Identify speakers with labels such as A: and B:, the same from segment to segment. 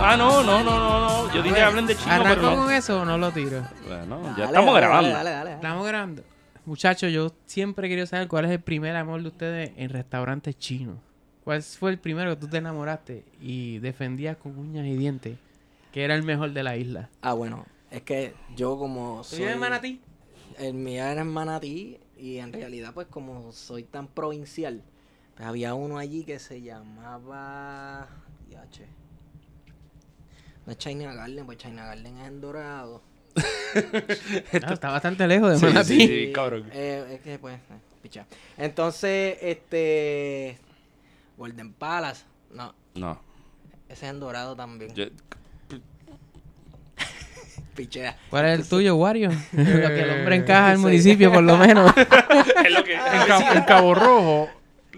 A: Ah, no, no, no, no. no. Yo dije hablen de chino, pero
B: ¿Arranco
A: no.
B: con eso o no lo tiro?
A: Bueno, ya
C: Dale,
A: estamos
C: dale,
A: grabando.
C: Dale, dale, dale.
B: Estamos grabando. Muchachos, yo siempre he querido saber cuál es el primer amor de ustedes en restaurantes chinos. ¿Cuál fue el primero que tú te enamoraste y defendías con uñas y dientes que era el mejor de la isla?
C: Ah, bueno. Es que yo como soy...
B: ¿Soy Manatí?
C: El mío era en Manatí y en realidad pues como soy tan provincial, pues, había uno allí que se llamaba... Yache. No es China Garden, pues China Garden es en Dorado.
B: Ah, está bastante lejos de
A: Sí,
B: Manatí.
A: sí, sí. cabrón.
C: Eh, es que pues, eh, picha. Entonces, este... Golden Palace. No,
A: No.
C: ese es en Dorado también.
A: Yo,
C: Pichea.
B: ¿Cuál es el tuyo, Wario? Lo que el hombre encaja al municipio, por lo menos.
A: es lo que.
D: En, Ca- en Cabo Rojo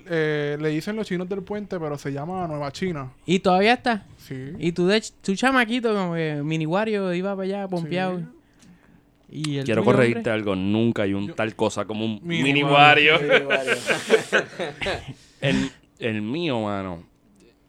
D: eh, le dicen los chinos del puente, pero se llama Nueva China.
B: ¿Y todavía está?
D: Sí.
B: Y tu, de, tu chamaquito, como que mini Wario, iba para allá pompeado.
D: Sí.
B: Y el
A: Quiero
B: tuyo, hombre?
A: corregirte algo. Nunca hay un tal cosa como un
D: Mini
A: mini
D: Wario.
A: Wario. El, el mío, mano.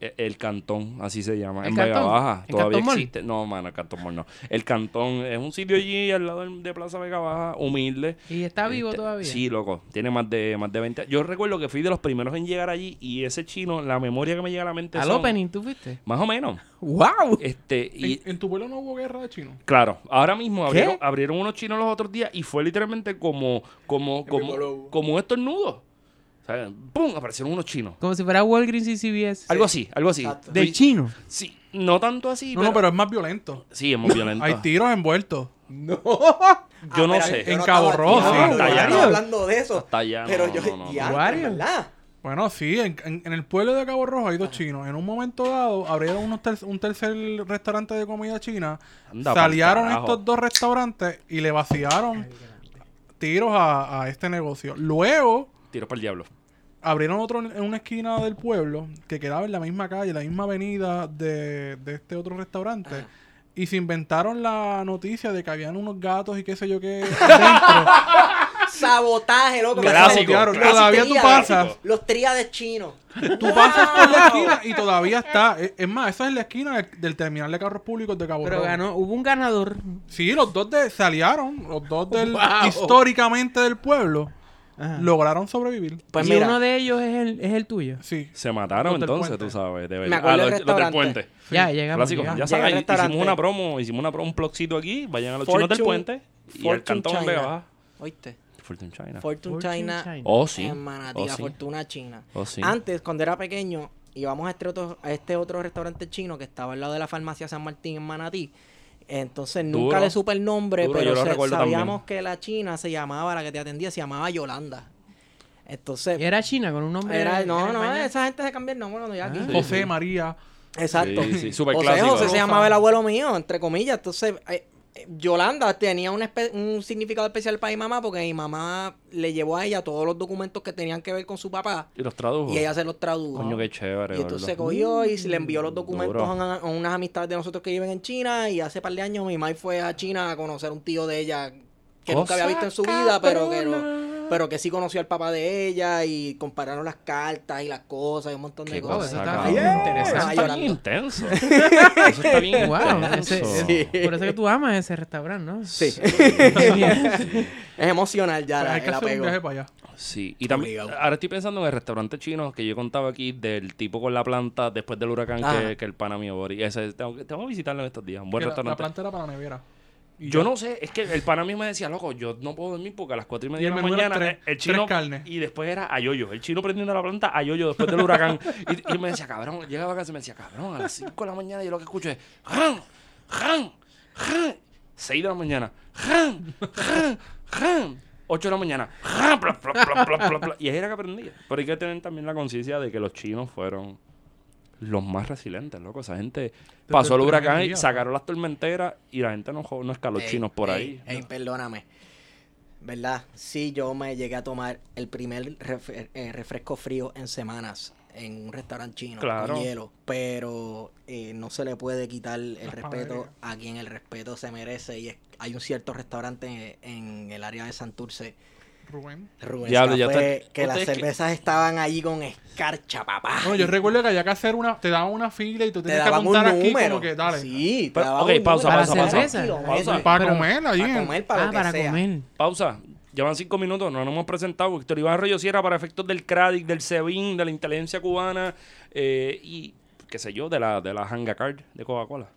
A: e- El cantón, así se llama.
B: ¿El
A: En Vega
B: Cantón?
A: Baja.
B: ¿El
A: Todavía
B: Cantón Mall?
A: existe. No, mano, el cantón Mall no. El cantón es un sitio allí al lado del- de Plaza Vega Baja, humilde.
B: ¿Y está vivo
A: Este,
B: todavía?
A: Sí, loco. Tiene más de, más de 20 Yo recuerdo que fui de los primeros en llegar allí y ese chino, la memoria que me llega a la mente
B: Al
A: son-
B: opening tú fuiste.
A: Más o menos.
B: ¡Wow!
A: Este, y
D: ¿En, en tu pueblo no hubo guerra de chinos?
A: claro, ahora mismo abrieron, abrieron unos chinos los otros días y fue literalmente como, como, como,
C: Bimbo
A: como estos nudos. O sea, ¡Pum! Aparecieron unos chinos.
B: Como si fuera Walgreens y CVS.
A: Algo así, algo así.
C: Exacto.
B: ¿De
A: Fui-
B: chino?
A: Sí, no tanto así.
D: No, no, pero es más violento.
A: Sí, es muy violento.
D: Hay tiros envueltos. No.
C: Ah,
A: Yo no sé.
D: En Cabo Rojo,
A: sí. Hasta allá no.
C: hablando de eso.
A: Hasta allá no,
C: Pero
A: no,
C: yo,
A: no, no.
C: diantre,
B: Wario.
C: ¿verdad?
D: Bueno, sí, en, en- en el pueblo de Cabo Rojo hay dos chinos. En un momento dado abrieron unos ter- un tercer restaurante de comida china.
A: Anda pa'l
D: salieron
A: carajo.
D: estos dos restaurantes y le vaciaron tiros a, a este negocio. Luego
A: Tiro para el diablo.
D: abrieron otro en en una esquina del pueblo que quedaba en la misma calle, la misma avenida de, de este otro restaurante. Y se inventaron la noticia de que habían unos gatos y qué sé yo qué adentro.
C: Sabotaje, loco.
D: Los
A: Clásico,
D: sabotearon.
A: clásico.
D: Todavía tú pasas.
C: Los tríades chinos.
D: Tú pasas por la esquina y todavía está. Es es más, esa es la esquina del, del terminal de carros públicos de Cabo
B: Pero
D: Rojo.
B: ganó, hubo un ganador.
D: Sí, los dos de, salieron. Los dos del,
B: Wow.
D: históricamente del pueblo
B: Ajá.
D: lograron sobrevivir.
C: Pues
B: y
C: mira,
B: uno de ellos es el, es el tuyo.
D: Sí.
A: Se mataron
D: Los del
A: entonces,
D: puente.
A: tú sabes. De verdad.
C: Me acuerdo
A: Ah,
C: del
A: los, los del
C: restaurante.
A: puente.
B: Ya, llegamos.
A: Clásico.
B: llegamos.
A: Ya
C: Llega al
A: saben,
C: restaurante.
A: hicimos una promo, hicimos una promo, un plogcito aquí. Vayan a los chinos del
C: Fortune-
A: puente y al
C: Fortune
A: cantón en
C: China.
A: Vega Baja.
C: oíste,
A: Fortune China.
C: Fortune,
B: Fortune
C: China,
B: China.
A: Oh, sí.
C: en Manatí,
A: Oh,
C: la
A: sí.
C: Fortuna China.
A: Oh, sí.
C: Antes, cuando era pequeño, íbamos a este, otro, a este otro restaurante chino que estaba al lado de la farmacia San Martín en Manatí. Entonces nunca
A: Duro.
C: le supe el nombre,
A: Duro, yo
C: pero
A: lo
C: se-
A: recuerdo
C: sabíamos que la china se llamaba, la que te atendía, se llamaba Yolanda. Entonces,
B: Y Era China con un nombre.
C: Era, no, no,
B: español.
C: esa gente se cambia el nombre cuando llega aquí.
A: Sí,
D: José
A: sí.
D: María.
C: Ah. Exacto.
A: Sí, sí, súper
C: José,
A: clásico.
C: José
D: Rosa.
C: se llamaba el abuelo mío, entre comillas. Entonces, eh, eh, Yolanda tenía un, espe- un significado especial para mi mamá porque mi mamá le llevó a ella todos los documentos que tenían que ver con su papá
A: Y los tradujo.
C: y ella se los tradujo.
A: Oh. Coño, qué chévere.
C: y entonces
A: gordo.
C: cogió y se le envió los documentos
A: Mm, Duro.
C: a, a unas amistades de nosotros que viven en China y hace par de años mi mamá fue a China a conocer un tío de ella que
A: Cosa
C: nunca había visto en su vida, pero que, no- pero que sí conoció al papá de ella y compararon las cartas y las cosas y un montón de
A: Qué
B: Wow, eso
C: cosas.
A: cosa,
B: está
A: cabrón.
B: bien
A: Eso
B: interesante.
A: está bien
C: Llorando.
A: intenso. Eso está bien
B: Wow, ese-
A: intenso.
B: ese- por eso que tú amas ese restaurante, ¿no?
C: Sí. Es emocional ya
D: Pues
C: la,
D: hay que
C: el
D: hacer un
C: apego.
D: viaje para allá.
A: Sí, y también
C: Obligado.
A: ahora estoy pensando en el restaurante chino que yo contaba aquí del tipo con la planta después del huracán que,
C: Ajá.
A: que el pana mío Boris. Ese tengo que, tengo que visitarlo en estos días. Un buen
D: Que la, la
A: restaurante.
D: planta era para la nevera. Y
A: Yo
D: ya.
A: no sé, es que el pana mío me decía, loco, yo no puedo dormir porque a las cuatro y media
D: Y el
A: de la
D: menú era
A: mañana
D: tres-
A: eh, el chino
D: tres carnes.
A: y después era ayoyo, el chino prendiendo la planta ayoyo después del huracán y, y me decía, cabrón, llegaba a casa y me decía, cabrón, a las cinco de la mañana yo lo que escucho es ¡Ran! ¡Ran! ¡Ran! Seis de la mañana ¡Ran! ¡Ran! ¡Ran! Ocho de la mañana ¡Ran! Plop, plop, plop, plop, plop, plop. y ahí era que aprendía. Pero hay que tener también la conciencia de que los chinos fueron los más resilientes, loco. Esa gente pasó el
D: el primer
A: huracán y
D: día,
A: sacaron las tormenteras y la gente no, jo- no escaló
C: Ey,
A: chinos por
C: ey,
A: ahí.
C: ey, perdóname. ¿Verdad? Sí, yo me llegué a tomar el primer refre- eh, refresco frío en semanas en un restaurante chino
A: Claro.
C: con hielo, pero eh, no se le puede quitar el respeto
D: panaderías.
C: a quien el respeto se merece y es- hay un cierto restaurante en, en el área de Santurce
D: Rubén.
C: Rubén
A: Diablo, ya
C: Café,
A: está-
C: que las
A: Ustedes que-
C: cervezas estaban allí con escarcha, papá.
D: Bueno, yo recuerdo que había que hacer una. Te daban una fila y tú
C: te
D: tenías que
C: daban un
D: apuntar aquí
C: número.
D: como que dale.
C: Sí, te
A: Pero,
C: daban
A: ok,
C: un
A: pausa,
C: número.
B: pausa, Para pausa, cerveza. pausa.
C: Para
B: Pausa.
D: Para
B: Pero-
D: comer allí.
C: Para comer, para
B: Ah,
C: lo que
B: para
C: sea.
B: comer.
A: Pausa. Llevan cinco minutos, no nos hemos presentado. Víctor Iván Rollo Sierra para efectos del CRADIC, del SEBIN, de la inteligencia cubana eh, y, qué sé yo, de la, de la Hanga Card de Coca-Cola.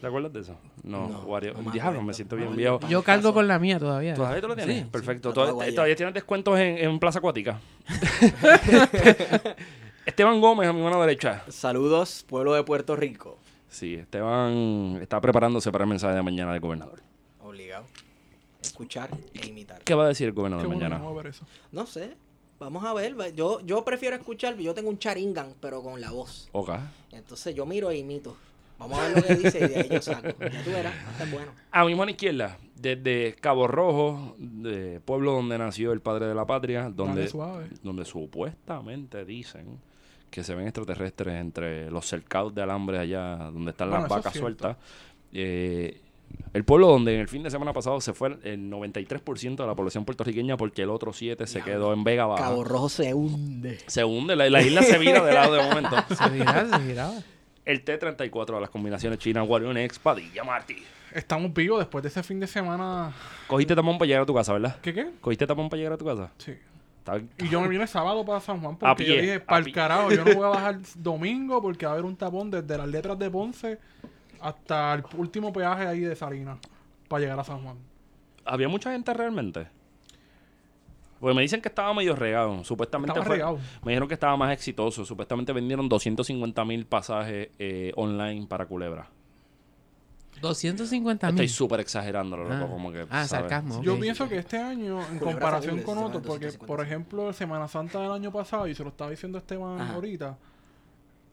A: ¿Te acuerdas de eso? No,
C: No,
A: Wario-
C: no me
A: Diablo, me
C: acuerdo.
A: siento bien
C: No,
A: viejo.
B: Yo cargo con la mía todavía.
A: ¿Todavía tú lo tienes?
B: Sí.
A: Perfecto.
C: no
A: Todavía-
C: lo voy a
A: todavía tienes descuentos en, en Plaza Acuática. Esteban Gómez, a mi mano derecha.
C: Saludos, pueblo de Puerto Rico.
A: Sí, Esteban está preparándose para el mensaje de mañana del gobernador.
C: Obligado. Escuchar e imitar.
A: ¿Qué va a decir el
D: Qué
A: gobernador
D: bueno,
A: mañana?
D: vamos a ver eso.
C: No sé. Vamos a ver. va- Yo, yo prefiero escuchar. Yo tengo un charingan, pero con la voz.
A: Ok.
C: Entonces yo miro e imito. Vamos a ver lo que dice y de ahí yo saco. Ya tú verás. Está bueno.
A: Ah, A mi mano izquierda, desde Cabo Rojo, de pueblo donde nació el padre de la patria, donde,
D: Dale suave.
A: donde supuestamente dicen que se ven extraterrestres entre los cercados de alambre allá donde están las
D: Bueno, eso es
A: vacas
D: cierto.
A: sueltas. Eh, el pueblo donde en el fin de semana pasado se fue el 93% de la población puertorriqueña porque el otro 7 se quedó en Vega Baja.
C: Cabo Rojo se hunde.
A: Se hunde, la, la isla se vira de lado de momento.
B: Se giraba, se giraba.
A: El T-34 de las combinaciones chinas, Guardian X, Padilla, Martí.
D: Estamos vivos después de ese fin de semana.
A: Cogiste tapón para llegar a tu casa, ¿verdad?
D: ¿Qué qué?
A: ¿Cogiste tapón para llegar a tu casa?
D: Sí.
A: Está-
D: Y yo me vine el sábado para San Juan
A: A
D: porque yo
A: pie,
D: dije,
A: a
D: para
A: pie".
D: el carajo, yo no voy a bajar domingo porque va a haber un tapón desde las letras de Ponce hasta el último peaje ahí de Salinas para llegar a San Juan.
A: ¿Había mucha gente realmente? Porque me dicen que estaba medio regado. Supuestamente
D: Estaba
A: fue-
D: regado.
A: Me dijeron que estaba más exitoso. Supuestamente vendieron 250 mil pasajes eh, online para Culebra.
B: 250
A: Estoy
B: mil.
A: súper exagerándolo, loco,
B: Mm. Ah.
A: como que...
B: Ah,
A: ¿sabes?
B: sarcasmo.
D: Yo
B: ok.
D: pienso que este año, en
C: Culebra
D: comparación
C: Saúl,
D: con
C: se llama
D: otros, porque
C: 250.
D: por ejemplo, el Semana Santa del año pasado, y se lo estaba diciendo Esteban
C: Ajá.
D: ahorita,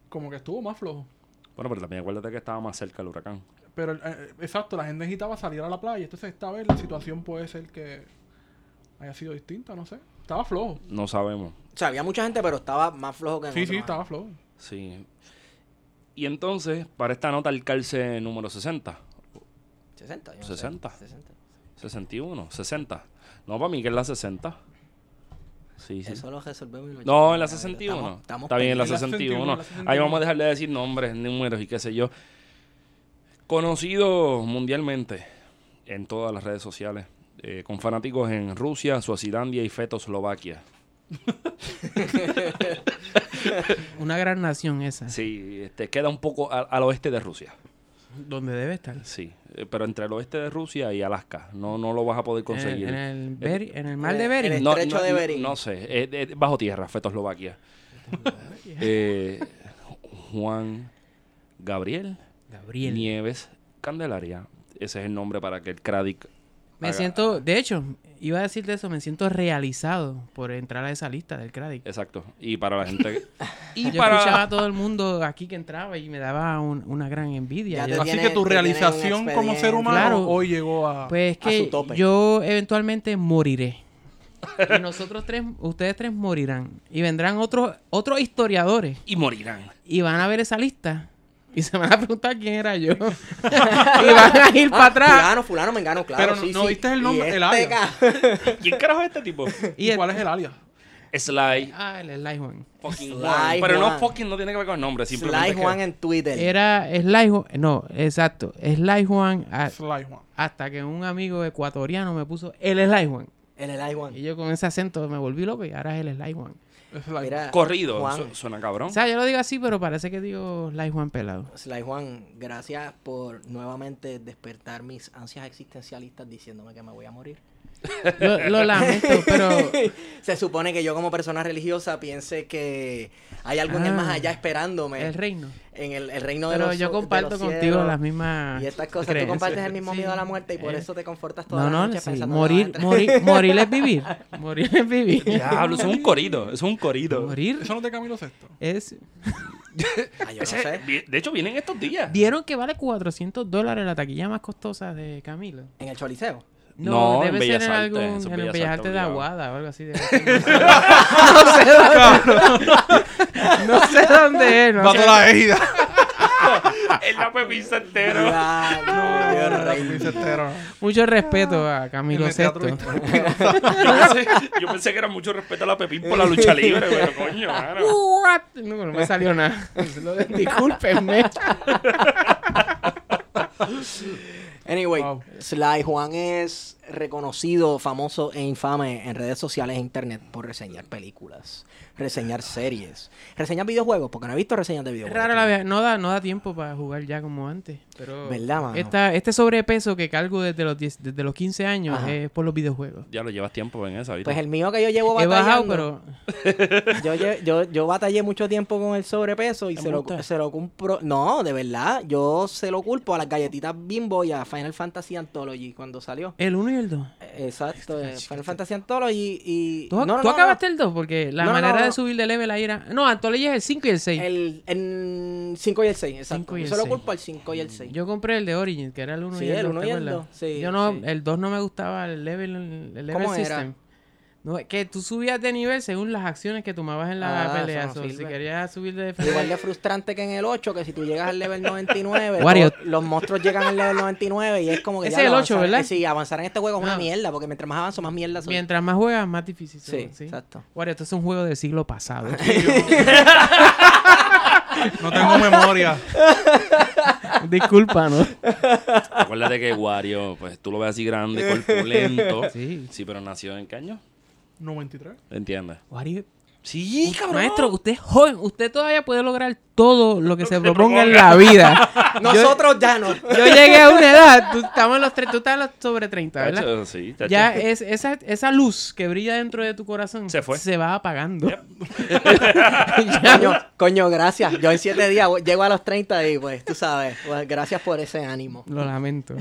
D: como que estuvo más flojo.
A: Bueno, pero también acuérdate que estaba más cerca el huracán.
D: Pero, eh, eh, exacto, la gente necesitaba salir a la playa. Entonces, esta vez la situación puede ser que haya sido distinta, no sé. Estaba flojo.
A: No sabemos.
C: O sea, había mucha gente, pero estaba más flojo que en
D: Sí,
C: otros
D: sí,
C: años.
D: estaba flojo.
A: Sí. Y entonces, para esta nota, el calce número 60.
C: 60. yo no
A: 60.
C: Sé. 60.
A: 61, 60. No, para mí que es la 60. Sí, sí.
C: Eso lo resolvemos. y lo
A: No, en la
C: checamos,
A: 61.
C: Ah, estamos- estamos
A: Está bien, en la
D: En la
A: 61.
D: 61.
A: Ahí vamos a dejar de decir nombres, números y qué sé yo. Conocido mundialmente en todas las redes sociales, eh, con fanáticos en Rusia, Suazilandia y Fetoslovaquia.
B: Una gran nación esa.
A: Sí, este, queda un poco a- al oeste de Rusia.
B: Donde debe estar.
A: Sí, eh, pero entre el oeste de Rusia y Alaska. No, no lo vas a poder
B: En el,
A: conseguir.
B: en el Beri- en el mar
C: en
B: de
C: el-
B: Bering.
C: en
A: No,
C: Estrecho
A: no,
C: de
A: no,
C: Bering.
A: No, sé, eh, eh, bajo tierra, Fetoslovaquia. Eh, Juan Gabriel
B: Gabriel.
A: Nieves Candelaria. Ese es el nombre para que el Cradic.
B: Me
A: haga-
B: siento, de hecho, iba a decirte eso, me siento realizado por entrar a esa lista del Craddick.
A: Exacto. Y para la gente. que- y
B: Yo
A: para.
B: escuchaba a todo el mundo aquí que entraba y me daba un- una gran envidia.
C: Ya
B: Yo-
C: te-
D: Así
C: tiene-
D: que tu
C: te tiene un
D: realización como ser
C: expediente.
D: humano
B: Claro.
D: hoy llegó a...
B: pues es
C: a su
B: que
C: tope.
B: yo eventualmente moriré. Y nosotros tres, ustedes tres morirán. Y vendrán otros, otros historiadores
A: Y morirán.
B: y van a ver esa lista. Y se van a preguntar quién era yo. y van a ir para
C: Ah,
B: atrás.
C: Fulano, fulano, mengano, claro.
D: Pero no-
C: sí,
D: no
C: sí.
D: diste el
C: Y
D: nombre, el
C: este
D: área.
C: ca-
A: ¿Quién carajo es este tipo?
D: ¿Y, cuál es el alias?
A: Sly
B: Ah, el Sly Juan.
A: fucking
C: Sly
A: Juan. Pero no
C: Juan.
A: fucking no tiene que ver con el nombre. Simplemente.
C: Sly
A: es que-
C: Juan en Twitter.
B: Era Sly Juan. No, exacto. Sly Juan. ah, a-
D: Sly Juan.
B: Hasta que un amigo ecuatoriano me puso el Sly Juan.
C: El Sly Juan.
B: Y yo con ese acento me volví loco y ahora es el Sly Juan.
D: Sly
C: Mira,
A: Corrido.
C: Juan.
A: Su- Suena cabrón.
B: O sea, yo lo digo así, pero parece que digo Sly Juan pelado.
C: Sly Juan, gracias por nuevamente despertar mis ansias existencialistas diciéndome que me voy a morir.
B: Yo lo lamento, pero
C: Se supone que yo como persona religiosa piense que hay algo en el
B: Ah.
C: más allá esperándome
B: el reino.
C: en el, el reino Pues, de
B: Pero
C: los
B: yo
C: de
B: comparto
C: los
B: contigo
C: cielos.
B: las mismas
C: Y estas cosas, tú
B: creencias.
C: compartes el mismo
B: Sí.
C: miedo a la muerte y por
B: Eh.
C: eso te confortas toda
B: No,
C: la
B: no,
C: noche
B: sí,
C: pensando que vas a
B: morir,
C: entrar.
B: morir, morir es vivir. Morir es vivir.
A: Diablo, eso es un corrido. Eso es un corrido.
B: Morir
D: Eso no es de Camilo Sexto.
B: es...
C: Ah, yo no
A: Ese-
C: sé.
A: vi- de hecho, vienen estos días.
B: Vieron que vale 400 dólares la taquilla más costosa de Camilo.
C: En el choliseo.
A: No, en
B: debe ser
A: Bellas
B: en
A: Artes,
B: algún
A: eso es
B: en el
A: Bellas
B: Bellas
A: Artes
B: Artes de
A: obligado.
B: Aguada o algo así. De... no sé dónde, no sé dónde es. no sé.
D: la herida.
A: en la Pepín Centeno.
C: Ya,
D: No,
C: Dios,
D: no, no,
C: rey.
D: Pepín Centeno.
B: Mucho respeto a
D: En
B: Camilo
D: el teatro
B: Sesto.
D: histórico.
A: Yo pensé, yo pensé que era mucho respeto a la Pepín por la lucha libre, pero coño, mano.
B: What? No, no me salió nada. Lo de- Discúlpenme.
C: Anyway,
D: Wow.
C: Sly Juan es reconocido, famoso e infame en redes sociales e internet por reseñar películas, reseñar series, reseñar videojuegos, porque no he visto reseñas de
B: Es
C: videojuegos.
B: Ah. raro la vida. No da, no da tiempo para jugar ya como antes. Pero
C: ¿Verdad, mano?
B: esta- este sobrepeso que cargo desde los, 10 desde los 15 años
C: Ajá.
B: es por los videojuegos.
A: Ya lo llevas tiempo en esa, ¿viste?
C: Pues el mío que yo llevo
B: He bajado,
C: batallando,
B: pero
C: yo, lle- yo, yo batallé mucho tiempo con el sobrepeso y
B: ¿Te
C: se lo,
B: gusta?
C: se lo compro, no, de verdad, yo se lo culpo a las galletitas Bimbo y a Final Fantasy Anthology cuando salió.
B: el 1 y el 2.
C: Exacto, eh, Final Fantasy Anthology y...
B: Este ¿Tú,
C: no, no,
B: tú
C: no, no.
B: acabaste el 2? Porque la
C: No, no,
B: manera
C: no,
B: de
C: no.
B: subir de level ahí era... No, Anthology es el 5 y el 6.
C: El, 5 y el 6, exacto.
B: Cinco y
C: Yo
B: el
C: se lo
B: seis.
C: culpo al 5 y el 6.
B: Yo compré el de Origin, que era el 1
C: Sí,
B: y el
C: el
B: 2.
C: uno
B: ¿te
C: y el
B: acuerdas?
C: dos, sí,
B: Yo no,
C: sí.
B: el 2 no me gustaba, el level, el level
C: ¿Cómo era?
B: system. No, es que tú subías de nivel según las acciones que tomabas en la
C: Ah, eso
B: pelea.
C: no
B: so, si
C: sirve.
B: querías subir de
C: Igual de frustrante que en el 8, que si tú llegas al level 99,
B: Wario.
C: todos los monstruos llegan al level 99 y es como que
B: Ese
C: ya
B: es el
C: lo
B: 8,
C: avanzar-
B: ¿verdad?
C: Sí, avanzar en este juego es una
B: No.
C: mierda, porque mientras más avanzo, más mierda soy.
B: Mientras más juegas, más difícil. se
C: Sí,
B: vuelve, ¿sí?
C: exacto.
B: Wario, esto es un juego del siglo pasado.
D: No tengo memoria.
B: Disculpa, ¿no?
A: Acuérdate que Wario, pues tú lo ves así grande, corpulento.
B: Sí.
A: Sí, pero nació en qué año?
D: 93.
A: ¿Entiendes?
B: Wario,
A: Sí, cabrón.
B: maestro, usted es joven. Usted todavía puede lograr todo lo que se
A: que
B: proponga en
A: proponga.
B: la vida.
C: Nosotros ya no.
B: Yo llegué a una edad, tú, estamos en los tre- tú estás en los sobre 30, ¿verdad?
A: Tacho, sí, tacho.
B: Ya eh. es, esa, esa luz que brilla dentro de tu corazón
A: Se fue.
B: va apagando. Ya.
C: Coño, coño, gracias. Yo en 7 días voy- llego a los 30 y pues, tú sabes, pues, gracias por ese ánimo.
B: Lo lamento.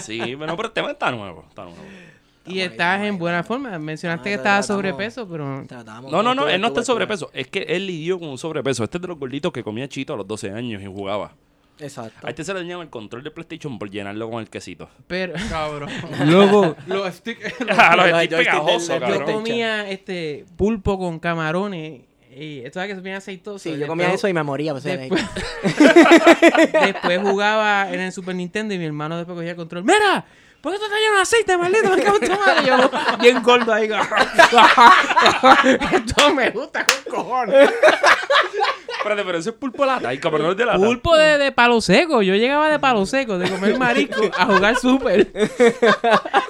A: Sí, bueno, pero el tema está nuevo, está nuevo.
B: Y
C: ahí,
B: estás
C: estamos
B: en
C: ahí,
B: buena
C: estamos
B: forma. Mencionaste
C: Estamos
B: que estabas
C: tratando-
B: sobrepeso, pero
C: Tratamos-
A: No, no, no,
C: tuve-
A: él no está
C: tuve-
A: en sobrepeso. Es que él lidió con un sobrepeso. Este es de los gorditos que comía chito a los 12 años y jugaba.
C: Exacto.
A: A este se le dañaba el control del PlayStation por llenarlo con el quesito.
B: pero
D: Cabrón.
B: luego
D: Los stick.
A: A los
C: Los
A: estoy
C: joysticks
A: pegajoso,
C: del- del-
B: yo
A: cabrón.
B: comía este pulpo con camarones y esto que es bien aceitoso.
C: Sí,
B: y
C: yo comía
B: después-
C: eso y me moría. pues,
B: Después, después jugaba en el Super Nintendo y mi hermano después cogía el control. ¡Mira! ¿Por qué tú estás lleno de aceite, maldito? ¿Por qué tu madre? Yo, bien gordo ahí. Esto me gusta con cojones.
A: Espérate, pero eso es pulpo lata. Ay, cabrón, no es de lata.
B: Pulpo de, de palo seco. Yo llegaba de palo seco, de comer marisco, a jugar súper.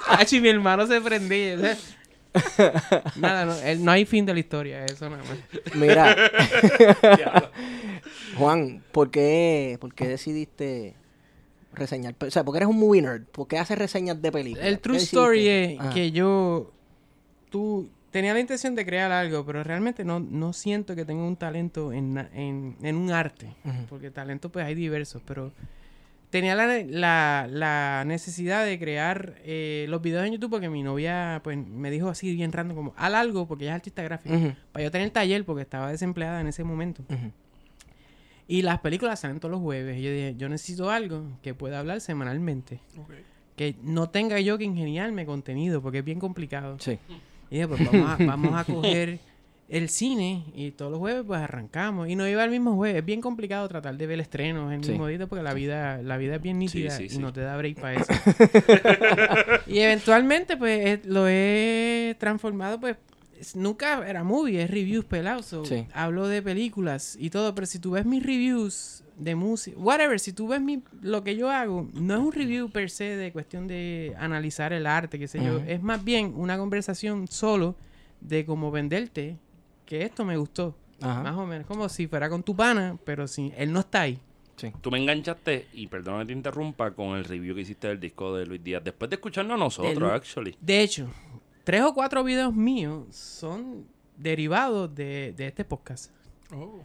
B: Ach, y mi hermano se prendía. o sea, Nada, no, eh, no hay fin de la historia, eso nada más.
C: Mira,
A: Diablo.
C: Juan, ¿por qué, por qué decidiste reseñar? pe- O sea, ¿por qué eres un movie nerd? ¿Por qué haces reseñas de películas?
B: El
C: ¿Qué Ah.
B: true
C: decidiste?
B: story es
C: Ajá.
B: que yo tú tenía la intención de crear algo, pero realmente no, no siento que tenga un talento en, na- en, en un arte,
C: Ujú.
B: porque talento pues hay diversos, pero tenía la, ne- la- la necesidad de crear eh, los videos en YouTube porque mi novia pues me dijo así bien random como al algo porque ella es artista gráfica,
C: Ujú,
B: para yo tener el taller porque estaba desempleada en ese momento.
C: ujú.
B: Y las películas salen todos los jueves. Y yo dije, yo necesito algo que pueda hablar semanalmente.
D: Ok.
B: Que no tenga yo que ingeniarme contenido, porque es bien complicado.
C: Sí.
B: Y dije, pues vamos a, vamos a coger el cine y todos los jueves pues arrancamos. Y no iba el mismo jueves. Es bien complicado tratar de ver estrenos el
C: Sí.
B: mismo día porque la vida, la vida es bien nítida
A: sí,
B: y
A: sí.
B: no te da break para eso. y eventualmente pues eh, lo he transformado pues es- nunca era movie, es reviews pelados. so,
C: Sí.
B: Hablo de películas y todo, pero si tú ves mis reviews de música, whatever, si tú ves mi, lo que yo hago, no es un review per se de cuestión de analizar el arte, qué sé yo,
C: Ujú.
B: es más bien una conversación solo de cómo venderte que esto me gustó.
C: Ajá.
B: Más o menos, como si fuera con tu pana, pero si él no está ahí.
A: Tú me enganchaste, y perdóname que te interrumpa, con el review que hiciste del disco de Luis Díaz. Después de escucharnos a
B: De
A: nosotros,
B: Lu-
A: actually.
B: De hecho, tres o cuatro videos míos son derivados de, de este podcast.
D: Oh.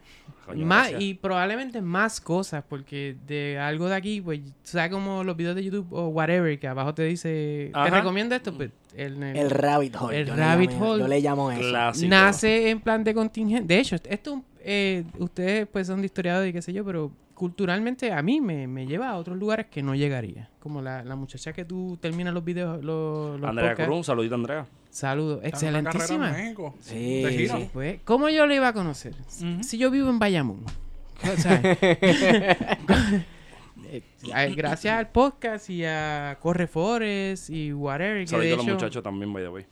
A: Coño,
B: Más-
A: gracias.
B: y probablemente más cosas, porque de algo de aquí, pues, sea como los videos de YouTube o whatever, que abajo te dice,
A: Ajá.
B: te recomiendo esto, pues, el- el-
C: El rabbit hole.
B: El
C: yo le
B: rabbit
C: llamé-
B: hole.
C: Yo le llamo eso.
A: Clásico.
B: nace en plan de contingente. De hecho, esto, eh, ustedes pues son de historiadores y qué sé yo, pero culturalmente a mí me, me lleva a otros lugares que no llegaría. Como la, la muchacha que tú terminas los videos, los, los
A: Andrea
B: podcasts.
A: Cruz, un saludito, Andrea.
B: Saludos.
D: Está en una carrera en
B: Excelentísima.
D: México.
C: Sí,
D: De gira.
C: sí.
B: Pues, ¿Cómo yo le iba a conocer? Si yo vivo en Bayamón. O sea, Eh, eh, gracias al podcast y a Correfores y whatever. Que
A: Saludito
B: de
A: a los
B: hecho-
A: muchachos también, by the way.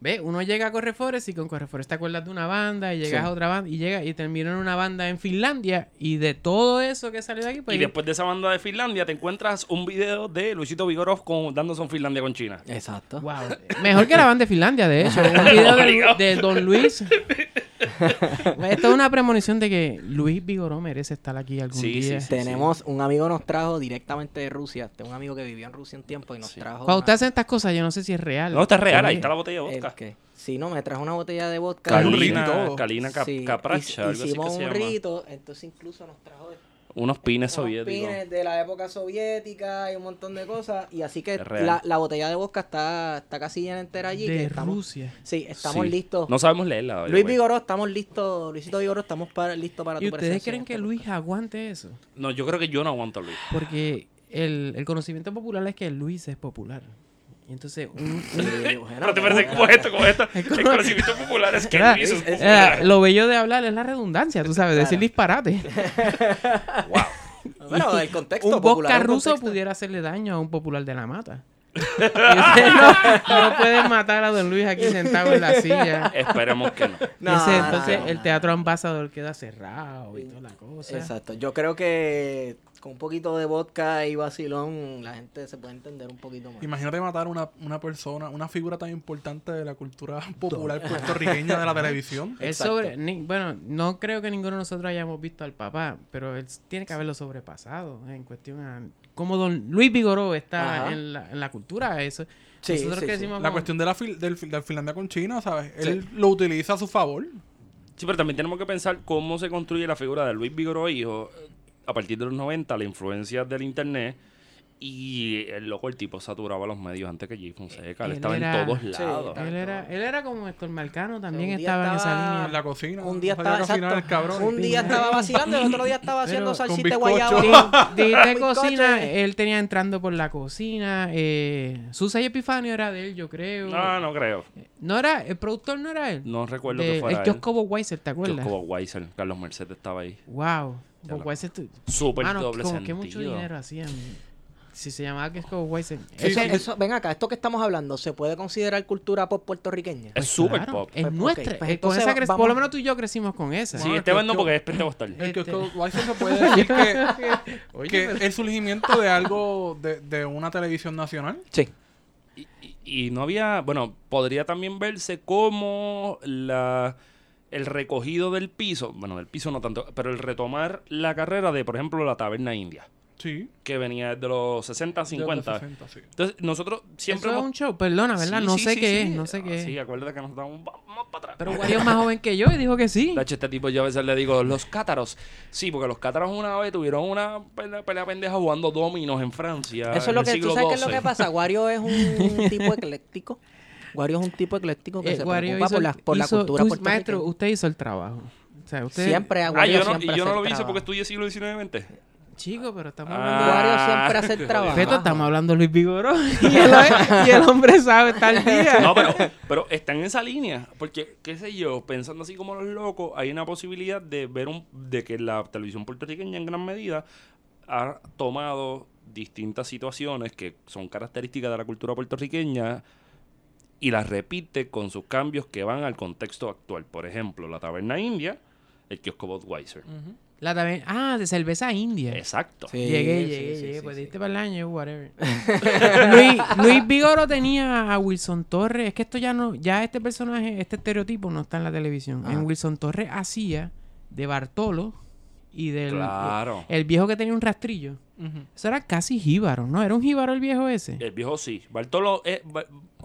B: Ve, uno llega a Correfores y con Correfores te acuerdas de una banda y llegas
A: Sí.
B: a otra banda y llega y termina en una banda en Finlandia y de todo eso que salió de aquí, pues
A: y después de esa banda de Finlandia te encuentras un video de Luisito Vigorov con, dándose un Finlandia con China.
C: Exacto.
B: wow, mejor que la banda de Finlandia, de hecho, un video de,
A: Obligado.
B: de Don Luis. Esto es una premonición de que Luis Vigoró merece estar aquí algún
A: Sí, sí,
B: día.
A: sí.
C: Tenemos un amigo nos trajo directamente de Rusia. Tengo un amigo que vivió en Rusia un tiempo y nos
A: Sí.
C: trajo.
B: Cuando
C: una-
B: usted hace estas cosas, yo no sé si es real.
A: No, está real,
B: Sí.
A: ahí está la botella de
C: el
A: vodka.
C: que- sí, no, me trajo una botella de vodka.
D: Carlina.
C: Sí,
A: Kalina,
D: rito.
A: Kalina Cap-
C: hic-
A: Capracha, algo así que
C: hicimos
A: se
C: un
A: llama.
C: rito, entonces incluso nos trajo
A: Unos pines
C: unos
A: soviéticos.
C: pines de la época soviética y un montón de cosas. Y así que
A: Es real.
C: la, la botella de vodka está, está casi llena entera allí. que
B: de
C: estamos-
B: Rusia.
C: Sí, estamos
A: Sí.
C: listos.
A: No sabemos leerla. by the
C: Luis
A: way.
C: Vigoró, estamos listos. Luisito Vigoró, estamos para, listos para
B: ¿Y
C: tu
B: ustedes
C: presencia en
B: creen que
C: este
B: Luis
C: podcast.
B: aguante eso?
A: No, yo creo que yo no aguanto a Luis.
B: Porque el, el conocimiento popular es que Luis es popular. Y entonces, un- un-
C: Sí, bueno,
A: Pero te
C: bueno,
A: parece
C: bueno.
A: con esto, con esto. El conocimiento popular es que
B: Era-
A: Luis es
B: era-
A: popular.
B: Ah, eh, lo bello de hablar es la redundancia, tú sabes, decir disparate.
C: Bueno, el contexto
B: un
C: popular,
B: vodka
C: el
B: ruso
C: contexto.
B: pudiera hacerle daño a un popular de la mata. Y ustedes no, no pueden matar a Don Luis aquí sentado en la silla.
A: Esperemos que no.
C: No,
B: Y ese-
C: no,
B: entonces
C: no,
B: el
C: no.
B: teatro ambasador queda cerrado y toda la cosa.
C: Exacto. Yo creo que con un poquito de vodka y vacilón la gente se puede entender un poquito más.
D: Imagínate matar a una, una persona, una figura tan importante de la cultura popular puertorriqueña de la televisión.
B: Él
C: Exacto.
B: sobre, ni- bueno, no creo que ninguno de nosotros hayamos visto al papá, pero él s- tiene que haberlo sobrepasado en cuestión a cómo don Luis Vigoró está
C: Ajá.
B: en la, en la cultura. Eso.
C: Sí,
B: nosotros
C: sí,
B: que
C: sí.
B: decimos,
D: La
B: como-
D: cuestión de la, fil- del, fil- de Finlandia con China, ¿sabes? Él lo utiliza a su favor.
A: Sí, pero también tenemos que pensar cómo se construye la figura de Luis Vigoró hijo eh, a partir de los 90, la influencia del internet y el loco, el tipo saturaba los medios antes que Jay Fonseca. Él
B: Él
A: estaba
B: era-
A: en todos
C: Sí,
A: lados.
C: tal.
B: él, era, él era como Héctor Marcano, también
C: Un día
B: estaba, en esa
C: estaba-
B: línea.
D: En la cocina.
C: Un día
D: no sabía
C: estaba,
D: cocinar, el
C: exacto,
D: cabrón.
C: un día estaba vacilando, el otro día estaba
B: Pero
C: haciendo
B: con
C: salsita de
D: bizcocho.
C: guayabo.
B: De, de
C: Bizcocho.
B: cocina, él tenía entrando por la cocina. Eh, Susa y Epifanio era de él, yo creo.
A: No, no creo.
B: No era, el productor no era él.
A: No recuerdo
B: De-
A: que fuera
B: el
A: él.
B: Joscobo Weiser, ¿te acuerdas?
A: Josco Weiser. Carlos Merced estaba ahí.
B: Wow.
A: Ya
B: Bob
A: lo-
B: Weiser, tú-
A: Súper
B: Mano,
A: doble
B: Ah, como
A: sentido.
B: que mucho dinero hacían. Si se llamaba que es como Weizen.
D: Sí,
C: Eso-
D: sí.
C: eso- ven acá, esto que estamos hablando, ¿se puede considerar cultura pop puertorriqueña?
A: Es súper
B: Claro,
A: pop.
B: Es
C: Pues,
B: nuestra.
C: ok, pues
B: eh, con
C: entonces
B: esa cre-
C: vamos-
B: Por lo menos tú y yo crecimos con esa.
A: Sí,
D: Ah,
A: Esteban no,
D: yo-
A: porque es pentecostal.
D: El que
B: Este-
D: Weiser se puede decir que, que el surgimiento de algo, de, de una televisión nacional.
C: Sí.
A: Y, y- y no había, bueno, podría también verse como la, el recogido del piso, bueno, del piso no tanto, pero el retomar la carrera de, por ejemplo, la taberna india,
D: Sí.
A: que venía desde los 60,
D: de los
A: 50.
D: 60, sí.
A: Entonces, nosotros siempre...
B: Siempre es
A: hemos-
B: un show, perdona, ¿verdad?
A: Sí,
B: no
A: sí,
B: sé
A: sí,
B: qué
A: sí.
B: es, no sé qué
A: Ah, Sí,
B: es.
A: acuérdate que nos damos vamos para atrás.
B: Pero Wario es más joven que yo y dijo que sí.
A: De hecho, este tipo yo a veces le digo, los cátaros. Sí, porque los cátaros una vez tuvieron una pelea, pelea pendeja jugando dominos en Francia.
C: Eso es
A: Ah, en
C: lo
A: el
C: que tú
A: siglo
C: sabes que es lo que
A: XII.
C: pasa. Wario es un tipo ecléctico. Wario es un tipo ecléctico que
B: Eh,
C: se
B: Wario
C: preocupa por
B: hizo-
C: la, por la
B: hizo-
C: cultura
B: tú-
C: puertorriqueña.
B: Maestro, usted hizo el trabajo. O sea, usted...
C: siempre a
A: Ah,
C: Wario
A: yo no, y
C: siempre
A: yo no lo
C: hace el
A: hice porque
C: trabajo.
A: estudié siglo XIX, mente.
B: Chico, pero estamos hablando...
A: Ah.
C: Wario siempre hace el trabajo.
B: Feto, estamos hablando de Luis Vigoró. Y el, y el hombre sabe estar al día.
A: No, pero, pero está en esa línea. Porque, qué sé yo, pensando así como los locos, hay una posibilidad de ver un, de que la televisión puertorriqueña en gran medida ha tomado distintas situaciones que son características de la cultura puertorriqueña y las repite con sus cambios que van al contexto actual. Por ejemplo, la taberna india, el kiosco Budweiser.
B: Mm. La taberna- Ah, de cerveza india.
A: Exacto.
C: Sí,
B: llegué,
C: sí,
B: llegué,
C: sí,
B: llegué.
C: sí,
B: pues
C: sí.
B: diste para el año, whatever. Luis, Luis Vigoro tenía a Wilson Torres. Es que esto ya no, ya este personaje, este estereotipo no está en la televisión.
C: Ajá.
B: En Wilson Torres hacía de Bartolo y del
A: Claro.
B: el viejo que tenía un rastrillo. Eso era casi jíbaro, ¿no? Era un jíbaro el viejo ese.
A: El viejo sí. Bartolo es- Ba-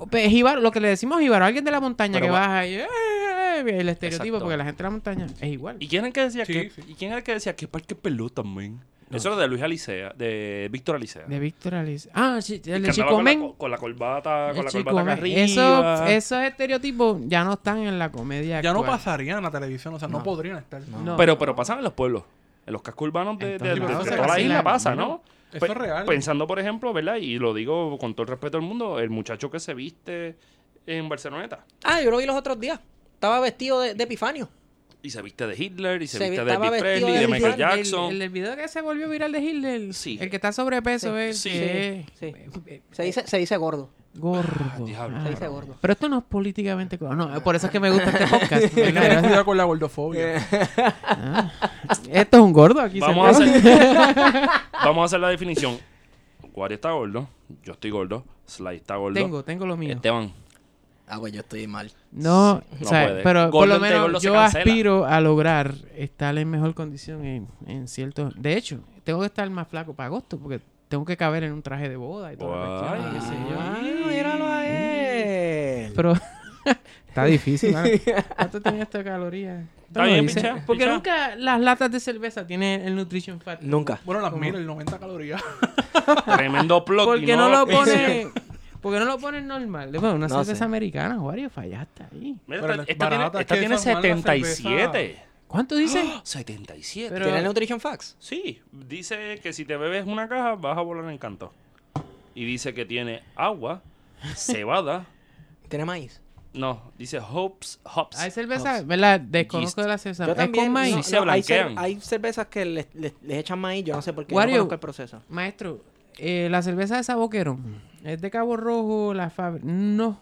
B: Pues, jíbaro, lo que le decimos jíbaro, alguien de la montaña
A: Pero
B: que
A: va-
B: baja y eh, eh, eh, el estereotipo,
A: Exacto.
B: porque la gente de la montaña es igual.
A: ¿Y quién era el que decía
D: Sí,
A: que,
D: sí.
A: ¿Y quién era el que decía que parque pelota, man? Eso era de Luis Alicea, de Víctor Alicea.
B: De Víctor Alice. Ah, sí,
A: Que
B: el de
A: andaba
B: Chico
A: con la,
B: Men.
A: co- con la corbata, con la
B: Chico,
A: corbata acá
B: me-
A: arriba.
B: Eh, eso- esos estereotipos ya no están en la comedia.
D: Ya no
B: actual.
D: pasarían en la televisión, o sea, no,
B: No.
D: podrían estar.
B: No.
A: Pero, pero pasan en los pueblos. En los cascos urbanos de, de- de-
B: Entonces,
A: de
D: claro, se
A: toda la
D: vacilan,
A: isla pasa,
B: ¿no?
A: ¿no?
D: Eso
A: Pe-
D: es real.
A: Pensando, por ejemplo, ¿verdad? Y lo digo con todo el respeto del mundo, el muchacho que se viste en Barceloneta.
C: Ah, yo lo vi los otros días. Estaba vestido de, de Epifanio.
A: Y se viste de Hitler, y se,
C: Se
A: viste de
C: estaba
A: Elvis
C: vestido
A: Presley,
C: de
A: de Michael
C: Hitler.
A: Jackson.
B: El, el video que se volvió viral de Hitler.
A: Sí.
B: El que está sobrepeso,
C: Sí.
B: es
A: Sí.
B: que-
C: Sí.
B: eh,
C: Se dice, se dice gordo.
B: Gordo.
A: Ah, diablo,
B: Ah.
C: Se dice gordo.
B: Pero esto no es políticamente correcto. No, eh, por eso es que me gusta este podcast.
D: Hay que tener
B: Mira,
D: cuidado con la gordofobia.
B: ah, esto es un gordo aquí.
A: Vamos a,
B: cerca.
A: hacer, vamos a hacer la definición. Guari está gordo, yo estoy gordo, Sly está gordo.
B: Tengo, tengo lo mío.
A: Esteban.
C: Ah, pues yo estoy mal.
B: No,
A: No
B: o sea,
A: puede.
B: pero por
A: Gordon
B: lo
A: de gordo
B: menos
A: se
B: yo
A: cancela.
B: aspiro a lograr estar en mejor condición en, en cierto... De hecho, tengo que estar más flaco para agosto porque tengo que caber en un traje de boda y toda la
A: Ay,
B: cuestión, qué sé yo.
C: Ah, míralo a él.
B: Pero está difícil, ¿ah? mano. ¿Cuánto tenía esta caloría?
A: Está bien, pichea,
B: Porque
A: pichea.
B: nunca las latas de cerveza tienen el nutrition fat.
C: Nunca.
D: Bueno, las mil, el 90 calorías.
A: Tremendo plot. y
B: Porque no, lo
A: piensa.
B: ponen... Porque no lo ponen normal. Bueno, una
C: No
B: cerveza
C: sé.
B: americana, Wario, fallaste ahí.
A: Mira,
D: Pero
A: esta,
D: las
A: esta tiene,
D: baratas
A: esta
D: que
A: tiene
D: esas malas
A: 77.
B: ¿Cuánto dice?
A: 77.
B: Pero-
C: ¿Tiene Nutrition Facts?
A: Sí, dice que si te bebes una caja vas a volar en canto. Y dice que tiene agua, cebada,
C: ¿Tiene maíz?
A: no, dice hops, hops.
B: Hay cerveza, ¿verdad? Desconozco de la cerveza. Es con maíz.
A: no- se
C: hay, cer-
A: blanquean.
C: hay cervezas que le- le- les echan maíz, yo no sé por qué.
B: Wario.
C: No conozco el proceso.
B: Maestro, eh, la cerveza de Saboquerón
D: Mm.
B: es de Cabo Rojo, la fábrica. No.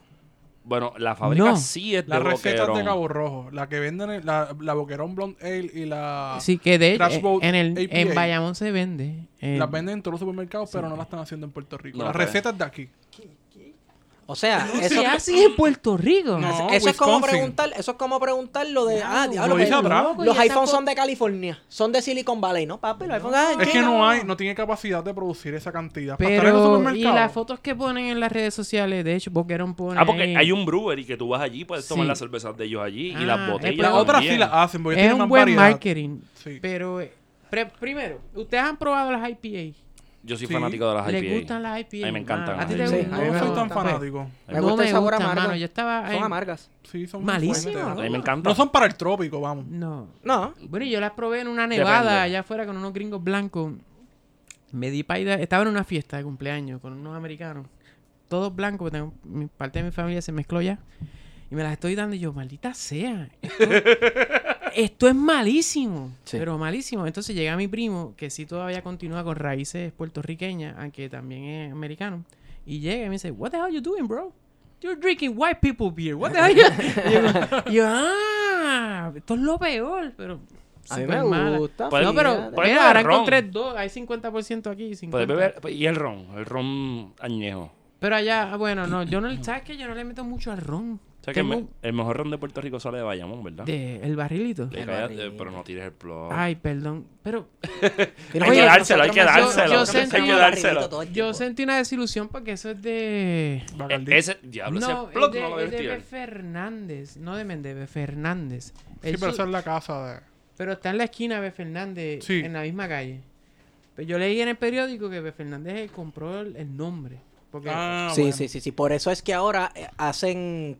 A: Bueno, la fábrica
B: No.
A: sí es de
D: Las recetas de
A: Boquerón.
D: Cabo Rojo, la que venden, en- la, la Boquerón Blonde Ale y la...
B: Sí, que de hecho,
D: Craft
B: eh,
D: Ah, Boat
B: en, el,
D: APA.
B: en Bayamón se vende. eh,
D: Las venden en todos los supermercados, pero no las están haciendo en Puerto Rico.
A: No,
D: las
A: pero-
D: recetas de aquí.
C: O sea, eso,
B: Se hace en Puerto Rico.
D: No,
C: eso es como
D: Wisconsin.
C: preguntar, eso es como preguntar lo de, ah, diablo,
D: lo
C: pero
D: hice atrás.
B: loco, y
C: los
B: esa
C: iPhones
B: co-
C: son de California, son de Silicon Valley, ¿no, papi? Los iPhones ah,
D: Es que no hay, no tiene capacidad de producir esa cantidad. Para estar en los
B: Pero, y
D: supermercados.
B: las fotos que ponen en las redes sociales, de hecho, Boquerón pone.
A: Ah, porque
B: ahí-
A: hay un brewery que tú vas allí, puedes tomar
B: Sí.
A: las cervezas de ellos allí
B: Ah,
A: y las
B: es
A: botellas.
B: pero
D: Las otras
A: también.
D: sí las hacen, porque
B: Es
D: tienen
B: un
D: más
B: buen
D: variedad.
B: marketing.
D: Sí.
B: Pero, eh, pre- primero, ¿ustedes han probado las IPA?
A: Yo soy
D: Sí.
A: fanático de las IPA.
B: ¿Les gustan las
A: A
B: IPA?
A: mí me encantan
B: mano? ¿A ti te
A: las
D: Sí,
A: IPA.
B: gustan?
D: a mí no soy tan
C: Sí.
D: fanático.
C: Me
B: No
C: gusta
B: me
C: el sabor
B: gusta,
C: amargo.
B: mano. Yo estaba.
C: son
B: en-
C: amargas.
D: Sí, son
B: Malísimo,
D: fuertes.
A: A mí me encantan.
D: No son para el trópico, vamos.
A: Mm.
B: No.
C: No,
B: Bueno, y yo las probé en una
A: Depende.
B: nevada allá afuera con unos gringos blancos. Me di pa' ir a- Estaba en una fiesta de cumpleaños con unos americanos. Todos blancos, porque tengo- mi- parte de mi familia se mezcló ya. Y me las estoy dando y yo, maldita sea. Esto, esto es malísimo.
C: Sí.
B: Pero malísimo. Entonces llega mi primo, que sí todavía continúa con raíces puertorriqueñas, aunque también es americano. Y llega y me dice, What the hell you doing, bro? You're drinking white people beer. What the hell you... y yo- y yo, ah, esto es lo peor, pero...
C: a mí
B: súper
C: me
B: mala.
C: gusta.
A: Pues-
B: No, pero
C: fíjate.
A: Puedes
B: mira,
A: beber
B: ahora
A: ron.
B: encontré dos, hay 50% aquí y 50%.
A: Puedes beber. Y el ron, el ron añejo.
B: Pero allá, ah, bueno, no, yo no, ¿sabes qué? Yo no le meto mucho al ron.
A: O sea que
B: Tengo
A: me- el mejor ron de Puerto Rico sale de Bayamón, ¿verdad?
B: de- el barrilito.
A: Le
C: El
A: cae-
C: barril.
A: eh, pero no tires el Eh, plot.
B: Ay, perdón, pero
A: Hay que dárselo, hay que
C: nosotros
A: dárselo.
B: yo
C: mencionamos-
B: sentí-
A: hay que dárselo.
C: Todo el
B: yo
C: tiempo.
B: sentí una desilusión porque eso es de...
A: Eh,
D: Bacardí.
A: Ese, diablo,
B: No,
A: ese
B: es
A: plot
B: de,
A: no lo
B: es
A: debes
B: de
A: tirar.
B: B. Fernández, no de Mendebe, Fernández.
D: Sí,
B: El
D: pero
B: su-
D: esa es la casa de...
B: Pero está en la esquina B. Fernández,
D: Sí.
B: en la misma calle. Pero yo leí en el periódico que B. Fernández eh, compró el, el nombre. Porque
D: Ah,
C: sí,
D: bueno.
C: sí, sí, sí. Por eso es que ahora eh, hacen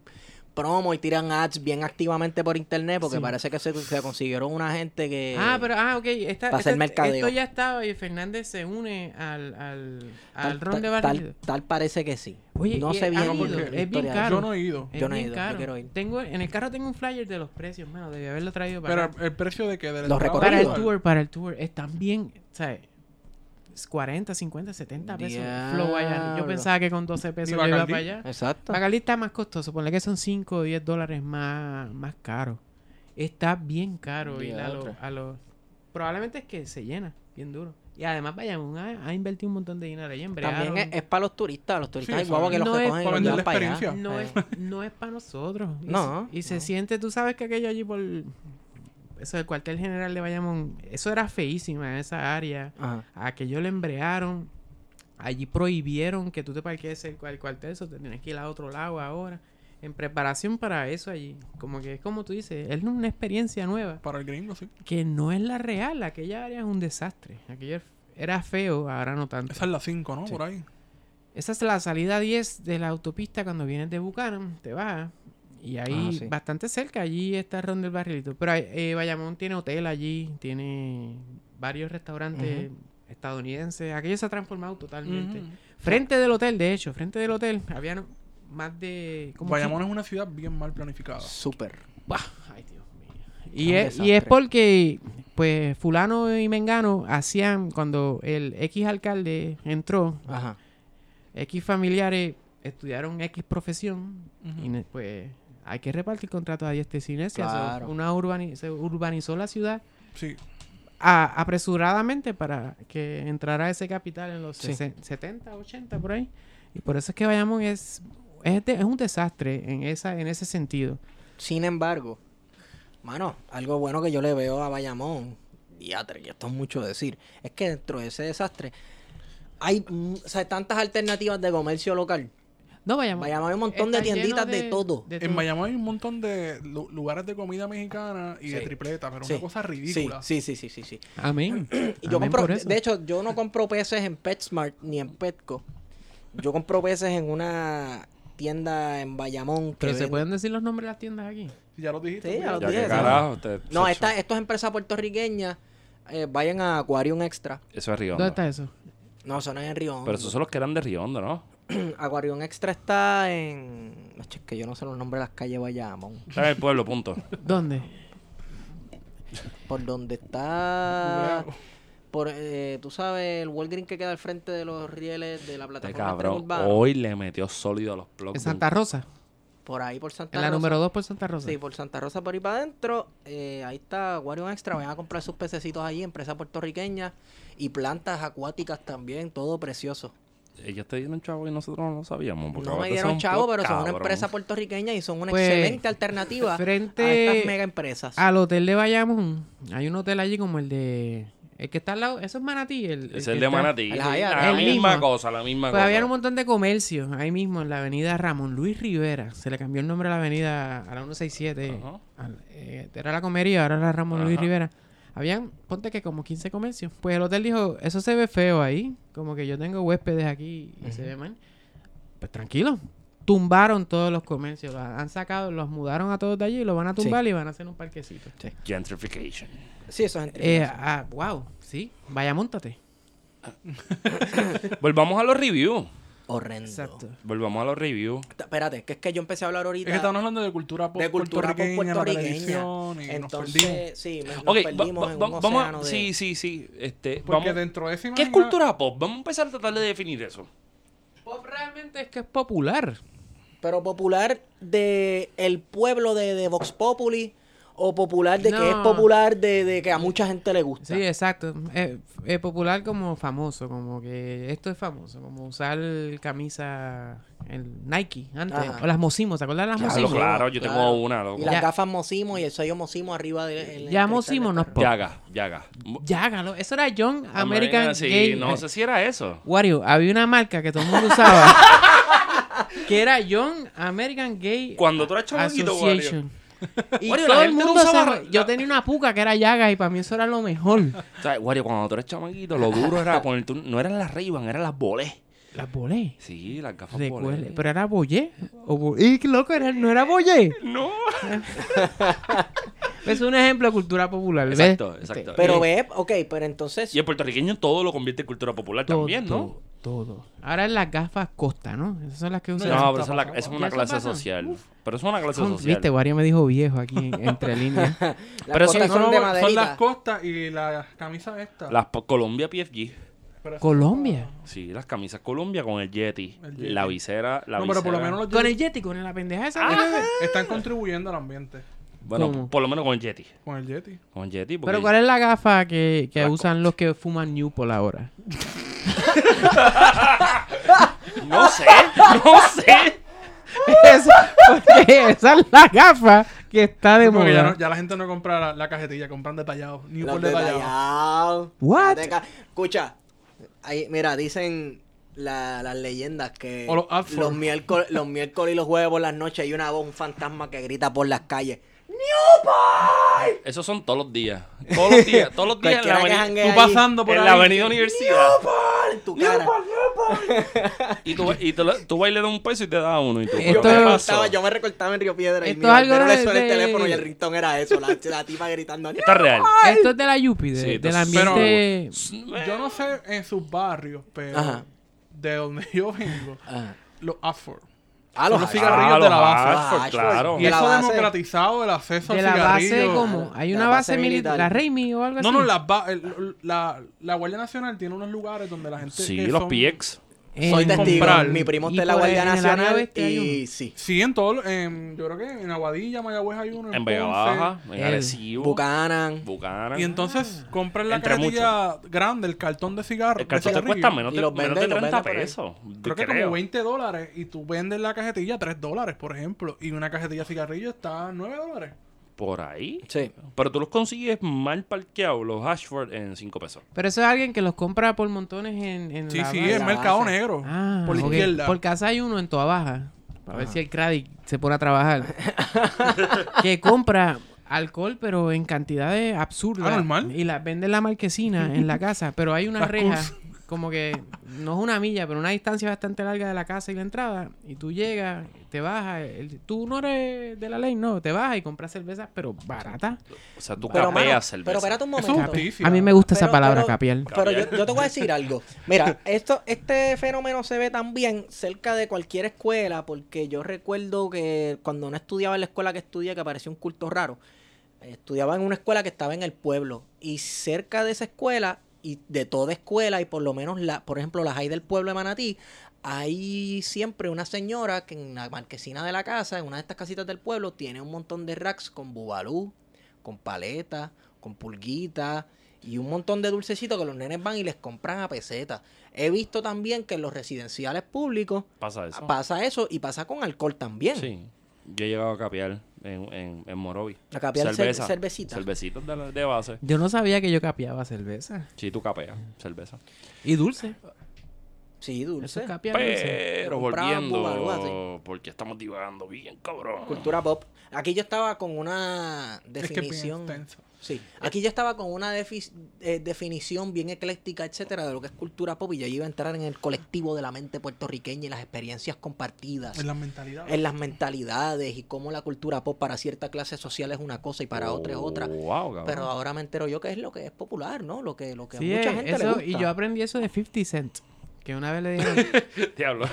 C: promo y tiran ads bien activamente por internet, porque
B: Sí.
C: parece que se, se consiguieron una gente que.
B: Ah, pero, ah, ok. Esta,
C: para hacer
B: esta-
C: mercadeo.
B: Esto ya estaba y Fernández se une al, al,
C: Tal-
B: al ron de
C: tal-
B: barrido.
C: tal, tal parece que sí.
B: Oye,
C: no
B: y
C: sé
B: han
C: bien.
B: ido,
C: la
B: es bien
C: historia.
B: caro.
D: Yo no he ido.
B: Es
C: Yo no he
B: bien
C: ido, yo
B: caro.
C: quiero ir.
B: Tengo, en el carro tengo un flyer de los precios, mano. Debí haberlo traído para,
D: Pero
B: acá.
D: el, el precio de que...
C: Los
B: para el
C: corrido.
B: tour, para el tour. Están bien, ¿sabes? Es 40, 50, 70 pesos. Flow allá. Yo
C: Diablo.
B: pensaba que con 12 pesos yo
D: ¿Y
B: iba
D: Bacardí?
B: para allá.
C: Exacto.
B: Bacalí está más costoso, ponle que son 5 o 10 dólares más, más caro. Está bien caro ir a
C: Diatre.
B: los... Lo, probablemente es que se llena, bien duro. Y además Bayamón ha, ha invertido un montón de dinero ahí en
C: También es, es para los turistas, los turistas
D: Sí,
C: hay guagua que
B: no
C: los
B: es
C: recogen y
B: para
C: los
B: vender
C: llevan
D: la
C: para allá.
D: experiencia.
B: No es, no es para nosotros. Y se-
C: Eh. No,
B: Y se
C: no.
B: siente, tú sabes que aquello allí por... Eso del cuartel general de Bayamón, eso era feísima en esa área.
C: Ajá.
B: A que yo le embrearon. Allí prohibieron que tú te parques el, el cuartel, eso te tienes que ir a otro lado ahora. En preparación para eso allí. Como que es como tú dices, es una experiencia nueva.
D: Para el gringo, sí.
B: Que no es la real. Aquella área es un desastre. Aquello era feo, ahora no tanto.
D: Esa es la 5, ¿no?
B: Sí.
D: Por ahí.
B: Esa es la salida 10 de la autopista cuando vienes de Buchanan, te vas. Y ahí,
C: Ah, sí.
B: bastante cerca, allí está el Ron del Barrilito. Pero hay- eh, Bayamón tiene hotel allí, tiene varios restaurantes estadounidenses. Aquello se ha transformado totalmente.
D: Ujú.
B: Frente del hotel, de hecho, frente del hotel, habían más de... como
D: Bayamón es una ciudad bien mal planificada.
C: Súper.
B: qui- Bah, ay, Dios mío. Y
C: Era un
B: es, y es
C: desastre.
B: porque, pues, fulano y mengano hacían, cuando el X alcalde entró,
C: Ajá.
B: X familiares estudiaron X profesión
D: Ujú.
B: y ne- pues hay que repartir contratos a diestra y siniestra. So,
C: Claro.
B: una urbani- se urbanizó la ciudad
D: Sí.
B: a- apresuradamente para que entrara ese capital en los
C: Sí.
B: sesen- 70, 80 por ahí. Y por eso es que Bayamón es es, de- es un desastre en esa en ese sentido.
C: Sin embargo, mano, algo bueno que yo le veo a Bayamón, diatre, que esto es mucho decir, es que dentro de ese desastre hay mm, o sea, tantas alternativas de comercio local.
B: No, Bayamón.
C: Bayamón hay un montón de
B: está lleno
C: tienditas de todo.
B: de
D: En
B: todo.
D: Bayamón hay un montón de lu- lugares de comida mexicana y de
C: Sí.
D: tripleta, pero
C: Sí.
D: una cosa ridícula.
C: Sí, sí, sí, sí, sí. sí.
B: Amén.
C: Y yo
B: Amén
C: compro,
B: por
C: de
B: eso.
C: de hecho, yo no compro peces en PetSmart ni en Petco. Yo compro peces en una tienda en Bayamón. que
B: Pero se
C: vende-
B: pueden decir los nombres de las tiendas aquí.
D: Si Ya lo dijiste. pues,
C: Sí,
D: mira.
C: ya lo
A: Ya
C: dije,
A: que
C: sí.
A: carajo. te-
C: No,
A: se-
C: esta, esto es empresa puertorriqueña. eh, vayan a Aquarium Extra.
A: Eso es Riondo.
B: ¿Dónde está eso?
C: No, son en Río Hondo.
A: Pero esos son los que eran de Riondo, ¿no?
C: Aguarión Extra está en. Macho, Es que yo no sé los nombres de las calles Bayamón.
A: Está en el pueblo, punto.
B: ¿Dónde?
C: Por donde está.
D: Culeado.
C: Por, eh, Tú sabes, el Walgreen que queda al frente de los rieles de la
A: Este
C: plataforma
A: cabrón
C: urbana.
A: hoy le metió sólido a los blogs.
B: En
A: del-
B: Santa Rosa.
C: Por ahí, por Santa
B: En la
C: Rosa.
B: número 2 por Santa Rosa.
C: Sí, por Santa Rosa, por ahí para adentro. eh, ahí está Aguarium Extra. Vayan a comprar sus pececitos ahí, empresa puertorriqueña. Y plantas acuáticas también, todo precioso.
A: Ellos te dieron chavo y nosotros no lo sabíamos. porque
C: No me
A: ahorita
C: dieron
A: son
C: chavo,
A: blog,
C: pero son una
A: cabrón.
C: empresa puertorriqueña y son una
B: Pues,
C: excelente alternativa a
B: frente
C: estas mega empresas.
B: Al hotel de Bayamón, hay un hotel allí como el de. El que está al lado, eso es Manatí. El,
A: Es
B: que
A: el de
B: está-
A: Manatí.
C: El
A: sí,
C: Hyatt.
A: La
B: El
A: misma
B: mismo.
A: cosa, la misma
B: Pues había
A: cosa.
B: un montón de comercios ahí mismo en la avenida Ramón Luis Rivera. Se le cambió el nombre a la avenida a la 167.
A: Ajá.
B: al- eh, era la comería, ahora era Ramón Luis
A: Ajá.
B: Rivera. Habían, ponte que como 15 comercios. Pues el hotel dijo, eso se ve feo ahí. Como que yo tengo huéspedes aquí y se ve mal. Pues tranquilo. Tumbaron todos los comercios. Los han sacado, los mudaron a todos de allí y los van a
C: Sí.
B: tumbar y van a hacer un parquecito.
A: Gentrification.
C: Sí, eso es entre
B: Eh, ah, wow, sí. Vaya, montate.
A: Volvamos a los reviews.
C: horrendo.
B: Exacto.
A: Volvamos a los reviews.
C: Ta- Espérate, que es que yo empecé a hablar
D: Es
C: ahorita
D: que estamos hablando de cultura pop
C: de cultura pop
D: puertorriqueña,
C: puertorriqueña.
D: maledición, y nos perdimos.
C: Entonces, sí, me- nos
A: ok, va-
C: perdimos
A: va-
C: en
A: va-
C: un
A: vamos
C: océano
A: a...
C: de...
A: Sí, sí, sí. Este,
D: Porque
A: vamos-
D: dentro de ese
A: ¿Qué es cultura pop? Vamos a empezar a tratar de definir eso.
B: Pop realmente es que es popular.
C: Pero popular de el pueblo de, de Vox Populi o popular de que
B: No.
C: es popular de, de que a mucha gente le gusta.
B: Sí, exacto. Es popular como famoso, como que esto es famoso, como usar camisa el Nike antes
C: Ajá.
B: o las Mosimos, ¿se acuerdan de las
A: Claro,
B: Mosimos?
A: claro, yo tengo una, loco.
C: Y las
B: Ya.
C: gafas Mosimo y el sello Mosimo arriba del en el
B: Ya
C: cristal
B: Mosimo
C: del
B: no es
C: carro.
B: pop.
A: Yaga, Yaga.
B: Ya, galo. Eso era Young American
A: sí,
B: Gay.
A: no sé si era eso.
B: Wario, había una marca que todo el mundo usaba que era Young American Gay
A: Cuando tú eras chamaquito, Wario.
B: Association. Y
A: Wario, la
B: todo el
A: gente no
B: mundo
A: usaba
B: sabe-
A: la-
B: Yo tenía una puca que era Yaga y para mí eso era lo mejor.
A: O sea, Wario, cuando tú eres chamaquito, lo duro era ponerte... un- No eran las ray eran las bolés.
B: Las bolé.
A: Sí, las gafas
B: Recuerde,
A: bolés.
B: pero era Boyé. O Bo- ¡Y qué loco! Era, no era Boyé.
A: No.
B: Es un ejemplo de cultura popular. ¿ves?
A: Exacto, exacto.
C: Pero
B: eh,
C: ve, ok, pero entonces
A: Y el puertorriqueño todo lo convierte en cultura popular
B: todo,
A: también, ¿no?
B: Todo, todo. Ahora las gafas costa, ¿no? Esas son las que usan.
A: No, pero eso es, la- eso es
B: ¿Ya
A: una
B: eso
A: clase
B: pasa?
A: social. Pero eso es una clase
B: Son-
A: social.
B: Viste, Wario me dijo viejo aquí en- entre líneas.
C: las
A: pero
C: cosas
A: sí,
C: son de
D: No, son
C: maderita.
D: las costas y las camisas estas.
A: Las po- Colombia PFG.
D: Pero eso-
B: Colombia.
A: Sí, las camisas Colombia con el Yeti.
D: El Yeti.
A: La visera, la
D: no, pero por lo
A: visera.
D: menos los
B: Con el
D: Yeti
B: Yeti, con la pendeja esa.
A: Ah,
D: están contribuyendo al ambiente
A: Bueno,
B: ¿Cómo?
A: por lo menos con el Yeti.
D: con el Yeti.
A: Con el Yeti.
B: Pero ¿cuál es la gafa que, que
A: La
B: usan los que fuman Newport ahora?
A: No sé, no sé.
B: Esa- porque esa es la gafa que está de
D: Porque ya, no-
B: moda.
D: ya la gente no compra la, la cajetilla, compran detallado. Ni
C: Los
D: por detallado.
C: detallados.
B: What?
C: Deca- Escucha, ahí, mira, dicen la- las leyendas que
D: O los Adford.
C: los, miércoles, los miércoles y los jueves por las noches hay una voz, un fantasma que grita por las calles.
A: Esos son todos los días. Todos los días, todos los días en la
C: Cualquiera que
A: avenida,
C: jangue
D: Tú
C: ahí,
D: pasando por
A: en
D: ahí.
A: la avenida Universidad.
C: en tu cara.
A: Y, tú, y te lo- tú bailes de un peso y te da uno. Y tú,
B: Esto-
A: ¿qué
C: Me
A: pasó?
C: recortaba, yo me recortaba en Río Piedra y
B: Esto
C: mi
B: es algo
C: bandero le
B: de-
C: suena el
B: de-
C: teléfono y el ringtón era eso, la, la tipa gritando.
A: Está real.
B: Esto es de la Yupi, de-
A: Sí, entonces-
B: del ambiente...
D: Yo no sé en sus barrios, pero
C: Ajá. "Ah,
D: de donde yo vengo,
C: Ajá.
D: los Afro.
C: Ah,
D: Son
C: los
D: los
C: Ashford.
D: cigarrillos de la base.
A: Ashford,
C: Ashford.
A: claro.
D: Y
C: De la
D: eso ha
C: base-
D: democratizado el acceso
B: De
D: al
B: la base,
D: cigarrillo.
B: ¿cómo? Hay
C: La
B: una
C: base
B: base militar.
C: militar.
B: ¿La Raimi o algo así?
D: No, no, la, ba- el- la, la Guardia Nacional tiene unos lugares donde la gente.
A: Sí,
D: que
A: los
D: son-
A: PX.
B: En-
C: Soy testigo.
D: comprar.
C: Mi primo
B: Y
C: está en la
B: por
C: Guardia
B: en el este área
C: Nacional
B: oeste hay
C: y sí.
D: Sí, en todo. en- yo creo que en Aguadilla, Mayagüez hay uno.
A: En Vega
D: Ponce.
A: Baja, en
B: el
A: Arecibo,
C: Buchanan.
A: Bucanan.
D: Y entonces
B: Ah.
D: compran la
A: Entre
D: cajetilla grande, el cartón de cigarro.
A: el cartón te
D: de
A: cuesta menos
C: Y
A: de,
C: los
A: menos de
C: venden, los
A: 30
C: venden por ahí.
A: pesos.
D: Creo que como 20 dólares y tú vendes la cajetilla 3 dólares, por ejemplo. Y una cajetilla de cigarrillo está a 9 dólares.
A: Por ahí.
C: Sí.
A: Pero tú los consigues mal parqueados, los Ashford, en 5 pesos.
B: Pero eso es alguien que los compra por montones en, en
D: Sí,
B: la
D: sí,
B: base.
D: es
C: la
D: mercado
C: base.
D: negro.
B: Ah,
D: por la
B: ok.
D: izquierda.
B: Por casa hay uno en Toa Baja. Para ver si el Cradic se pone a trabajar. que compra alcohol, pero en cantidades absurdas.
D: Ah, normal.
B: Y las vende en la marquesina, en la casa. Pero hay una
D: Las
B: reja,
D: curs.
B: como que no es una milla, pero una distancia bastante larga de la casa y la entrada. Y tú llegas, te bajas. el- tú no eres de la ley, no. Te bajas y compras cervezas, pero baratas.
A: O sea, tú
C: Pero, mano,
A: capeas
C: pero
A: cerveza.
C: espérate un
D: Eso es
C: momento.
D: justicia.
B: A mí me gusta esa
C: Pero-
B: palabra,
C: pero-
B: capial.
C: Pero yo, yo te voy a decir algo. Mira, esto, este fenómeno se ve también cerca de cualquier escuela, porque yo recuerdo que cuando no estudiaba en la escuela que estudié, que parecía un culto raro, estudiaba en una escuela que estaba en el pueblo. Y cerca de esa escuela, y de toda escuela, y por lo menos, la, por ejemplo, las hay del pueblo de Manatí, hay siempre una señora que en la marquesina de la casa, en una de estas casitas del pueblo, tiene un montón de racks con bubalú, con paleta, con pulguita y un montón de dulcecitos que los nenes van y les compran a pesetas. He visto también que en los residenciales públicos
A: Pasa eso.
C: pasa eso y pasa con alcohol también.
A: Sí. Yo he llegado a capear en, en, en Morovi.
C: A capear cer-
A: Cerveza.
C: cervecita.
A: Cervecitos de, la- de base.
B: Yo no sabía que yo capiaba cerveza.
A: Sí, tú capeas cerveza.
B: Y dulce.
C: Sí,
B: Eso
C: dulce.
B: es capiar dulce.
A: Pero
C: Compraba Bubalú,
A: volviendo, porque estamos divagando bien, cabrón.
C: Cultura pop. Aquí yo estaba con una
D: Es que es bien
C: definición.
D: extenso.
C: Sí, aquí yo estaba con una defi- eh, definición bien ecléctica, etcétera, de lo que es cultura pop y yo iba a entrar en el colectivo de la mente puertorriqueña y las experiencias compartidas.
D: Es la mentalidad.
C: en las mentalidades y cómo la cultura pop para cierta clase social es una cosa y para otra es otra.
A: Wow, cabrón.
C: Pero ahora me entero yo que es lo que es popular, ¿no? Lo que, lo que
B: Sí,
C: a mucha
B: eh,
C: gente le
B: eso-
C: gusta.
B: Y yo aprendí eso de 50 Cent. Que una vez le dijeron,
A: Diablo.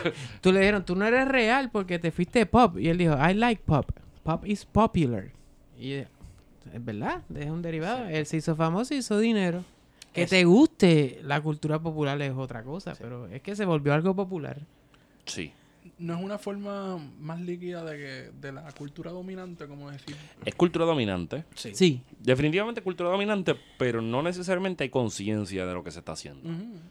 B: tú le dijeron, tú no eres real porque te fuiste pop. Y él dijo, I like pop. Pop is popular. Y eh, es verdad, es un derivado. Él se hizo famoso y hizo dinero. Que
C: Eso.
B: te guste la cultura popular es otra cosa, pero es que se volvió algo popular.
A: Sí.
D: No es una forma más líquida de, que, de la cultura dominante, como decir.
A: Es cultura dominante.
C: Sí.
B: Sí,
A: Definitivamente cultura dominante, pero no necesariamente hay conciencia de lo que se está haciendo.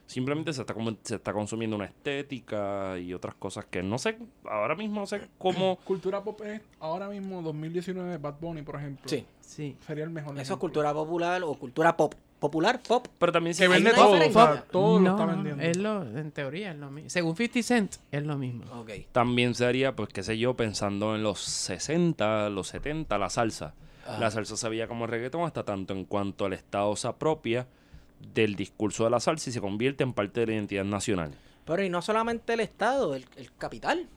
A: Simplemente se está, como- se está consumiendo una estética y otras cosas que no sé, ahora mismo no sé cómo...
D: Cultura pop es ahora mismo 2019 Bad Bunny, por ejemplo.
C: Sí.
B: sí.
D: Sería el mejor.
C: Eso es
D: ejemplo.
C: cultura popular o cultura pop. Popular pop.
A: Pero también se
D: Que vende
C: Hay una
D: todo. o
C: diferencia.
D: sea, todo lo
B: No,
D: está
B: no,
D: vendiendo.
B: es lo- en teoría es lo mismo. Según 50 Cent, es lo mismo.
C: Ok.
A: También sería, pues qué sé yo, pensando en los 60, los 70, la salsa. La salsa se veía como reggaetón hasta tanto en cuanto el Estado se apropia del discurso de la salsa y se convierte en parte de la identidad nacional.
C: Pero y no solamente el Estado, el, el capital.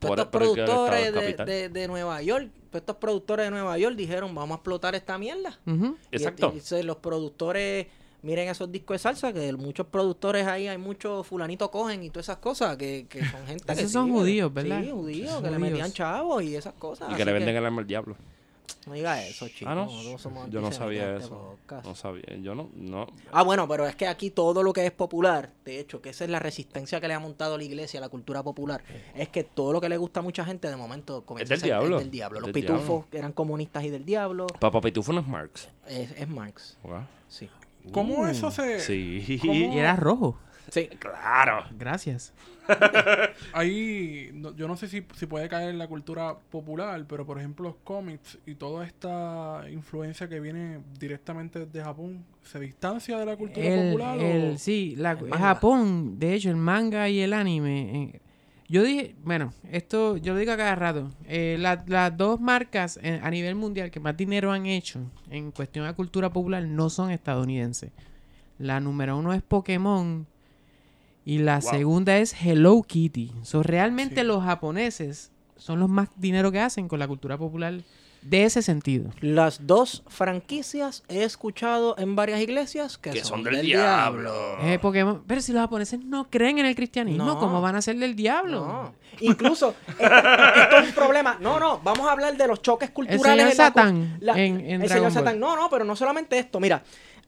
C: Todos
A: Por-
C: estos
A: pero es que el Estado
C: productores
A: es
C: de,
A: capital.
C: de- de Nueva York, todos estos productores de Nueva York dijeron, vamos a explotar esta mierda.
B: Ujú.
C: Y-
A: Exacto.
C: y se- los productores, miren esos discos de salsa, que muchos productores ahí, hay muchos fulanitos cogen y todas esas cosas, que, que son gente que
B: Esos son
C: sí,
B: judíos, ¿verdad?
C: Sí, judíos,
B: Esos
C: que le
B: judíos.
C: metían chavos y esas cosas.
A: Y
C: así
A: que le venden el alma al diablo.
C: No diga eso, chicos.
A: Ah, no.
C: nosotros somos
A: Yo no
C: antisemitas
A: sabía
C: de este
A: eso.
C: podcast.
A: No sabía. Yo no. no.
C: Ah, bueno, pero es que aquí todo lo que es popular, de hecho, que esa es la resistencia que le ha montado la iglesia a la cultura popular, es que todo lo que le gusta a mucha gente de momento comienza
A: del
C: a ser-
A: diablo.
C: del diablo.
A: Es
C: Los
A: del
C: pitufos
A: diablo.
C: que eran comunistas y del diablo,
A: Papá Pitufo no es Marx.
C: es, es Marx,
A: ¿verdad?
C: sí.
D: ¿Cómo eso se.?
A: Sí.
D: ¿Cómo?
B: Uh, Y era rojo.
C: Sí,
A: Claro.
B: Gracias.
D: Ahí, no- yo no sé si, si puede caer en la cultura popular, pero por ejemplo los cómics y toda esta influencia que viene directamente de Japón, ¿se distancia de la cultura
B: El-
D: popular?
B: el-
D: o...
B: sí, la-
C: El manga.
B: Japón, de hecho, el manga y el anime. eh, yo dije, bueno, esto yo lo digo a cada rato. eh, la- las dos marcas eh, a nivel mundial que más dinero han hecho en cuestión de cultura popular no son estadounidenses. La número uno es Pokémon y la
A: Wow.
B: segunda es Hello Kitty. So, realmente
D: Sí.
B: los japoneses son los más dinero que hacen con la cultura popular de ese sentido.
C: Las dos franquicias he escuchado en varias iglesias que,
A: Que son del diablo.
B: Eh, Pokémon. Pero si los japoneses no creen en el cristianismo,
C: No.
B: ¿cómo van a ser del diablo?
C: No. Incluso, eh, esto es un problema. No, no, vamos a hablar de los choques culturales.
B: señor
C: en la cu-
B: Satán en- en Dragon
C: el señor
B: Ball.
C: Satán. No, no, pero no solamente esto. Mira,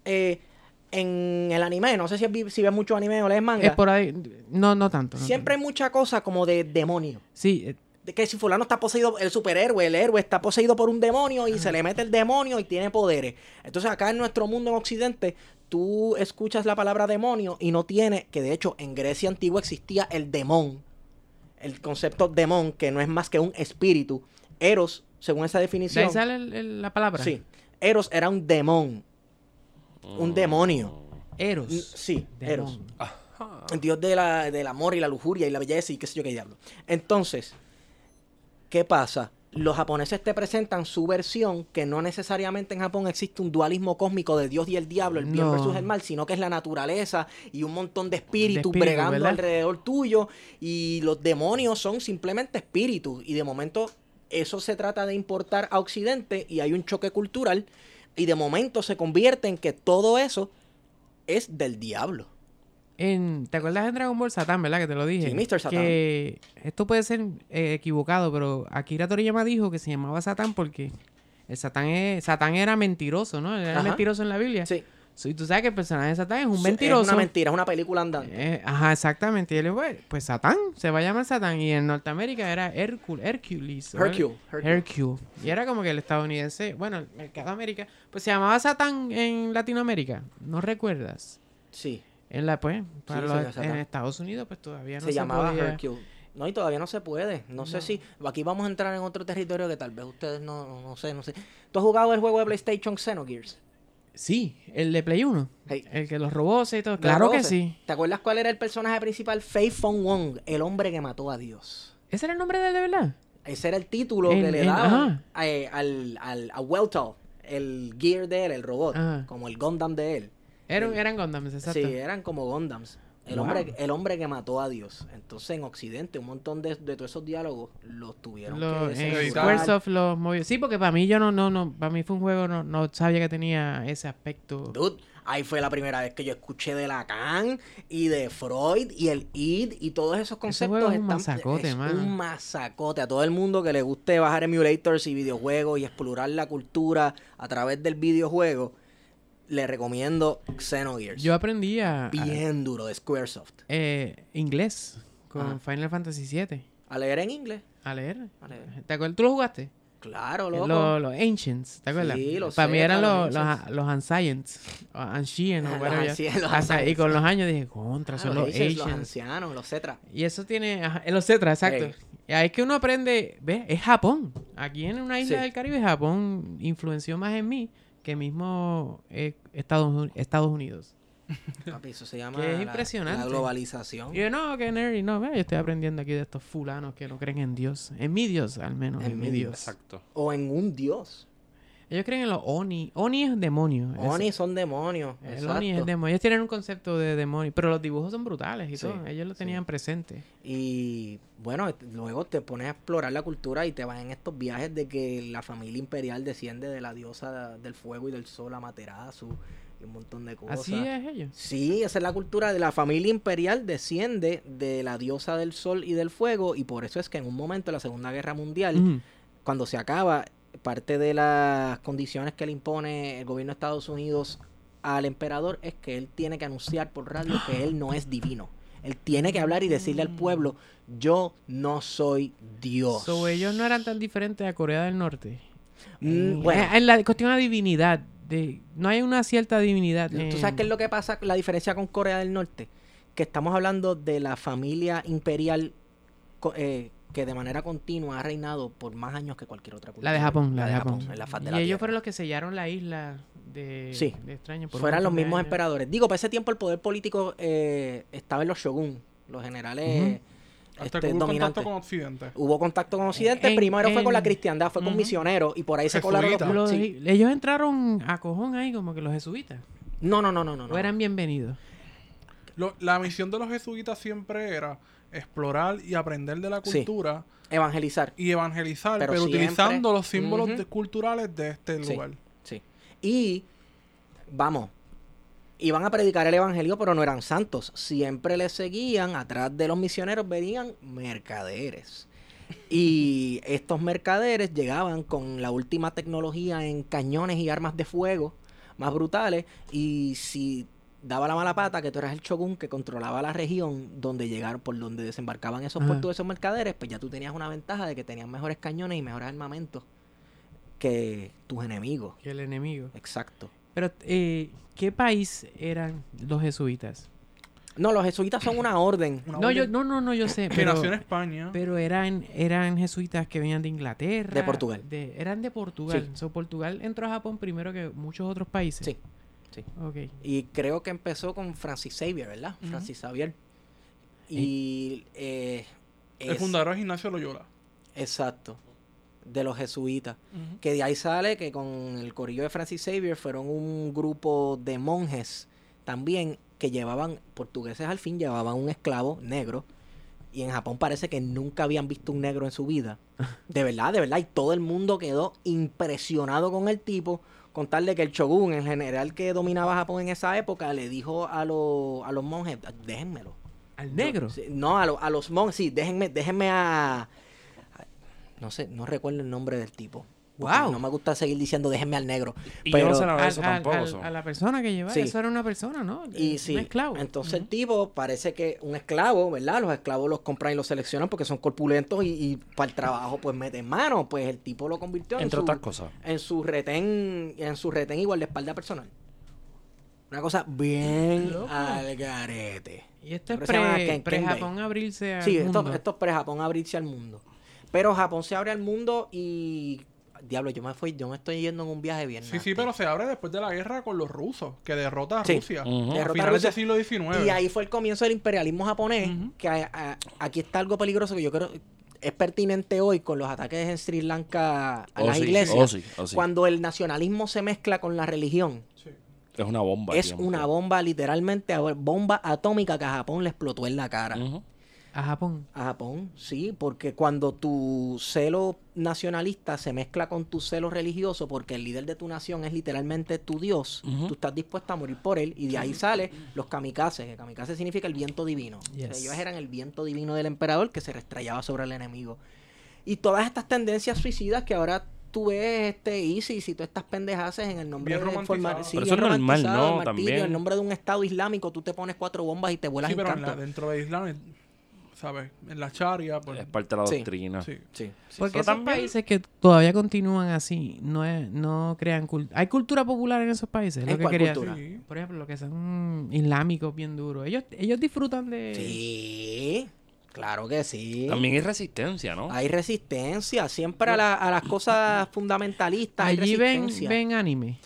C: eh, en el anime, no sé si, vi- si ves mucho anime o lees manga,
B: Es por ahí. No, no tanto. no
C: siempre hay mucha cosa como de demonio.
B: tanto. Sí, eh,
C: De que si fulano está poseído, el superhéroe, el héroe está poseído por un demonio y se le mete el demonio y tiene poderes. Entonces acá en nuestro mundo en Occidente, tú escuchas la palabra demonio y no tiene, que de hecho en Grecia antigua existía el demón. El concepto demón, que no es más que un espíritu. Eros, según esa
B: de ahí
C: definición.
B: sale el- el- la palabra.
C: Sí. Eros era un demón. Un demonio.
B: Eros.
C: Mm, Sí, Eros.
B: Demon.
C: El Dios de la- del amor y la lujuria y la belleza y qué sé yo qué diablo. Entonces, ¿qué pasa? Los japoneses te presentan su versión que no necesariamente en Japón existe un dualismo cósmico de Dios y el diablo, el bien
B: No.
C: versus el mal, sino que es la naturaleza y un montón de espíritus
B: espíritu,
C: bregando
B: ¿verdad?
C: alrededor tuyo y los demonios son simplemente espíritus y de momento eso se trata de importar a Occidente y hay un choque cultural y de momento se convierte en que todo eso es del diablo.
B: En- ¿Te acuerdas de Dragon Ball Satán, verdad? Que te lo dije.
C: Sí, Mr. Satan.
B: Que esto puede ser eh, equivocado, pero Akira Toriyama dijo que se llamaba Satán porque el Satán, es, Satán era mentiroso, ¿no? Era
C: Ajá.
B: mentiroso en la Biblia.
C: Sí.
B: So, y tú sabes que el personaje de Satán es
C: Sí,
B: un
C: Es
B: mentiroso.
C: una mentira, es una película andante.
B: Eh, ajá, exactamente. Y él, pues, pues Satán, se va a llamar Satán. Y en Norteamérica era Hércules. Hércules. ¿no?
C: Hercule, Hercule.
B: Hercule. Y era como que el estadounidense, bueno, el mercado de América, pues se llamaba Satán en Latinoamérica. ¿No recuerdas?
C: Sí,
B: En la, pues, para
C: se
B: los-
C: llama Satán.
B: en Estados Unidos, pues todavía no se,
C: se llamaba
B: podía.
C: Hercule. No, y todavía no se puede. No, sé si. Aquí vamos a entrar en otro territorio que tal vez ustedes no, no, no sé, no sé. ¿Tú has jugado el juego de PlayStation Xenogears?
B: Sí, el de Play 1.
C: Hey.
B: El que los robó y todo.
C: ¿Lo
B: Claro que
C: conoces?
B: sí.
C: ¿Te acuerdas cuál era el personaje principal? Fei Fong Wong, el hombre que mató a Dios.
B: Ese era el nombre de él, de verdad.
C: Ese era el título
B: En-
C: que le
B: en-
C: daban eh, al, al, a Welto, el gear de él, el robot,
B: Ajá.
C: como el Gundam de él.
B: Era, eran Gondams, exacto.
C: Sí, eran como Gondams. El,
B: Wow.
C: hombre, el hombre que mató a Dios. Entonces, en Occidente, un montón de, de todos esos diálogos los tuvieron
B: Lo-
C: que
B: en
D: censurar.
B: Squaresoft los movió. Sí, porque para mí yo no, no, no, para mí fue un juego, no, no sabía que tenía ese aspecto.
C: Dude, ahí fue la primera vez que yo escuché de Lacan y de Freud y el id y todos esos conceptos.
B: juego es un
C: están-
B: masacote,
C: es
B: mano.
C: un masacote. A todo el mundo que le guste bajar emulators y videojuegos y explorar la cultura a través del videojuego, le recomiendo Xenogears.
B: Yo aprendí a, a-
C: Bien duro de Squaresoft.
B: eh, inglés con
C: Ajá.
B: Final Fantasy VII
C: A leer en inglés.
B: a leer.
C: A leer.
B: ¿Te acuerdas? ¿Tú lo jugaste?
C: Claro, loco.
B: Los los Ancients, ¿te acuerdas?
C: Sí, los
B: para mí
C: Zetas,
B: eran los,
C: los
B: los,
C: Ancients.
B: los Ancients, o Ancients, o
C: Los
B: whatever.
C: Ancients, los
B: Hasta- Y
C: Ancients.
B: con los años dije, contra,
C: Ah,
B: son
C: los
B: los
C: aces, los
B: Ancients.
C: ancianos, los cetras.
B: Y eso tiene, ajá, en los etcétera, exacto.
C: Ey.
B: Y ahí es que uno aprende, ¿ves? Es Japón. Aquí en una isla
C: Sí.
B: del Caribe, Japón influenció más en mí que mismo eh, Estados, Estados Unidos.
C: Papi, eso se llama
B: Que es
C: la-
B: impresionante.
C: la globalización.
B: Y yo, no, que nerd, y no, mira, yo estoy aprendiendo aquí de estos fulanos que no creen en Dios. En mi Dios, al menos,
C: En
B: en,
C: mi
B: mi Dios.
A: Exacto.
C: O en un dios.
B: Ellos creen en los Oni. Oni es demonio. es-
C: Oni son demonios.
B: El
C: exacto.
B: Oni es demonio. Ellos tienen un concepto de demonio, pero los dibujos son brutales y
C: Sí,
B: todo. Ellos lo
C: sí.
B: tenían presente.
C: Y bueno, et- luego te pones a explorar la cultura y te vas en estos viajes de que la familia imperial desciende de la diosa del fuego y del sol Amaterasu y un montón de cosas.
B: Así es ellos.
C: Sí, esa es la cultura de la familia imperial desciende de la diosa del sol y del fuego y por eso es que en un momento de la Segunda Guerra Mundial
B: Ujú.
C: cuando se acaba, parte de las condiciones que le impone el gobierno de Estados Unidos al emperador es que él tiene que anunciar por radio que él no es divino. Él tiene que hablar y decirle al pueblo, yo no soy Dios.
B: So, ellos no eran tan diferentes a Corea del Norte.
C: Mm,
B: Eh,
C: bueno,
B: En la cuestión de la divinidad. De, no hay una cierta divinidad.
C: ¿tú
B: en-
C: sabes qué es lo que pasa, la diferencia con Corea del Norte? Que estamos hablando de la familia imperial co- eh, que de manera continua ha reinado por más años que cualquier otra cultura.
B: La de Japón, la, de Japón.
C: en la faz de
B: y
C: la
B: ellos
C: tierra.
B: fueron los que sellaron la isla de,
C: Sí.
B: de extraños. por un
C: fueran los
B: montón de
C: mismos
B: años.
C: emperadores. Digo, para ese tiempo el poder político eh, estaba en los shogun, los generales
D: Hasta
C: este,
D: que hubo contacto
C: dominantes.
D: con Occidente.
C: Hubo contacto con Occidente,
B: En-
C: primero fue con la
B: en-
C: cristiandad, fue con
B: Ujú.
C: misioneros y por ahí se colaron los...
D: Jesuitas.
B: Los-
C: sí.
B: Ellos entraron a cojón ahí como que los jesuitas.
C: No, no, no, no, no.
B: O
C: no.
B: eran bienvenidos.
D: Lo- la misión de los jesuitas siempre era explorar y aprender de la
C: Sí.
D: cultura
C: Evangelizar.
D: y evangelizar,
C: Pero
D: pero,
C: siempre.
D: utilizando los símbolos
C: Ujú.
D: de- culturales de este
C: Sí.
D: lugar.
C: Sí. Y vamos, iban a predicar el evangelio, pero no eran santos. Siempre les seguían, atrás de los misioneros venían mercaderes. Y estos mercaderes llegaban con la última tecnología en cañones y armas de fuego más brutales. Y si daba la mala pata que tú eras el shogun que controlaba la región donde llegaron, por donde desembarcaban esos
B: Ajá.
C: portugueses esos mercaderes, pues ya tú tenías una ventaja de que tenías mejores cañones y mejores armamentos que tus enemigos.
B: Que el enemigo.
C: Exacto.
B: Pero, eh, ¿qué país eran los jesuitas?
C: No, los jesuitas son una orden.
D: Una
B: No, yo,
D: orden
B: no, no, no, yo sé.
D: que
B: Pero,
D: nació en España.
B: pero eran, eran jesuitas que venían de Inglaterra.
C: De Portugal.
B: de- eran de Portugal.
C: Sí.
B: So, Portugal entró a Japón primero que muchos otros países.
C: Sí.
B: Ok.
C: Y creo que empezó con Francis Xavier, ¿verdad?
D: Ujú.
C: Francis Xavier. Y eh,
D: el
C: es-
D: fundador es Ignacio Loyola.
C: Exacto. De los jesuitas. Que de ahí sale que con el corillo de Francis Xavier fueron un grupo de monjes también que llevaban, portugueses al fin, llevaban un esclavo negro. Y en Japón parece que nunca habían visto un negro en su vida. De verdad, de verdad. Y todo el mundo quedó impresionado con el tipo. Con tal de que el shogun, el general que dominaba Japón en esa época, le dijo a, los a los monjes, déjenmelo.
B: Al negro.
C: Sí, no, a, lo- a los monjes, sí, déjenme, déjenme a, a- No sé, no recuerdo el nombre del tipo. Porque
B: Wow.
C: No me gusta seguir diciendo déjenme al negro.
A: Y yo
C: pero,
A: no sé nada de
B: Al-
A: eso
B: al-
A: tampoco.
B: al-
A: so.
B: a la persona que llevaba.
C: Sí.
B: Eso era una persona, ¿no? Eh,
C: y
B: Un
C: sí,
B: esclavo.
C: entonces el tipo parece que un esclavo, ¿verdad? Los esclavos los compran y los seleccionan porque son corpulentos y, y para el trabajo pues meten mano. Pues el tipo lo convirtió en
A: Entre
C: su,
A: otras cosas.
C: en su retén, en su retén igual de espalda personal. Una cosa bien
B: Loco.
C: al garete.
B: y esto es
C: Pero se llama
B: pre-
C: Ken-
B: pre-Japón abrirse al
C: Sí, esto,
B: mundo.
C: esto es pre-Japón abrirse al mundo. Pero Japón se abre al mundo y. Diablo, yo me fui, yo me estoy yendo en un viaje bien.
D: Sí, sí, pero se abre después de la guerra con los rusos, que derrota a
C: Sí.
D: Rusia.
A: Ujú.
D: A
C: Derrota a
D: finales
C: Rusia.
D: del siglo XIX.
C: Y ahí fue el comienzo del imperialismo japonés,
D: Ujú.
C: que a- a- aquí está algo peligroso que yo creo es pertinente hoy con los ataques en Sri Lanka a
A: Oh,
C: las
A: sí,
C: iglesias.
A: oh, sí, oh, sí.
C: Cuando el nacionalismo se mezcla con la religión,
D: Sí.
A: Es una bomba.
C: es
A: tío.
C: una bomba literalmente, a- bomba atómica que a Japón le explotó en la cara.
A: Ujú.
B: A Japón.
C: A Japón, sí, porque cuando tu celo nacionalista se mezcla con tu celo religioso, porque el líder de tu nación es literalmente tu Dios,
A: Ujú.
C: tú estás dispuesto a morir por él, y de ahí sale los kamikazes, que kamikaze significa el viento divino. O sea,
B: Yes.
C: ellos eran el viento divino del emperador que se restrayaba sobre el enemigo. Y todas estas tendencias suicidas que ahora tú ves este ISIS y todas estas pendejaces en el nombre
D: Bien
C: de
D: romantizado.
C: sí,
A: Pero eso
C: bien
A: es normal,
C: romantizado,
A: ¿no?
C: el martirio,
A: También.
C: En nombre de un Estado islámico, tú te pones cuatro bombas y te vuelas
D: Sí,
C: en
D: pero en la-
C: canto.
D: dentro de Islam, en- ¿sabes? En la charia. Pues,
A: Es parte de la
C: Sí.
A: doctrina.
D: sí.
C: Sí, sí,
B: Porque
A: pero
B: esos
A: también-
B: países que todavía continúan así, no, es- no crean cultura. Hay cultura popular en esos países. es
C: ¿En
B: lo que
C: cuál
B: quería
C: cultura?
B: decir. Por ejemplo, los que son islámicos bien duros. Ellos, ellos disfrutan de...
C: Sí, claro que sí.
A: También es resistencia, ¿no?
C: Hay resistencia, siempre a, la- a las cosas fundamentalistas hay
B: Allí ven,
C: resistencia.
B: ven anime.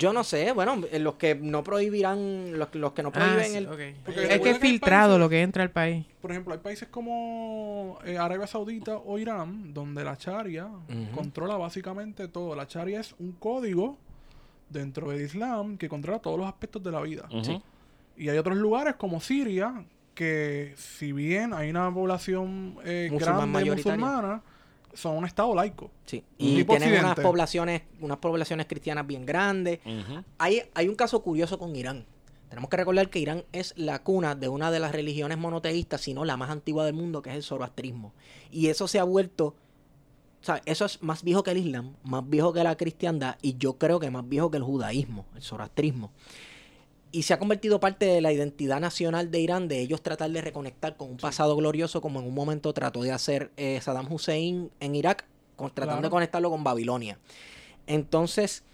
C: Yo no sé, bueno, eh, los que no prohibirán, los, los que no
B: Ah,
C: prohíben
B: sí,
C: el...
B: ok.
D: Porque
B: Es que
D: recuerda
B: es
D: que hay
B: filtrado
D: países-
B: lo que entra al país.
D: Por ejemplo, hay países como eh, Arabia Saudita o Irán, donde la charia controla básicamente todo. La charia es un código dentro del Islam que controla todos los aspectos de la vida.
A: Ujú.
D: Y hay otros lugares como Siria, que si bien hay una población eh,
C: Musulmán
D: grande
C: mayoritaria.
D: musulmana, son un estado laico.
C: Sí.
D: Un
C: Y
D: tipo
C: tienen unas
D: occidente.
C: poblaciones, unas poblaciones cristianas bien grandes.
A: Ujú.
C: Hay, hay un caso curioso con Irán. Tenemos que recordar que Irán es la cuna de una de las religiones monoteístas, si no la más antigua del mundo, que es el zoroastrismo. Y eso se ha vuelto, o sea, eso es más viejo que el Islam, más viejo que la cristiandad y yo creo que más viejo que el judaísmo, el zoroastrismo. Y se ha convertido parte de la identidad nacional de Irán, de ellos tratar de reconectar con un pasado glorioso, como en un momento trató de hacer eh, Saddam Hussein en Irak, con- tratando
D: Claro.
C: de conectarlo con Babilonia. Entonces,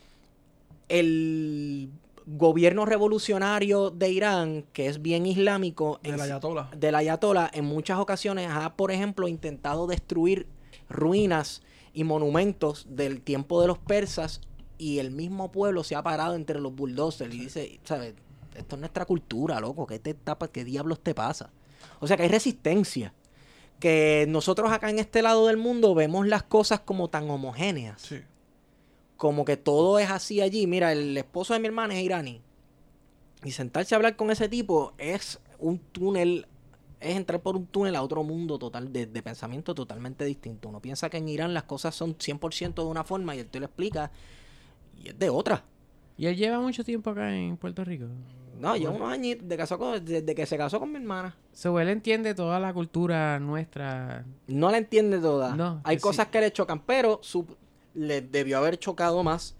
C: el gobierno revolucionario de Irán, que es bien islámico,
D: De
C: en-
D: la Ayatollah.
C: del ayatolá, en muchas ocasiones ha, por ejemplo, intentado destruir ruinas y monumentos del tiempo de los persas y el mismo pueblo se ha parado entre los bulldozers y dice, ¿sabes? Esto es nuestra cultura, loco, ¿qué, te tapa, ¿qué diablos te pasa? O sea que hay resistencia. Que nosotros acá en este lado del mundo vemos las cosas como tan homogéneas
D: Sí.
C: como que todo es así allí. Mira, el esposo de mi hermana es iraní. Y sentarse a hablar con ese tipo es un túnel es entrar por un túnel a otro mundo total, de, de pensamiento totalmente distinto. Uno piensa que en Irán las cosas son 100% de una forma y él te lo explica y es de otra.
B: Y él lleva mucho tiempo acá en Puerto Rico.
C: No, lleva unos añitos de casó con- desde que se casó con mi hermana.
B: So, él entiende toda la cultura nuestra.
C: No la entiende toda.
B: No,
C: Hay
B: que sí.
C: cosas que le chocan, pero su, le debió haber chocado más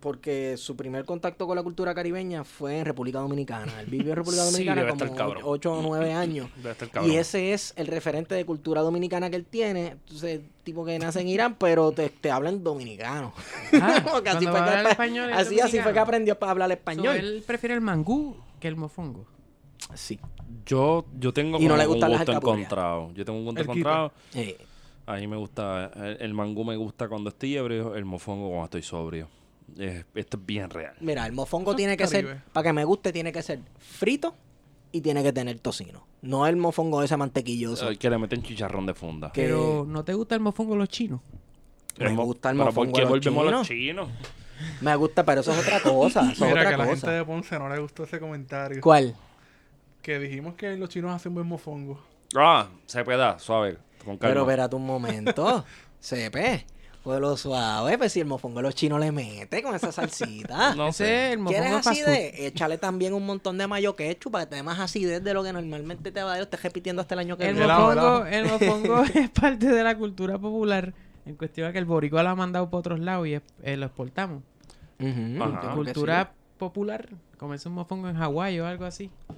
C: porque su primer contacto con la cultura caribeña fue en República Dominicana. Él vivió en República
A: Sí,
C: Dominicana
A: debe estar
C: como
A: cabrón.
C: 8 o 9 años.
A: Debe estar cabrón.
C: Y ese es el referente de cultura dominicana que él tiene. Entonces, tipo que nace en Irán, pero te, te hablan dominicano.
B: Ah,
C: Como que así
B: cuando va
C: fue
B: a
C: que
B: hablar
C: apre-
B: español, es
C: así, así fue que
B: dominicano.
C: aprendió a hablar
B: So,
C: español.
B: él prefiere el mangú que el mofongo.
C: Sí.
A: Yo, yo tengo
C: Y no
A: como
C: le
A: un
C: gustan las
A: gusto
C: alcapurrias.
A: encontrado. Yo tengo un gusto
D: El quito.
A: encontrado.
C: Eh,
A: A mí me gusta, el, el mangú me gusta cuando estoy ebrio, el mofongo cuando estoy sobrio. Es- esto es bien real.
C: mira, el mofongo
D: Eso
C: tiene
D: es
C: que ser,
D: Caribe.
C: para que me guste, tiene que ser frito y tiene que tener tocino. No el mofongo ese mantequilloso.
A: Ay, que le meten chicharrón de funda.
C: Que-
B: Pero no te gusta el mofongo los chinos.
A: El
C: Me
A: mo-
C: gusta el
A: pero
C: mofongo
A: ¿por qué
C: de los
A: volvemos a los chinos?
C: Me gusta, pero eso es otra cosa. Eso es
D: Mira, que
C: otra
D: a la gente
C: cosa.
D: de Ponce no le gustó ese comentario.
C: ¿Cuál?
D: Que dijimos que los chinos hacen buen mofongo.
A: Ah, se peda, suave, con
C: Pero
A: calma.
C: espérate un momento. CP. Pueblo suave, pues si el mofongo a los chinos le mete con esa salsita.
A: No
B: Ese
A: sé.
B: es el
C: ¿Quieres
B: mofongo fast food.
C: acidez? Échale también un montón de mayo ketchup para que te dé más acidez de lo que normalmente te va a dar. Lo estés repitiendo hasta el año que
B: El
C: viene.
D: helado,
B: mofongo, el mofongo es parte de la cultura popular. En cuestión de que el boricua lo ha mandado para otros lados y es- eh, lo exportamos.
C: Ujú,
A: Ajá.
C: yo creo que
B: cultura popular, comerse un mofongo en Hawái o algo así.
C: sí.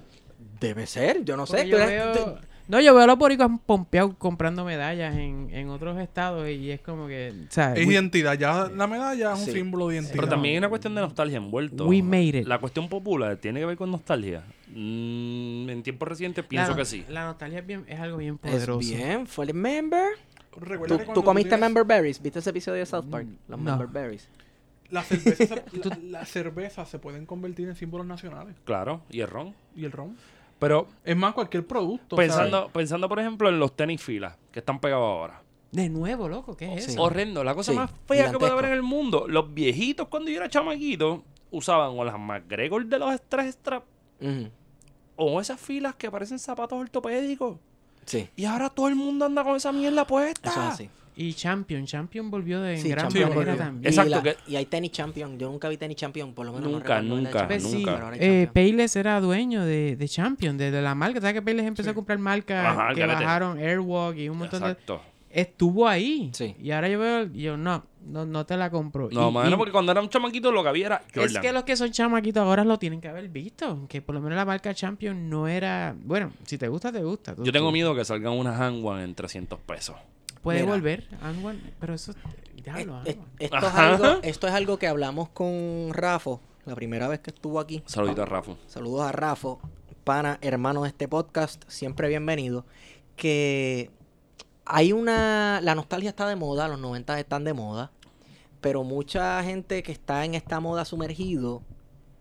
C: Debe ser, yo no sé.
B: Porque
C: tú
B: Pues yo
C: eres-
B: veo-
C: tú-
B: No, yo veo a los boricuas pompeados comprando medallas en, en otros estados y es como que, o sea,
D: Es
B: we-
D: identidad. Ya la medalla es un
C: Sí.
D: símbolo de identidad.
A: Pero también hay una cuestión de nostalgia envuelto.
B: We made it.
A: La cuestión popular tiene que ver con nostalgia. Mm, en tiempos recientes
B: la
A: pienso
B: no-
A: que sí.
B: La nostalgia es, bien- es algo bien
C: Es
B: poderoso.
C: pues bien, fue el member.
D: Recuerda
C: ¿Tú,
D: que cuando
C: tú comiste
D: tienes-
C: member berries? ¿Viste ese episodio de South Park? Los
B: Mm, No.
C: member berries.
D: Las cervezas, se- la- las cervezas se pueden convertir en símbolos nacionales.
A: Claro, y el ron.
D: Y el ron.
A: Pero
D: Es más, cualquier producto.
A: pensando, pensando, por ejemplo, en los tenis filas que están pegados ahora.
B: De nuevo, loco, ¿qué es
C: Sí.
B: eso?
A: Horrendo. La cosa
C: Sí,
A: más fea que puede
C: gigantesco.
A: haber en el mundo. Los viejitos, cuando yo era chamaquito, usaban o las McGregor de los stress strap
C: Ujú,
A: o esas filas que parecen zapatos ortopédicos.
C: Sí,
A: Y ahora todo el mundo anda con esa mierda puesta.
C: eso es así.
B: Y Champion, Champion volvió de Ah, en
C: Sí,
B: gran
C: Champion Eh,
B: manera
D: volvió.
B: también.
A: Exacto,
C: Y, la-
A: que-
C: y hay tenis champion. Yo nunca vi tenis champion, por lo menos. no
A: Nunca,
C: recuerdo la
A: nunca,
C: Champions,
B: nunca.
C: pero ahora
B: Eh,
C: hay Champion.
B: Payless era dueño de, de Champion, de, de la marca. ¿Sabes que Payless empezó
D: Sí.
B: a comprar marcas
A: Ajá, al
B: que
A: garete.
B: bajaron Airwalk y un montón
A: Exacto.
B: de... Estuvo ahí.
C: Sí.
B: Y ahora yo veo, y yo no, no, no te la compro.
A: No,
B: Y-
A: mano,
B: y
A: porque cuando era un chamaquito lo que había era Jordan.
B: Es que los que son chamaquitos ahora lo tienen que haber visto. Que por lo menos la marca Champion no era... Bueno, si te gusta, te gusta. Tú-
A: Yo tengo
B: tú-
A: miedo que salgan unas Hangwan en 300 pesos.
B: Puede
C: Mira. Eh,
B: volver, Anwan, pero eso... Diablo,
C: Es-
B: Anwan.
C: esto, es
A: Ajá.
C: algo, esto es algo que hablamos con Rafa la primera vez que estuvo aquí.
A: Saludito a Rafa.
C: Saludos a Rafa, pana, hermano de este podcast, siempre bienvenido. Que hay una. La nostalgia está de moda, los 90 están de moda, pero mucha gente que está en esta moda sumergido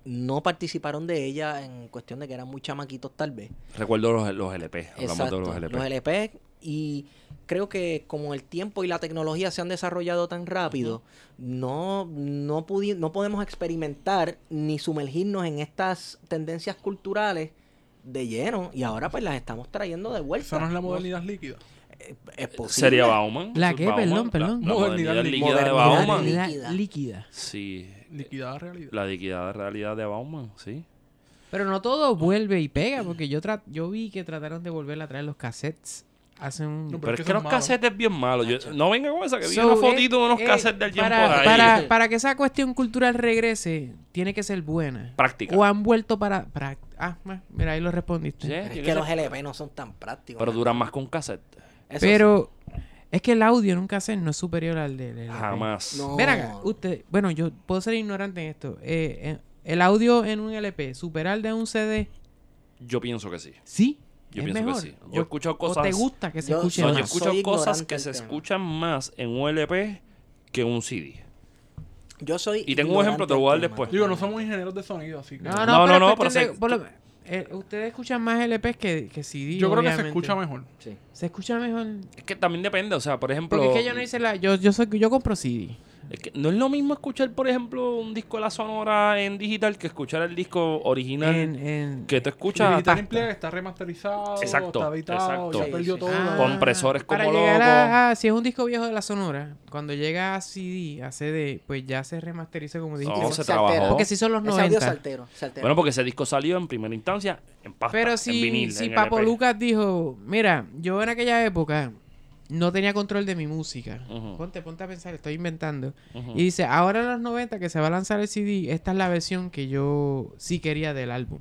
C: no participaron de ella en cuestión de que eran muy chamaquitos, tal vez.
A: Recuerdo los, los LP. Hablamos de los LP.
C: LP. Y creo que como el tiempo y la tecnología se han desarrollado tan rápido, no, no, pudi- no podemos experimentar ni sumergirnos en estas tendencias culturales de lleno. Y ahora pues las estamos trayendo de vuelta.
D: Esa no es la modernidad líquida.
C: Eh, Es posible.
A: Sería Bauman.
B: ¿La qué?
A: Bauman,
B: Perdón,
A: la-
B: perdón.
A: La, modernidad,
D: Modernidad
A: líquida de
C: líquida.
A: Bauman.
C: Modernidad.
B: La
C: líquida.
B: líquida.
A: Sí.
D: Liquidada la realidad.
A: La liquidada realidad de Bauman, sí.
B: Pero no todo vuelve y pega, porque yo tra- yo vi que trataron de volver a traer los cassettes hace un...
D: No,
A: Pero es que
D: eso
A: los
D: es malo.
A: casetes bien malos. Yo- no venga con esa que vi
B: So,
A: una
B: eh,
A: fotito de unos
B: eh,
A: cassettes del tiempo
B: para,
A: de ahí.
B: Para, para que esa cuestión cultural regrese, tiene que ser buena.
A: Práctica.
B: O han vuelto para... para- ah, ma- mira, ahí lo respondiste.
A: Sí,
C: Pero es
A: tiene
C: que
A: que
C: los
A: ser-
C: LP no son tan prácticos.
A: pero
C: man.
A: duran más que un cassette.
C: Eso
B: Pero es que el audio en un cassette no es superior al del LP.
A: Jamás.
C: No.
B: Ven acá, usted, bueno, yo puedo ser ignorante en esto. Eh, eh, el audio en un LP, superar el de un CD,
A: Yo pienso que sí.
B: sí.
A: Yo
B: es
A: pienso que
B: mejor.
A: sí. Yo he
B: O-
A: escuchado
B: o
A: cosas-
B: te gusta que se
C: Yo-
B: escuche
A: No, yo
B: más.
A: he escuchado
C: Soy
A: cosas
C: ignorante
A: que
C: del
A: se
C: tema.
A: escuchan más en un LP que en un CD.
C: sí. Yo soy.
A: Y tengo un ejemplo, te
C: ignorante
A: voy a dar
C: del tema.
A: después.
D: Digo, no somos ingenieros de sonido, así que.
B: No,
A: No,
B: no, pero
A: no,
B: es
A: no, pero
B: cuestión de-
A: se-
B: por lo- eh, ustedes escuchan más LPs que, que CD.
D: yo creo que se
B: obviamente.
D: escucha mejor.
C: Sí.
B: Se escucha mejor.
A: Es que también depende, o sea, por ejemplo...
B: Porque es que yo no hice la. Yo, yo, soy, yo compro CD.
A: Es que no es lo mismo escuchar, por ejemplo, un disco de la Sonora en digital que escuchar el disco original
B: En- en-
A: que te
D: El
A: escuchas
D: Digital Impliegue está remasterizado,
A: Exacto,
D: está editado,
A: exacto.
D: ya
C: Sí,
D: perdió
C: sí,
D: todo.
C: sí.
B: Ah,
A: compresores como
B: para llegar
A: locos.
B: a- a- si es un disco viejo de la Sonora, cuando llega a CD, a CD, pues ya se remasteriza como dijiste.
A: No,
C: se
A: se
C: altera.
A: trabajó.
B: Porque si son los
C: Ese audio se
B: 90.
C: altero, se altera.
A: Bueno, porque ese disco salió en primera instancia en pasta,
B: Pero
A: en
B: si,
A: vinil,
B: si
A: en
B: Papo
A: LP.
B: Lucas dijo, mira, yo en aquella época no tenía control de mi música.
A: Ujú.
B: Ponte, ponte a pensar, estoy inventando.
A: Ujú.
B: Y dice, ahora en los 90 que se va a lanzar el CD, esta es la versión que yo sí quería del álbum.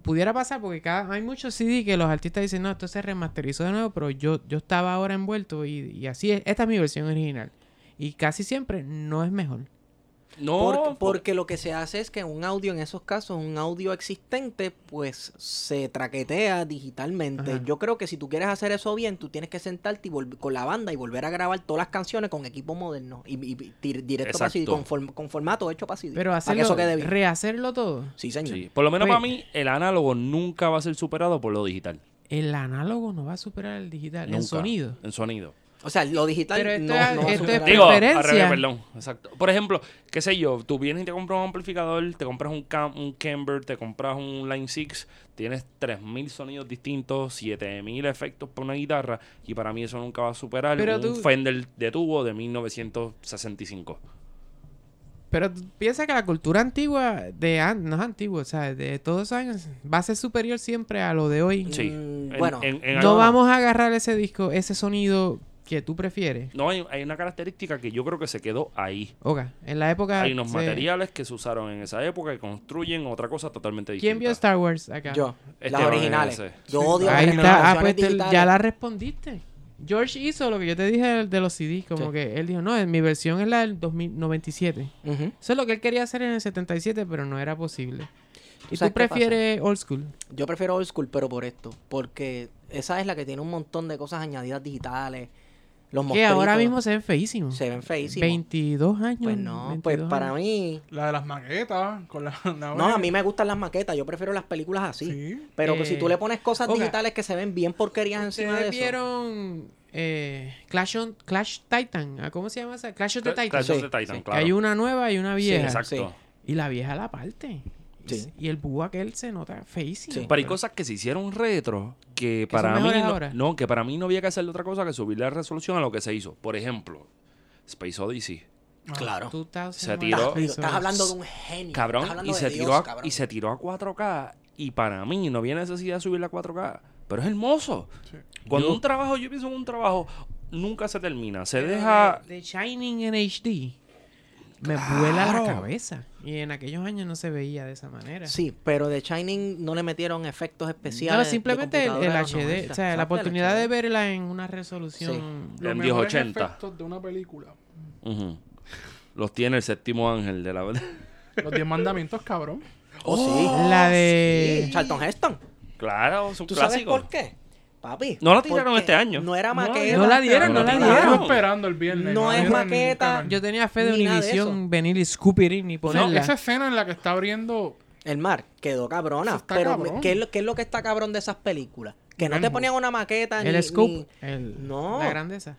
B: Pudiera pasar porque cada, hay muchos CD que los artistas dicen, no, esto se remasterizó de nuevo, pero yo, yo estaba ahora envuelto y, y así es, esta es mi versión original. Y casi siempre no es mejor.
A: No,
C: Porque,
A: Oh, por-
C: porque lo que se hace es que un audio, en esos casos, un audio existente, pues se traquetea digitalmente.
B: Ajá.
C: Yo creo que si tú quieres hacer eso bien, tú tienes que sentarte y volv- con la banda y volver a grabar todas las canciones con equipo moderno y, y- y tir- directo para CD,
A: Exacto.
C: con, form- con formato hecho para CD.
B: Pero
C: para que
B: hacerlo,
C: eso quede bien.
B: rehacerlo todo,
C: Sí, señor.
A: sí. por lo menos
B: Pues-
A: para mí, el análogo nunca va a ser superado por lo digital.
B: el análogo no va a superar el digital,
A: Nunca.
B: el sonido.
A: En sonido.
C: O sea, lo digital
B: Pero esto
C: no,
B: es-
C: no va
B: esto
C: a
B: es
C: superar.
A: Digo, al
B: Preferencia.
A: revés, perdón. Exacto. Por ejemplo, qué sé yo, tú vienes y te compras un amplificador, te compras un, cam, un camber, te compras un Line 6, tienes 3.000 sonidos distintos, 7.000 efectos por una guitarra, y para mí eso nunca va a superar
B: Pero
A: un
B: tú-
A: Fender de tubo de 1965.
B: Pero tú piensa que la cultura antigua, de an- no es antigua, o sea, de todos esos años, va a ser superior siempre a lo de hoy.
A: Sí.
C: Mm,
A: En-
C: bueno,
A: en- en
B: no
A: algo-
B: vamos a agarrar ese disco, ese sonido que tú prefieres.
A: No, hay, hay una característica que yo creo que se quedó ahí.
B: Oga, en la época.
A: Hay unos
B: se-
A: materiales que se usaron en esa época que construyen otra cosa totalmente distinta.
B: ¿Quién vio Star Wars acá?
C: Yo,
A: Este
C: las
A: no
C: originales.
A: merece.
C: Yo odio
B: Ahí
C: las
B: está, ah,
C: versiones
B: pues, te-
C: digitales.
B: ya la respondiste. George hizo lo que yo te dije de- de los CDs, como
C: Sí.
B: que él dijo, no, en mi versión es la del 2097.
C: Ujú.
B: Eso es lo que él quería hacer en el 77, pero no era posible. ¿Y
C: sabes
B: tú
C: qué pasa?
B: prefieres old school?
C: Yo prefiero old school, pero por esto. Porque esa es la que tiene un montón de cosas añadidas digitales. Los
B: Que ahora
C: monstruitos
B: mismo se ven feísimos.
C: se ven feísimos.
B: 22 años.
C: Pues no, pues
B: 22
C: para
B: años.
C: mí.
D: La de las maquetas, con la... la-
C: No, a mí me gustan las maquetas. Yo prefiero las películas así.
D: Sí.
C: Pero que si tú
B: Eh,
C: le pones cosas
B: oiga,
C: digitales que se ven bien porquerías encima de
B: ¿Ustedes
C: eso.
B: vieron eh, Clash, on- Clash Titan? ¿Ah, ¿Cómo se llama esa? Clash of the
A: Cla-
B: Titan.
A: Clash of the
C: Sí,
A: Titan,
B: Que
A: claro.
B: Hay una nueva y una vieja.
A: Exacto.
C: Sí.
B: Y la vieja la parte. Y-
C: Sí.
B: Y el búho aquel se nota feísimo.
C: Sí.
A: Pero hay cosas que se hicieron retro que,
B: son
A: para mí
B: mejores
A: no,
B: ahora.
A: no, que para mí no había que hacerle otra cosa que subirle la resolución a lo que se hizo. Por ejemplo, Space Odyssey.
C: Claro.
B: Tú estás-
A: Se tiró.
C: Digo, Estás hablando de un genio.
A: Cabrón,
C: Estás hablando
A: y
C: de
A: se,
C: Dios,
A: tiró a,
C: cabrón.
A: y se tiró a 4K. Y para mí no había necesidad de subirla a 4K. Pero es hermoso.
D: Sí.
A: Cuando
B: Yo-
A: un trabajo, yo pienso en un trabajo, nunca se termina. Se
B: Pero
A: deja.
B: de- de Shining en HD. Me vuela la
A: Claro.
B: cabeza. Y en aquellos años no se veía de esa manera.
C: Sí, pero de Shining no le metieron efectos especiales.
B: No,
C: de
B: simplemente el, el
C: computadora de los
B: HD.
C: 90.
B: O sea, la
C: Exacto, el
B: oportunidad de
C: HD.
B: verla en una resolución.
A: En
D: Los mejores
A: 1080.
D: efectos de una película.
A: Ujú. Los tiene el séptimo ángel de la verdad.
D: Los diez mandamientos, cabrón.
C: Oh, sí.
B: La de.
C: Sí, Charlton Heston.
A: Claro, es un
C: ¿Tú sabes
A: clásico.
C: por qué? Papi.
A: No la tiraron
C: porque
A: este año.
C: No era
D: No,
C: maqueta.
B: no la dieron,
A: no la
D: Lo
A: dieron.
D: estoy esperando el viernes.
C: No es
D: dieron en ningún
C: maqueta.
D: canal.
B: Yo tenía fe de
C: Ni nada de eso.
B: Univision venir y scoopir y
D: No,
B: ponerla.
D: esa escena en la que está abriendo...
C: El mar quedó cabrona.
D: Eso está
C: pero
D: cabrón.
C: ¿qué, es lo, qué es lo que está cabrón de esas películas? Que no
D: Ven,
C: te
D: jo.
C: ponían una maqueta ni,
B: el scoop.
C: ni-
B: el-
C: No.
B: La grandeza.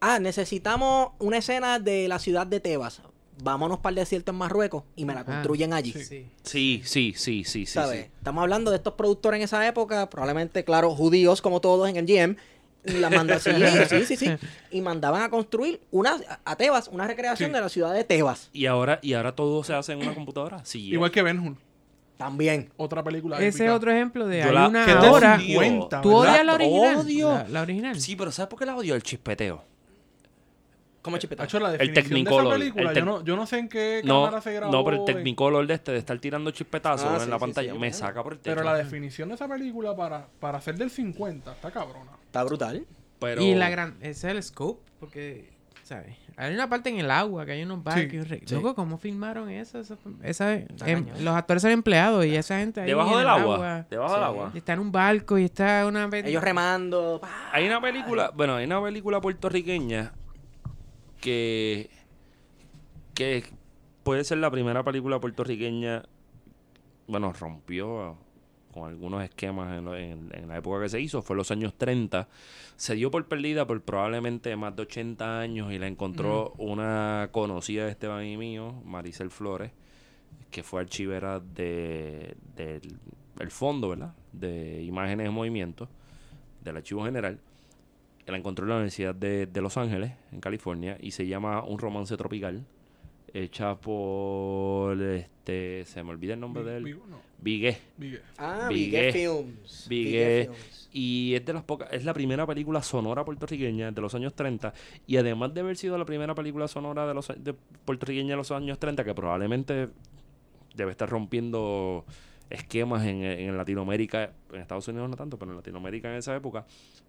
C: Ah, necesitamos una escena de la ciudad de Tebas. Vámonos para el desierto en Marruecos y me la
B: Ah,
C: construyen allí.
A: Sí, sí, sí, sí, sí.
C: ¿Sabes?
A: sí.
C: Estamos hablando de estos productores en esa época, probablemente, claro, judíos como todos en el GM. Y la mandaban, sí, sí, sí, sí. Y mandaban a construir una, a Tebas, una recreación
D: Sí.
C: de la ciudad de Tebas.
A: Y ahora, y ahora todo se hace en una computadora. Sí.
D: Igual que Ben Hur.
C: También.
D: Otra película
B: Ese es
D: épica.
B: otro ejemplo de.
A: Yo
B: Eh, hay
A: la-
B: una
A: que
D: te
B: ahora.
D: des cuenta,
B: ¿Tú odias
D: ¿verdad?
B: la original?
A: Odio.
B: La, la original.
A: Sí, pero ¿sabes por qué la odio? El chispeteo.
C: ¿Cómo
A: Eh,
C: chipetón?
D: Hecho, la
A: El
D: definición
A: Technicolor,
D: de esa película,
A: el
D: yo,
A: tec-
D: no, yo no sé en qué
A: No,
D: cámara se grabó.
A: no, pero el
D: en-
A: Technicolor de este, de estar tirando chispetazos
C: Ah,
A: en
C: sí,
A: la
C: sí,
A: pantalla,
C: sí,
A: me
C: claro.
A: saca por el techo.
D: Pero la definición de esa película para, para ser del 50 está cabrona.
C: Está brutal.
A: Pero-
B: Y la gran. Ese es el scope. Porque. ¿Sabes? Hay una parte en el agua que hay unos barcos.
D: Sí,
B: y un re-
C: sí.
B: Loco, ¿cómo filmaron eso? Eso fue- esa- em,
C: cañón.
B: los actores son empleados y esa gente ahí.
A: Debajo
B: en
A: del
B: el
A: agua. Debajo del
C: Sí.
A: agua.
B: y está en un barco y está una.
A: Eh,
C: Ellos remando. pa.
A: Hay una película, bueno, hay una película puertorriqueña que, que puede ser la primera película puertorriqueña, bueno, rompió con algunos esquemas en, lo- en- en la época que se hizo, fue en los años 30. Se dio por perdida por probablemente más de 80 años y la encontró una conocida de Esteban y mío, Maricel Flores, que fue archivera de, del del fondo, ¿verdad? De imágenes en movimiento, del archivo general. Que la encontró en la Universidad de, de Los Ángeles, en California, y se llama Un romance tropical, hecha por este, se me olvida el nombre de él,
D: Vigo, no,
A: Vigué.
D: Vigue.
C: Ah,
A: Bigué.
C: Bigué Films.
A: Bigué.
C: Films.
A: Y es de las pocas, es la primera película sonora puertorriqueña de los años 30. Y además de haber sido la primera película sonora de los a- de puertorriqueña de los años 30, que probablemente debe estar rompiendo esquemas en, en Latinoamérica, en Estados Unidos no tanto, pero en Latinoamérica en esa época,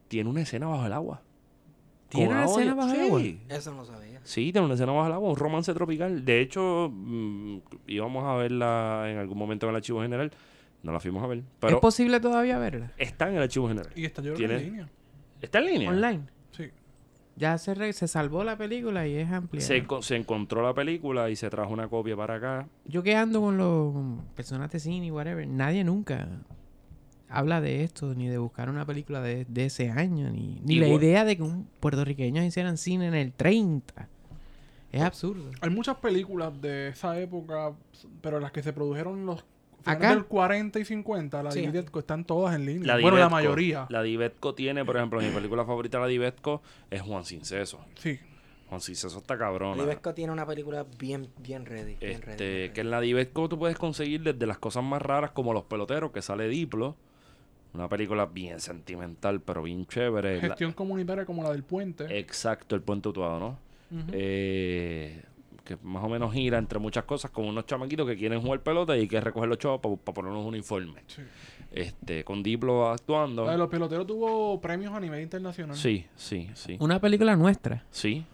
A: tiene una escena bajo el agua.
B: ¿Tiene
A: Con
B: una
A: audio.
B: escena bajo el agua?
A: Sí.
C: Eso no sabía.
A: Sí, tiene una escena bajo el agua, un romance tropical. De hecho, mm, íbamos a verla en algún momento en el archivo general. No la fuimos a ver. Pero
B: ¿Es posible todavía verla?
A: está en el archivo general.
D: Y está yo creo que en
A: ¿Tiene?
D: línea.
A: ¿Está en línea?
B: Online.
D: Sí.
B: Ya se, re- se salvó la película y es amplia.
A: Se, enco- se encontró la película y se trajo una copia para acá.
B: Yo que ando con los con personas de cine y whatever, nadie nunca habla de esto, ni de buscar una película de, de ese año, ni, ni la
A: Igual.
B: idea de que un puertorriqueño hicieran cine en el 30. Es absurdo.
D: Hay muchas películas de esa época, pero las que se produjeron en los finales
B: Acá.
D: del 40 y 50, la
B: Sí.
D: Dividetco, están todas en línea.
A: La
D: bueno, la
A: Divetco-
D: mayoría.
A: La Divetco tiene, por ejemplo, mi película favorita, la Divetco, es Juan Cinceso.
D: Sí.
A: Juan Cinceso está cabrón.
C: Olivesco tiene una película bien, bien ready. Bien ready, bien
A: Este, que
C: ready.
A: en la Divetco tú puedes conseguir desde las cosas más raras como Los Peloteros, que sale Diplo. Una película bien sentimental, pero bien chévere. La- Eh,
D: Gestión comunitaria como la del puente.
A: exacto, el puente Utuado, ¿no?
D: Ujú.
A: Eh, que más o menos gira entre muchas cosas con unos chamaquitos que quieren jugar pelota y hay que recoger los chavos para poner unos uniformes.
D: Sí.
A: Este, con Diplo actuando.
D: La de los peloteros tuvo premios a nivel internacional.
A: Sí, sí, sí.
B: Una película nuestra.
A: Sí.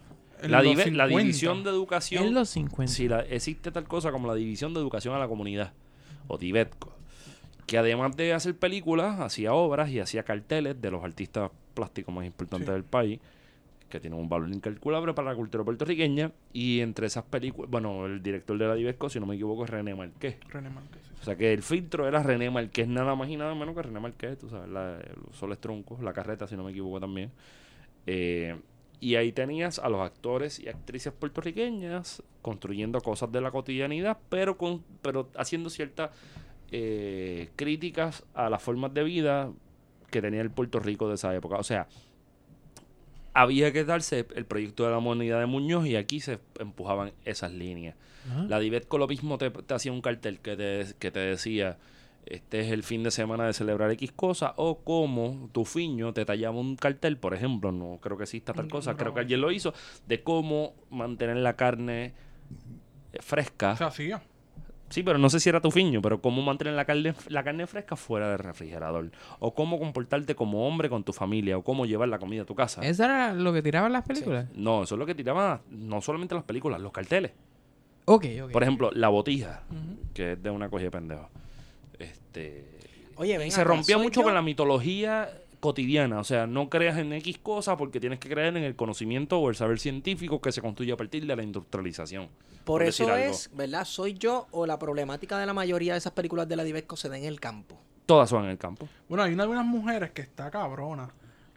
D: En
A: La,
D: los
A: dive- la
D: 50.
A: división de
B: En
A: educación.
B: los 50.
A: Sí, la- existe tal cosa como la división de educación a la comunidad, o DIVETCO, que además de hacer películas, hacía obras y hacía carteles de los artistas plásticos más importantes
D: Sí.
A: del país, que tienen un valor incalculable para la cultura puertorriqueña. Y entre esas películas, bueno, el director de la DIVETCO, si no me equivoco, es René Marqués.
D: René Márquez, sí.
A: O sea que el filtro era René Marqués, nada más y nada menos que René Marqués, tú sabes, la, los soles troncos, la carreta, si no me equivoco también. Eh, y ahí tenías a los actores y actrices puertorriqueñas construyendo cosas de la cotidianidad, pero, con, pero haciendo ciertas eh, críticas a las formas de vida que tenía el Puerto Rico de esa época. O sea, había que darse el proyecto de la moneda de Muñoz y aquí se empujaban esas líneas.
B: Ajá.
A: La Divetco lo mismo te, te hacía un cartel que te, que te decía, este es el fin de semana de celebrar X cosa, o como tu fiño te tallaba un cartel, por ejemplo, no creo que exista tal cosa, creo que alguien lo hizo, de cómo mantener la carne eh, fresca.
D: Se hacía.
A: Sí, pero no sé si era tu fiño, pero cómo mantener la carne, la carne fresca fuera del refrigerador. O cómo comportarte como hombre con tu familia, o cómo llevar la comida a tu casa.
B: ¿Eso era lo que tiraban las películas?
A: No, eso es lo que tiraban, no solamente las películas, los carteles.
B: Ok, ok.
A: Por ejemplo, La Botija, que es de una cogida de pendejo. Este,
C: Oye, ven
A: y se
C: acá,
A: rompía
C: ¿soy
A: mucho
C: yo?
A: con la mitología cotidiana. O sea, no creas en X cosa porque tienes que creer en el conocimiento o el saber científico que se construye a partir de la industrialización.
C: Por
A: decir
C: eso
A: algo.
C: es, ¿verdad? Soy yo o la problemática de la mayoría de esas películas de la Divesco se da en el campo.
A: Todas son en el campo.
D: Bueno, hay una de unas mujeres que está cabrona,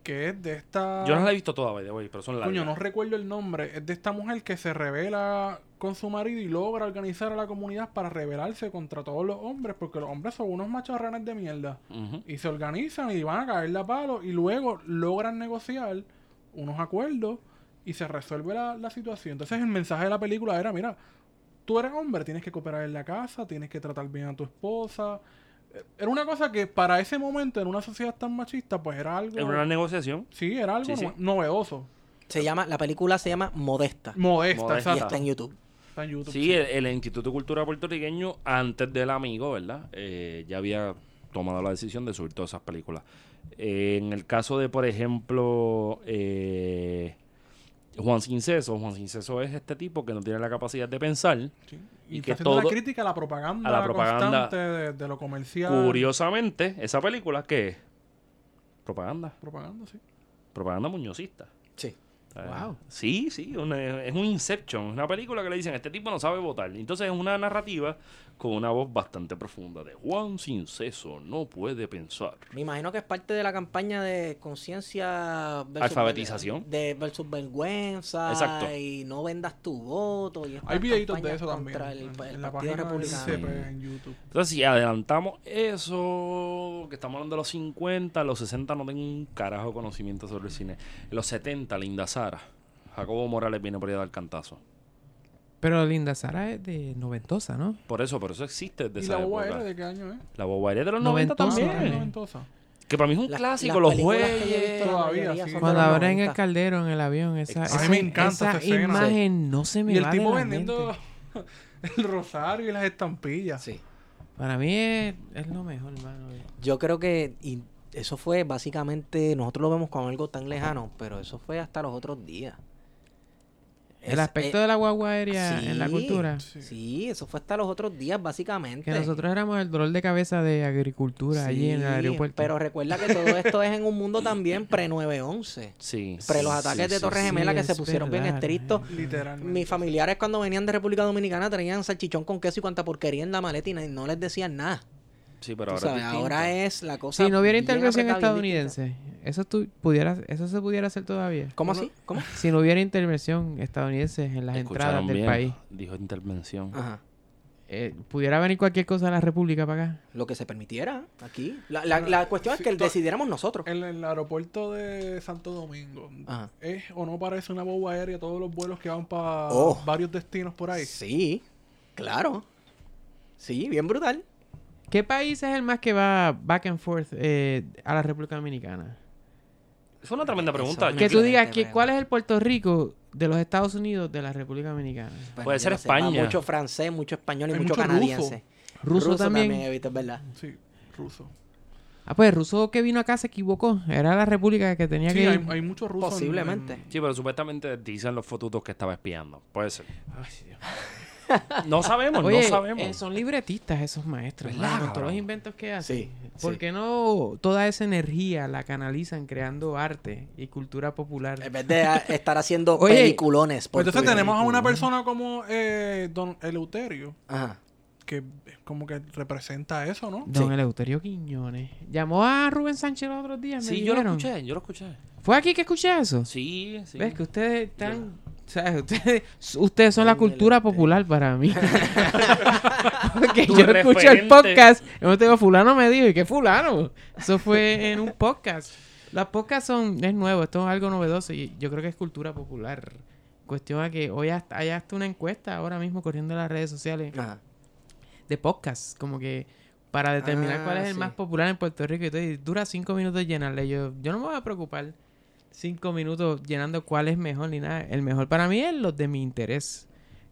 D: que es de esta...
C: Ah.
A: Yo no la he visto toda, by the way, pero son largas.
D: Coño, no recuerdo el nombre. Es de esta mujer que se revela con su marido y logra organizar a la comunidad para rebelarse contra todos los hombres, porque los hombres son unos macharranes de mierda.
A: Ujú.
D: Y se organizan y van a caer la palo y luego logran negociar unos acuerdos y se resuelve la, la situación. Entonces el mensaje de la película era, mira, tú eres hombre, tienes que cooperar en la casa, tienes que tratar bien a tu esposa. Eh, Era una cosa que para ese momento en una sociedad tan machista, pues era algo...
A: Era una negociación.
D: Sí, era algo
A: Sí, sí.
D: nue- novedoso.
C: Se llama, la película se llama Modesta.
D: Modesta,
A: Modesta.
C: Y
D: exacto.
C: está en YouTube.
D: Está en YouTube.
A: Sí, eh, el, el Instituto de Cultura Puertorriqueño, antes del amigo, ¿verdad? Eh, ya había tomado la decisión de subir todas esas películas. Eh, en el caso de, por ejemplo, eh, Juan Cinceso, Juan Cinceso es este tipo que no tiene la capacidad de pensar.
D: Sí.
A: y
D: Y,
A: que
D: está haciendo la
A: todo-
D: crítica a la propaganda,
A: a la propaganda
D: constante de, de lo comercial.
A: Curiosamente, esa película que es propaganda,
D: Propaganda, sí.
A: propaganda muñozista.
C: Sí.
A: Eh,
B: Wow.
A: Sí, sí, una- es un Inception, es una película que le dicen, este tipo no sabe votar. Entonces es una narrativa con una voz bastante profunda de Juan sin seso no puede pensar.
C: Me imagino que es parte de la campaña de conciencia versus-
A: Alfabetización.
C: De versus vergüenza.
A: Exacto.
C: Y no vendas tu voto. Y
D: Hay
C: estas
D: videitos de
C: campañas
D: eso también.
C: contra El,
D: en-
C: el
D: en
C: Partido
D: la página del
C: Republicano.
D: ICP en YouTube.
A: Entonces si adelantamos eso, que estamos hablando de los 50, los 60 no tengo un carajo conocimiento sobre el cine. En los 70, Linda Sara, Jacobo Morales viene por ahí a dar cantazo.
B: Pero Linda Sara es de noventosa, ¿no?
A: Por eso, por eso existe desde
D: ¿Y
A: esa
D: la boba
A: época.
D: era de qué año es?
A: La boba era de los 90,
B: Noventosa.
A: también.
B: Noventosa.
D: noventosa.
A: Que para mí es un
C: Las-
A: clásico,
C: las
A: los
C: películas que yo he
A: jueces.
C: visto, la
D: Todavía,
C: mayoría
D: sí.
C: son de
B: Cuando
C: los
B: habrá en
C: 90.
B: el caldero, en el avión, esa,
A: Exacto.
D: A mí
B: esa-
D: me encanta
B: esa
D: esa escena.
B: imagen no se me
D: Y el
B: va de
D: tipo
B: la
D: vendiendo
B: mente.
D: el rosario y las estampillas.
C: Sí.
B: Para mí es, es lo mejor, hermano.
C: Yo creo que y eso fue básicamente, nosotros lo vemos como algo tan lejano, pero eso fue hasta los otros días.
B: El aspecto de la guagua aérea en la cultura.
C: eh, Sí. eso fue hasta los otros días básicamente.
B: Que nosotros éramos el dolor de cabeza de agricultura allí en el
C: Sí,
B: aeropuerto.
C: Pero recuerda que todo esto es en un mundo también pre-911.
A: Sí.
C: Pre los
A: sí,
C: ataques
A: sí,
C: de
A: sí,
C: Torre
A: sí.
C: Gemela que
B: es
C: se pusieron bien
B: verdad,
C: estrictos.
D: Literalmente.
C: Mis familiares cuando venían de República Dominicana traían salchichón con queso y cuanta porquería en la maleta y na- no les decían nada.
A: Sí, pero
C: Tú
A: ahora,
C: sabes,
A: es distinto.
C: ahora es la cosa.
B: si no hubiera
C: bien
B: intervención
C: apretada, bien distinta.
B: estadounidense, eso tú pudieras, eso se pudiera hacer todavía.
C: ¿Cómo así? ¿Cómo?
B: Si no hubiera intervención estadounidense en las
A: Escucharon
B: entradas del
A: bien,
B: país,
A: Dijo intervención.
C: Ajá.
B: eh, pudiera venir cualquier cosa a la República para acá.
C: lo que se permitiera aquí. La, la- la cuestión es
D: sí,
C: que
D: to-
C: decidiéramos nosotros.
D: En el aeropuerto de Santo Domingo.
C: Ajá.
D: ¿Es o no parece una boba aérea todos los vuelos que van para
C: Oh.
D: varios destinos por ahí?
C: Sí, claro. Sí, bien brutal.
B: ¿Qué país es el más que va back and forth eh, a la República Dominicana?
A: Es una tremenda pregunta.
C: Eso,
B: Que
A: Yo-
B: tú
C: Excelente
B: digas, que,
C: pregunta.
B: ¿cuál es el Puerto Rico de los Estados Unidos de la República Dominicana?
C: Bueno,
A: Puede
C: yo
A: ser
C: no sé, va
A: España.
C: Pues mucho francés, mucho español y
D: Hay
C: mucho,
D: mucho ruso.
C: canadiense.
B: Ruso, también.
C: he visto, es verdad.
D: Sí, ruso.
B: Ah, pues el ruso que vino acá se equivocó. Era la República que tenía que
D: Sí,
B: ir.
D: hay, hay muchos rusos. en-
C: Posiblemente.
D: en-
A: Sí, pero supuestamente dicen los fotutos que estaba espiando. Puede ser. No sabemos,
B: Oye,
A: no sabemos.
B: eh, son libretistas esos maestros.
A: ¿Verdad,
B: mano, todos
A: cabrón?
B: los inventos que hacen.
C: Sí,
B: ¿Por
C: sí.
B: qué no toda esa energía la canalizan creando arte y cultura popular?
C: En vez de a- estar haciendo
B: Oye,
C: peliculones. por
D: Pues entonces
C: Twitter.
D: tenemos a una persona como eh, Don Eleuterio,
C: Ajá.
D: que como que representa eso, ¿no?
B: Don
C: Sí.
B: Eleuterio Quiñones. Llamó a Rubén Sánchez los otros días. me
A: Sí, yo lo
B: dijeron.
A: escuché, yo lo escuché.
B: ¿Fue aquí que escuché eso?
A: Sí, sí.
B: ¿Ves que ustedes están... o sea, ustedes, ustedes son la cultura popular para mí. Porque
A: Tu
B: yo escucho
A: referente.
B: el podcast. Yo tengo fulano me dijo, ¿y qué fulano? Eso fue en un podcast. Los podcasts son, es nuevo, esto es algo novedoso y yo creo que es cultura popular. Cuestión a que hoy hasta, hay hasta una encuesta ahora mismo corriendo en las redes sociales
C: Ajá.
B: de podcasts, como que para determinar
C: Ah,
B: cuál es el
C: sí.
B: más popular en Puerto Rico. Y todo, y dura cinco minutos llenarle. Yo, yo no me voy a preocupar cinco minutos llenando cuál es mejor ni nada. El mejor para mí es los de mi interés.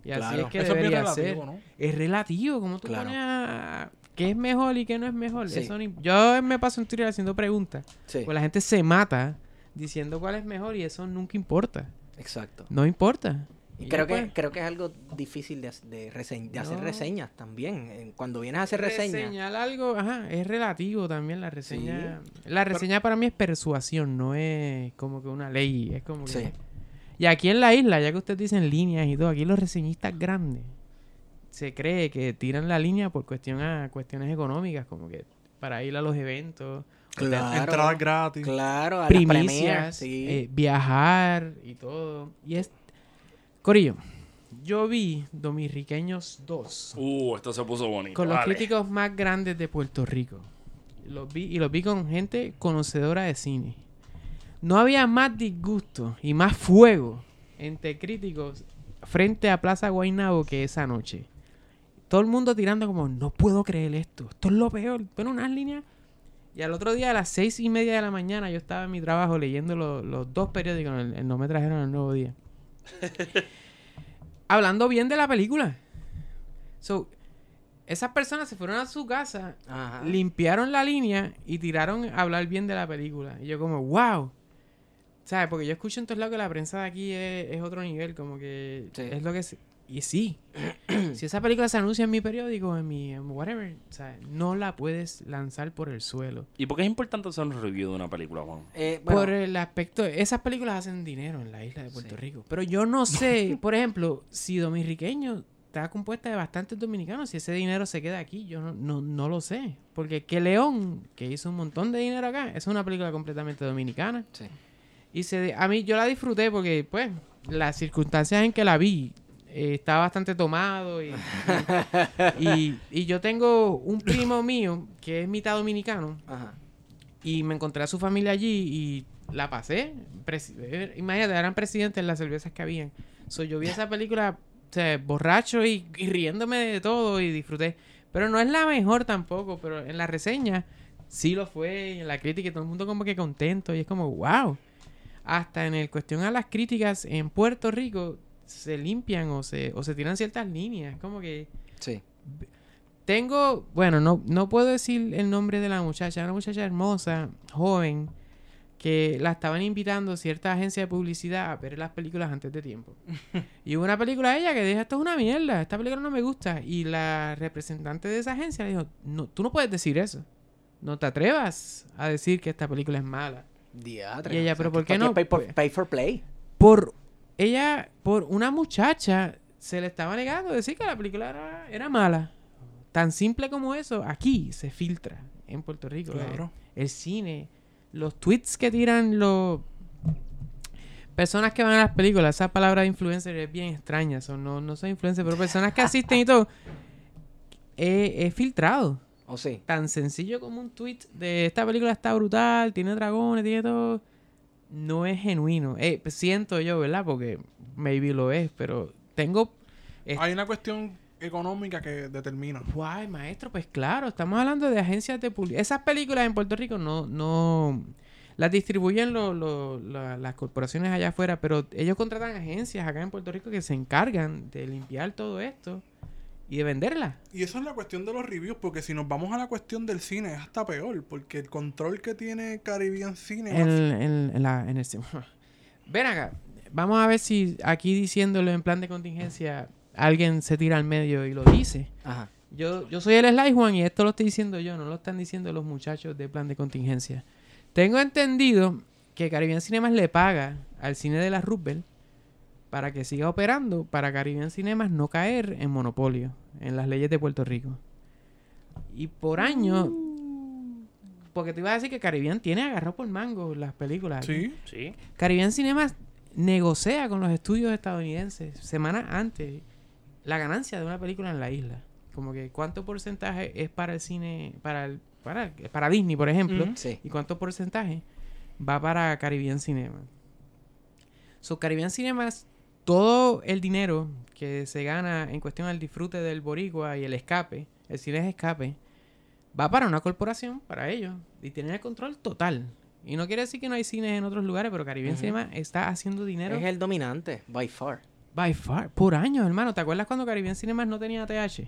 B: Y así
C: Claro.
B: es que
D: eso es bien
B: debería
D: relativo,
B: ser.
D: ¿no?
B: Es relativo, como tú
C: Claro.
B: pones a- qué es mejor y qué no es mejor.
C: Sí.
B: Eso ni- Yo me paso un Twitter haciendo preguntas.
C: Sí,
B: Pues la gente se mata diciendo cuál es mejor y eso nunca importa.
C: exacto.
B: No importa.
C: Y
B: Y
C: creo,
B: pues,
C: que, creo que es algo difícil de, de rese- de hacer
B: No.
C: reseñas también. Eh, Cuando vienes a hacer reseñas,
B: Reseñar algo, ajá, es relativo también la reseña. La reseña para mí es persuasión, no es como que una ley, es como que...
C: Sí.
B: Y aquí en la isla, ya que ustedes dicen líneas y todo, aquí los reseñistas grandes se cree que tiran la línea por cuestión a cuestiones económicas, como que para ir a los eventos,
C: Claro.
D: Entradas gratis.
C: claro, a las
B: primicias,
C: premiers, sí.
B: eh, viajar y todo. Y es... Corillo, yo vi Dominriqueños 2
A: Uh, esto se puso bonito.
B: con los
A: dale.
B: críticos más grandes de Puerto Rico. Los vi, y los vi con gente conocedora de cine. No había más disgusto y más fuego entre críticos frente a Plaza Guaynabo que esa noche. Todo el mundo tirando como, no puedo creer esto, esto es lo peor. Pero unas líneas. Y al otro día, a las seis y media de la mañana, yo estaba en mi trabajo leyendo lo- los dos periódicos, el- el no me trajeron el nuevo día. Hablando bien de la película. So, esas personas se fueron a su casa,
C: Ajá.
B: limpiaron la línea y tiraron a hablar bien de la película. Y yo como, wow. ¿Sabes? Porque yo escucho en todos lados que la prensa de aquí es, es otro nivel, como que
C: Sí.
B: es lo que... se- Y sí, si esa película se anuncia en mi periódico, en mi en whatever, o sea, no la puedes lanzar por el suelo.
A: ¿Y por qué es importante hacer un review de una película, Juan?
C: Eh, bueno,
B: por el aspecto, esas películas hacen dinero en la isla de Puerto
C: Sí.
B: Rico. Pero yo no sé, por ejemplo, si Dominriqueño está compuesta de bastantes dominicanos, si ese dinero se queda aquí, yo no, no, no lo sé. Porque Que León, que hizo un montón de dinero acá, es una película completamente dominicana.
C: sí.
B: Y se, a mí yo la disfruté porque, pues, las circunstancias en que la vi eh, estaba bastante tomado. Y, y, y- y yo tengo un primo mío que es mitad dominicano
C: Ajá.
B: y me encontré a su familia allí y la pasé. Presi- eh, imagínate, eran presidentes las cervezas que habían. So, yo vi esa película o sea, borracho y, y riéndome de todo y disfruté. Pero no es la mejor tampoco, pero en la reseña sí lo fue, y en la crítica y todo el mundo como que contento y es como, wow. Hasta en el cuestión a las críticas en Puerto Rico se limpian o se, o se tiran ciertas líneas, como que...
C: Sí.
B: Tengo, bueno, no, no puedo decir el nombre de la muchacha, una muchacha hermosa, joven, que la estaban invitando cierta agencia de publicidad a ver las películas antes de tiempo. y hubo una película de ella que dijo, esto es una mierda, esta película no me gusta. Y la representante de esa agencia le dijo, no, tú no puedes decir eso. No te atrevas a decir que esta película es mala.
C: Diatre.
B: Y ella, pero ¿por
C: esto
B: qué
C: aquí es
B: no?
C: Pay for,
B: Pues-
C: pay for play.
B: Por ella, por una muchacha, se le estaba negando decir que la película era, era mala. Tan simple como eso, aquí se filtra en Puerto Rico. eh,
D: Claro.
B: El, el cine, los tweets que tiran los personas que van a las películas, esa palabra de influencer es bien extraña, son, no, no soy influencer, pero personas que asisten y todo, eh, es filtrado
C: ¿O Oh, sí?
B: tan sencillo como un tweet de esta película está brutal, tiene dragones, tiene todo. No es genuino. Eh, siento yo, ¿verdad? Porque maybe lo es, pero tengo. es-
D: Hay una cuestión económica que determina.
B: Guay, maestro, pues claro, estamos hablando de agencias de publicidad. Esas películas en Puerto Rico no. no las distribuyen lo- lo- la- las corporaciones allá afuera, pero ellos contratan agencias acá en Puerto Rico que se encargan de limpiar todo esto y de venderlas.
D: Y eso es la cuestión de los reviews, porque si nos vamos a la cuestión del cine, es hasta peor, porque el control que tiene Caribbean Cine
B: en, en- en la- en el sim- Ven acá. Vamos a ver si aquí diciéndolo en plan de contingencia alguien se tira al medio y lo dice.
C: Ajá.
B: Yo, yo soy el Sly Juan y esto lo estoy diciendo yo, no lo están diciendo los muchachos de plan de contingencia. Tengo entendido que Caribbean Cinemas le paga al cine de la Roosevelt para que siga operando, para Caribbean Cinemas no caer en monopolio, en las leyes de Puerto Rico. Y por año, porque te iba a decir que Caribbean tiene agarrado por mango las películas.
D: Sí,
A: Sí.
B: Caribbean Cinemas negocia con los estudios estadounidenses semanas antes la ganancia de una película en la isla. Como que cuánto porcentaje es para el cine, para el- para, para Disney, por ejemplo,
D: Ujú.
C: Sí.
B: y cuánto porcentaje va para Caribbean Cinema. So, Caribbean Cinemas, todo el dinero que se gana en cuestión al disfrute del boricua y el escape, el cine es escape, va para una corporación, para ellos, y tienen el control total. Y no quiere decir que no hay cines en otros lugares, pero Caribbean
C: Ujú.
B: Cinema está haciendo dinero
C: Es el dominante, by far.
B: by far, por años, hermano. ¿Te acuerdas cuando Caribbean Cinemas no tenía TH?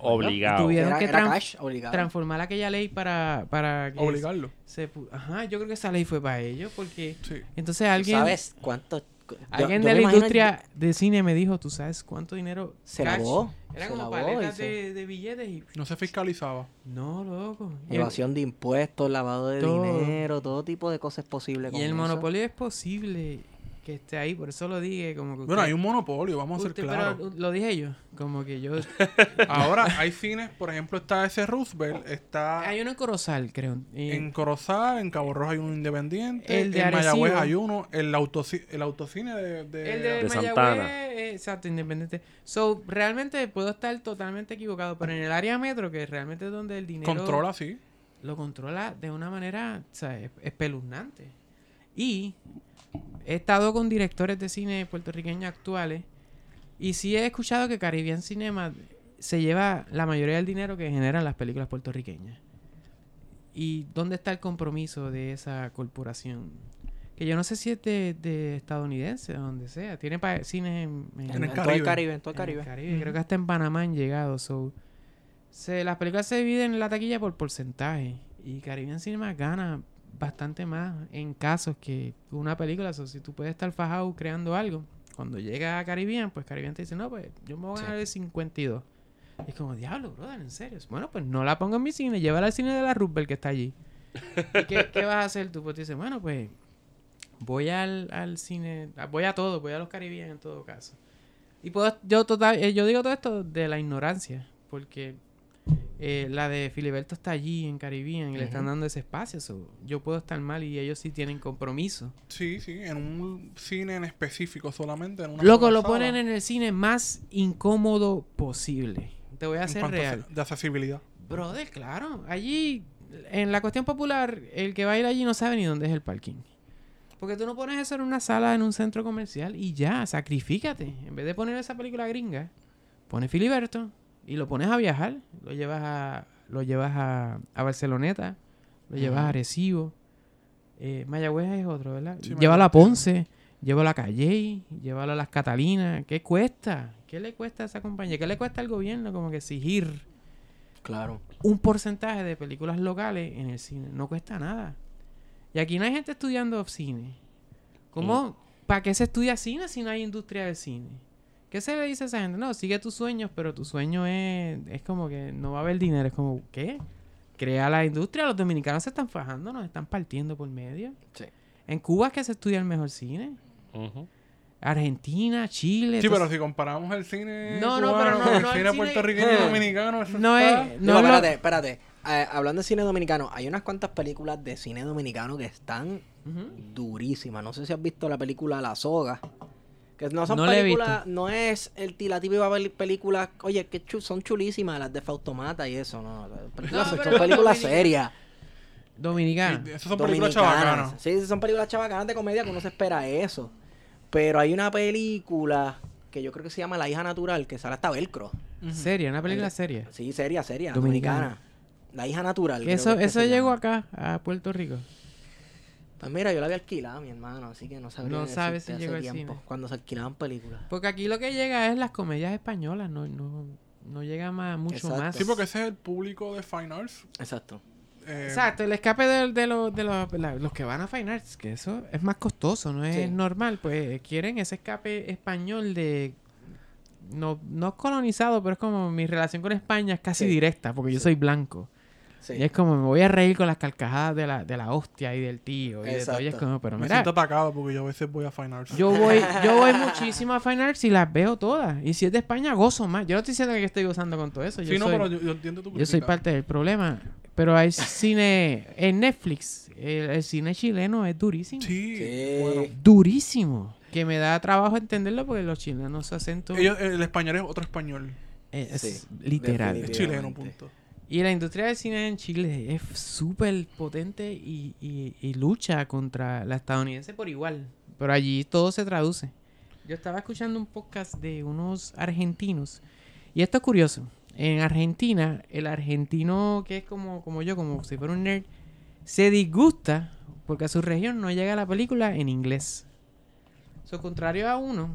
A: Obligado.
B: Tuvieron
C: Era,
B: que
C: era
B: tran-
C: cash, obligado.
B: Transformar aquella ley para, para que
D: obligarlo.
B: se pu- Ajá, yo creo que esa ley fue para ellos, porque
D: Sí.
B: entonces
C: ¿Tú
B: alguien...
C: ¿Sabes cuánto? cu- yo-
B: Alguien
C: yo
B: de
C: me
B: la
C: imagino-
B: industria de cine me dijo, ¿tú sabes cuánto dinero?
C: Se
B: cash?
C: lavó.
B: Era
C: se
B: como
C: lavó y
B: paletas
C: se-
B: de, de billetes y...
D: No se fiscalizaba.
B: No, loco. Y el-
C: Evasión de impuestos, lavado de
B: Todo.
C: dinero, todo tipo de cosas
B: Y
C: posibles. con
B: el
C: eso.
B: monopolio es posible que esté ahí, por eso lo dije, como que...
D: Bueno, hay
B: usted-
D: un monopolio, vamos a ser
B: usted-
D: claros.
B: pero, uh, lo dije yo, como que yo...
D: Ahora, hay cines, por ejemplo, está ese Roosevelt, está
B: hay uno en Corozal, creo. y-
D: en Corozal, en Cabo Rojo hay uno independiente,
B: El de
D: en Mayagüez
B: Arecibo.
D: hay uno, el, autoci- el autocine de... de-
B: El de,
A: de
B: Mayagüez,
A: Santana.
B: eh, exacto, independiente. So, realmente puedo estar totalmente equivocado, pero en el área metro, que realmente es donde el dinero...
D: Controla, sí.
B: lo controla de una manera o sea, es- espeluznante. Y he estado con directores de cine puertorriqueños actuales y sí he escuchado que Caribbean Cinema se lleva la mayoría del dinero que generan las películas puertorriqueñas. ¿Y dónde está el compromiso de esa corporación? Que yo no sé si es de, de estadounidense, o donde sea. Tiene pa- cines en, en-
C: En,
D: el
C: en todo el
D: Caribe.
C: Caribe, en todo
B: en
C: el
B: el
C: Caribe.
B: Caribe. Creo que hasta en Panamá han llegado. So, se, las películas se dividen en la taquilla por porcentaje. Y Caribbean Cinema gana bastante más en casos que una película. So, si tú puedes estar fajado creando algo, Cuando llega a Caribbean, pues Caribbean te dice, no, pues yo me voy a ganar el 52. Y es como, diablo, brother, en serio. Bueno, pues no la pongo en mi cine, llévala al cine de la Rubel que está allí. ¿Y qué, qué vas a hacer tú? Pues te dice, bueno, pues voy al, al cine, ah, voy a todo, voy a los Caribbean en todo caso. Y puedo, yo, total, eh, yo digo todo esto de la ignorancia, porque eh, la de Filiberto está allí en Caribbean y le están dando ese espacio. so, yo puedo estar mal y ellos sí tienen compromiso.
D: Sí, sí, en un cine en específico solamente. En una
B: Loco,
D: sola
B: lo
D: sala.
B: ponen en el cine más incómodo posible. Te voy a
D: En
B: hacer
D: cuanto a
B: real.
D: ac- De accesibilidad.
B: Brother, claro. Allí, en la cuestión popular, el que va a ir allí no sabe ni dónde es el parking. Porque tú no pones eso en una sala, en un centro comercial y ya, sacrifícate. En vez de poner esa película gringa, pones Filiberto y lo pones a viajar. Lo llevas a, lo llevas a, a Barceloneta, lo llevas a Arecibo. Eh, Mayagüez es otro, ¿verdad?
D: Sí,
B: llévalo
D: Mayagüez.
B: a Ponce, llévalo a Calley, llévalo a las Catalinas. ¿Qué cuesta? ¿Qué le cuesta a esa compañía? ¿Qué le cuesta al gobierno como que exigir? Eh,
C: Claro.
B: un porcentaje de películas locales en el cine. No cuesta nada. Y aquí no hay gente estudiando cine. ¿Cómo?
C: Eh.
B: ¿Para qué se estudia cine si no hay industria del cine? ¿Qué se le dice a esa gente? No, sigue tus sueños, pero tu sueño es, es como que no va a haber dinero. Es como, ¿qué? Crea la industria. Los dominicanos se están fajando, nos están partiendo por medio.
C: Sí.
B: En Cuba es que se estudia el mejor cine.
A: Ujú.
B: Argentina, Chile.
D: Sí, pero
B: entonces-
D: si comparamos el cine
B: No, no,
D: cubano
B: pero no,
D: con el
B: no, el
D: cine
B: cine-
D: puertorriqueño y
C: Eh.
D: dominicano, eso
B: no
D: está-
B: es...
C: No,
B: No, es lo-
C: Eh, espérate, espérate. Eh, hablando de cine dominicano, hay unas cuantas películas de cine dominicano que están
B: Ujú.
C: durísimas. No sé si has visto la película La Soga. Que no son
B: No la he
C: películas, no es el, ti- la típica pel- película, oye, que chu- son chulísimas las de Fautomata y eso, no, no, películas-
B: pero
C: son películas
B: dominicana.
C: serias.
B: Dominicana.
D: Sí, Esas son películas
C: dominicanas.
D: chavacanas.
C: Sí, son películas chavacanas de comedia que uno se espera eso. Pero hay una película que yo creo que se llama La hija natural, que sale hasta Velcro.
B: Seria, una película seria.
C: Sí, seria, seria,
B: Dominicana.
C: dominicana. La hija natural.
B: Que
C: creo
B: eso
C: que es que
B: eso
C: se
B: llegó
C: llama.
B: acá, a Puerto Rico.
C: Pues mira, yo la había alquilado, mi hermano, así que no sabría.
B: No sabe si
C: decirte hace
B: llegó al
C: tiempo,
B: cine.
C: Cuando se alquilaban películas.
B: Porque aquí lo que llega es las comedias españolas, no, no, no llega más, mucho
C: Exacto.
B: más.
D: Sí, porque ese es el público de Fine Arts.
C: Exacto.
D: eh,
B: Exacto, el escape de, de los- de los- la- los que van a Fine Arts, que eso es más costoso, no es
C: Sí.
B: normal. Pues quieren ese escape español de... No, no es colonizado, pero es como mi relación con España es casi
C: Sí.
B: directa, porque yo
C: Sí.
B: soy blanco.
C: Sí.
B: Y es como me voy a reír con las carcajadas de la, de la hostia y del tío. Y de todo. Y es
C: Exacto.
B: como, pero
D: me
B: mira,
D: siento atacado porque yo a veces voy a Fine Arts.
B: Yo voy, yo voy muchísimo a Fine Arts y las veo todas. Y si es de España, gozo más. Yo no estoy diciendo que estoy gozando con todo eso. Yo,
D: sí, no,
B: soy,
D: pero yo, yo entiendo tu
B: yo soy
D: crítica.
B: parte del problema. Pero hay cine en Netflix. El, el cine chileno es durísimo.
D: Sí,
C: Sí.
D: bueno.
B: Durísimo. Que me da trabajo entenderlo porque los chilenos se acentúan.
D: Ellos- el español es otro español.
B: es
C: Sí,
B: literal.
D: Es
C: definitivamente.
D: chileno, punto.
B: Y la industria del cine en Chile es súper potente y, y- y lucha contra la estadounidense por igual. Pero allí todo se traduce. Yo estaba escuchando un podcast de unos argentinos. Y esto es curioso. En Argentina, el argentino que es como, como yo, como si fuera un nerd, se disgusta porque a su región no llega la película en inglés. So, contrario a uno,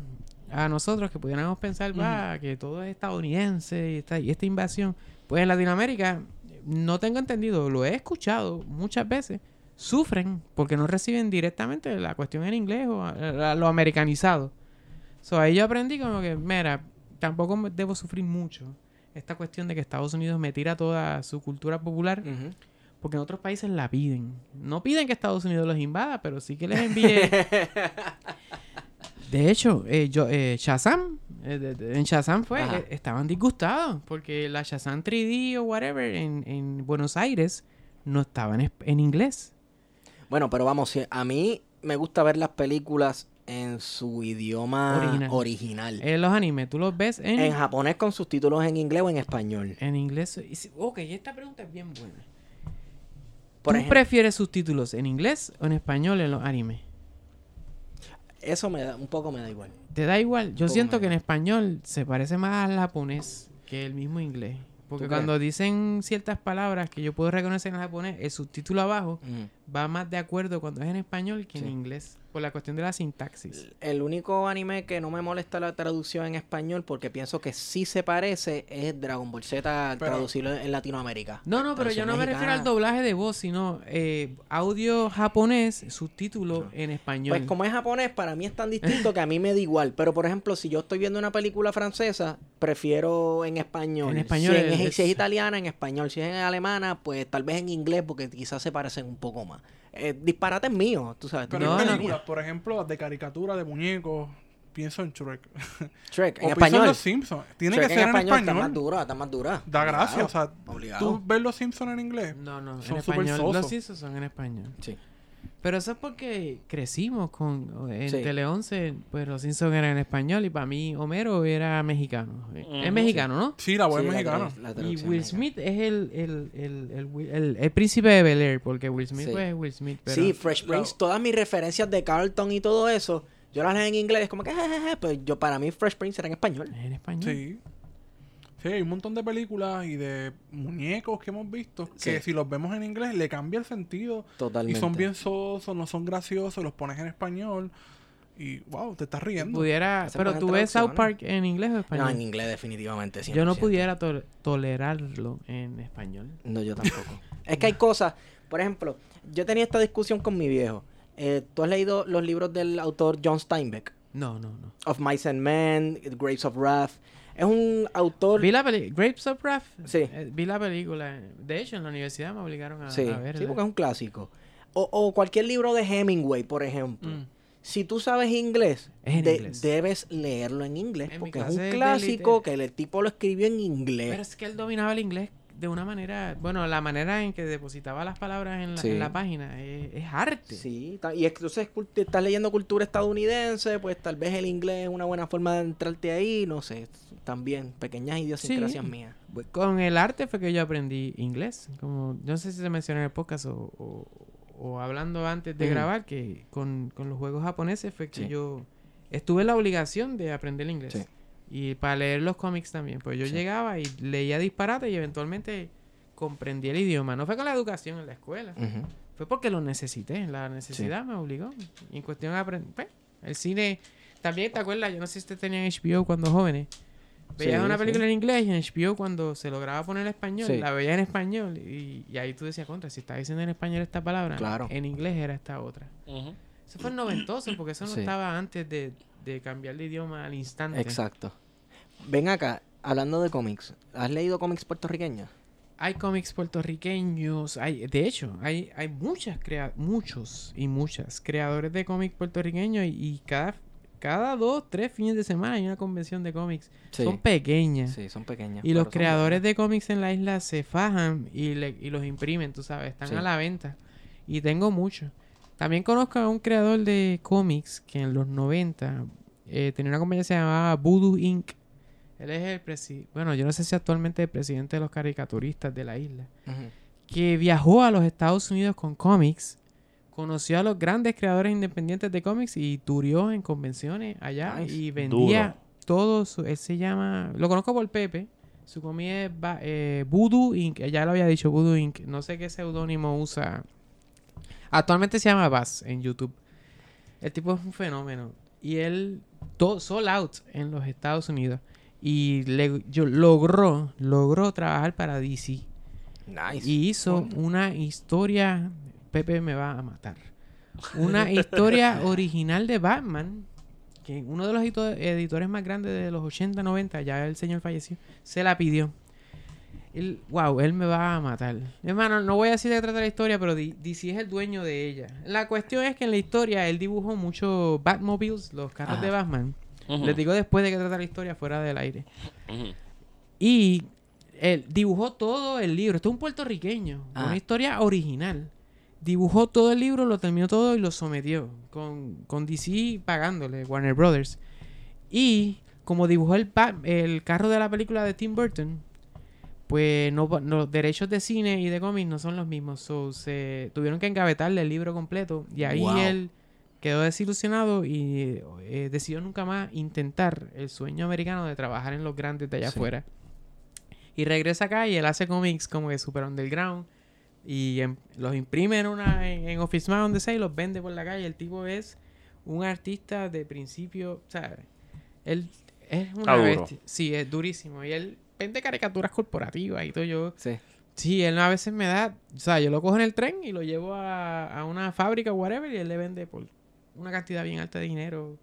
B: a nosotros que pudiéramos pensar "Bah, que todo es estadounidense y esta, y esta invasión, pues en Latinoamérica, no tengo entendido, lo he escuchado muchas veces, sufren porque no reciben directamente la cuestión en inglés o a- a- a lo americanizado. So, ahí yo aprendí como que, mira, tampoco me- debo sufrir mucho esta cuestión de que Estados Unidos me tira toda su cultura popular
C: Ujú.
B: porque en otros países la piden. No piden que Estados Unidos los invada, pero sí que les envíe. De hecho, eh, yo, eh, Shazam, eh, de- de- en Shazam fue,
C: Ajá.
B: eh, estaban disgustados porque la Shazam 3D o whatever en, en Buenos Aires no estaba en, es- en inglés.
C: Bueno, pero vamos, si- a mí me gusta ver las películas en su idioma
B: Original.
C: original.
B: Eh, los animes, tú los ves en,
C: En japonés con subtítulos en inglés o en español.
B: en inglés. Y si- ok, esta pregunta es bien buena.
C: Por
B: ¿Tú
C: ejemplo,
B: prefieres subtítulos en inglés o en español en los animes?
C: eso me da, un poco me da igual.
B: Te da igual. Yo
C: Poco
B: siento
C: me
B: que en
C: da.
B: español se parece más al japonés que el mismo inglés. Porque
C: ¿Tú crees?
B: cuando dicen ciertas palabras que yo puedo reconocer en japonés, el subtítulo abajo
C: Mm.
B: va más de acuerdo cuando es en español que en
C: Sí.
B: inglés. Por la cuestión de la sintaxis.
C: El único anime que no me molesta la traducción en español porque pienso que sí se parece es Dragon Ball Z al
D: Pero-
C: traducirlo en Latinoamérica.
B: No, no, pero yo
C: Traducción
B: no me refiero al
C: mexicana.
B: doblaje de voz, sino eh, audio japonés, subtítulo
C: Ajá.
B: en español.
C: Pues como es japonés, para mí es tan distinto que a mí me da igual. Pero por ejemplo, si yo estoy viendo una película francesa, prefiero en español.
B: En español
C: Si, en-
B: es-
C: si es italiana, en español. Si es en alemana, pues tal vez en inglés porque quizás se parecen un poco más. Eh, disparates míos, tú sabes. tú
D: Pero
B: No,
D: hay
B: no.
D: películas, por ejemplo, de caricatura, de muñecos, pienso en Shrek.
C: Shrek, en
D: o pienso en
C: español.
D: Los Simpsons. Tiene
C: Shrek
D: que ser en español.
C: Está más dura, está más dura.
D: Da gracia, o sea,
C: obligado.
D: tú ves Los Simpsons en inglés.
C: Mm.
B: No, no,
D: Son
B: en
D: súper
B: español.
D: sosos.
B: Los Simpsons son en español.
C: Sí.
B: Pero eso es porque crecimos con o- en
C: Sí.
B: Tele 11, pues los Simpsons eran en español y para mí Homero era mexicano.
A: Ujú.
B: Es mexicano, ¿no?
D: Sí, la voz
C: Sí,
D: es
C: la
D: mexicana.
C: tradu- la
B: Y
C: traducción
B: Will
C: mexicana.
B: Smith es el, el, el, el, Will- el- el príncipe de Bel Air, porque Will Smith
C: Sí.
B: pues, es Will Smith. Pero
C: sí, Fresh Prince, todas mis referencias de Carlton y todo eso, yo las leo en inglés, es como que, jejeje, pero pues yo para mí Fresh Prince era en español.
B: es en español.
D: Sí. Sí, hay un montón de películas y de muñecos que hemos visto que
C: Sí.
D: si los vemos en inglés le cambia el sentido y
C: Totalmente.
D: son bien sosos, no son graciosos, los pones en español y wow, te estás riendo.
B: Pudiera,
C: Hacen
B: pero
C: buenas
B: tú ves South
C: traducciones.
B: Park en inglés o en español.
C: No, en inglés definitivamente. 100%.
B: Yo no pudiera tol- tolerarlo en español.
C: No, yo tampoco. es que hay cosas, por ejemplo, yo tenía esta discusión con mi viejo. Eh, ¿Tú has leído los libros del autor John Steinbeck?
B: No, no, no.
C: Of Mice and Men, Grapes of Wrath. Es un autor...
B: Vi la película, Grapes of Wrath.
C: Sí.
B: eh, vi la película. De hecho, en la universidad me obligaron a,
C: Sí,
B: a verla.
C: sí, porque es un clásico. O, o cualquier libro de Hemingway, por ejemplo.
B: Mm.
C: Si tú sabes inglés,
B: Es en
C: de-
B: inglés.
C: debes leerlo en inglés,
B: En mi
C: porque es
B: clase
C: un
B: de
C: clásico
B: liter-
C: que el tipo lo escribió en inglés.
B: Pero es que él dominaba el inglés de una manera, bueno, la manera en que depositaba las palabras en la,
C: Sí.
B: en la página es, es arte.
C: Sí, ta- y entonces cult- estás leyendo cultura estadounidense, pues tal vez el inglés es una buena forma de entrarte ahí, no sé, también pequeñas idiosincrasias
B: Sí.
C: mías.
B: Pues, Con el arte fue que yo aprendí inglés. Como, no sé si se mencionó en el podcast o, o- o hablando antes de
C: Ujú.
B: grabar, que con, con los juegos japoneses fue que
C: Mm. Sí.
B: yo estuve en la obligación de aprender inglés.
C: Sí.
B: Y para leer los cómics también. Pues yo
C: Sí.
B: llegaba y leía disparate y eventualmente comprendí el idioma. No fue con la educación en la escuela. Fue porque lo necesité, la necesidad me obligó. Y en cuestión de aprender. el cine, también te acuerdas, yo no sé si ustedes tenían HBO cuando jóvenes. Veías
C: Sí,
B: una película
C: sí.
B: en inglés y en HBO cuando se lograba poner en español,
C: Sí.
B: la veías en español. Y, y ahí tú decías, contra, si estaba diciendo en español esta palabra,
C: Claro.
B: en inglés era esta otra.
A: Ujú.
B: Eso fue noventoso, porque eso no
C: Sí.
B: estaba antes de, de cambiar de idioma al instante.
C: Exacto. Ven acá, hablando de cómics, ¿has leído cómics puertorriqueños?
B: Hay cómics puertorriqueños, hay, de hecho, hay, hay muchas crea muchos y muchas creadores de cómics puertorriqueños y, y cada, cada dos, tres fines de semana hay una convención de cómics. Son pequeñas.
C: Sí, son pequeñas.
B: Y
C: pero
B: los
C: son
B: creadores de cómics en la isla se fajan y, le- y los imprimen, tú sabes, están
C: Sí.
B: a la venta. Y tengo muchos. También conozco a un creador de cómics que en los 90 eh, tenía una compañía que se llamaba Voodoo Inc. Él es el presidente, bueno, yo no sé si actualmente es el presidente de los caricaturistas de la isla
C: buenas. Ujú.
B: que viajó a los Estados Unidos con cómics, conoció a los grandes creadores independientes de cómics y turió en convenciones allá
C: Nice.
B: y vendía
A: Duro.
B: todo su... Él se llama... Lo conozco por Pepe. Su comida es ba- eh, Voodoo Inc. Ya lo había dicho, Voodoo Inc. No sé qué seudónimo usa. Actualmente se llama Bass en YouTube. El tipo es un fenómeno. Y él... Todo, sold out en los Estados Unidos. Y le- yo, logró, logró trabajar para DC.
C: Nice.
B: Y hizo una historia. Pepe me va a matar. Una historia original de Batman. Que uno de los edito- editores más grandes de los 80, 90, ya el señor falleció, se la pidió. Él- wow, él me va a matar. Hermano, no voy a decir de qué trata la historia, pero di- DC es el dueño de ella. La cuestión es que en la historia él dibujó muchos Batmobiles, los carros
C: Ajá.
B: de Batman.
A: Ujú.
B: Les digo después de qué trata la historia fuera del aire.
A: Ujú.
B: Y él dibujó todo el libro. Esto es un puertorriqueño.
C: Ah.
B: Una historia original. Dibujó todo el libro, lo terminó todo y lo sometió. Con, con DC pagándole, Warner Brothers. Y como dibujó el, Bat- el carro de la película de Tim Burton, pues no, va- no- los derechos de cine y de cómics no son los mismos. So, se tuvieron que engavetarle el libro completo. Y ahí
C: Wow.
B: él quedó desilusionado y eh, decidió nunca más intentar el sueño americano de trabajar en los grandes de allá
C: Sí.
B: afuera. Y regresa acá y él hace cómics como que super underground. Y em- los imprime en, una, en, en Office Max, donde sea, y los vende por la calle. El tipo es un artista de principio, ¿sabes? Él es una
A: Está duro.
B: bestia. Sí, es durísimo. Y él vende caricaturas corporativas y todo. Yo,
C: Sí.
B: Sí, él a veces me da, o sea, yo lo cojo en el tren y lo llevo a, a una fábrica o whatever y él le vende por una cantidad bien alta de dinero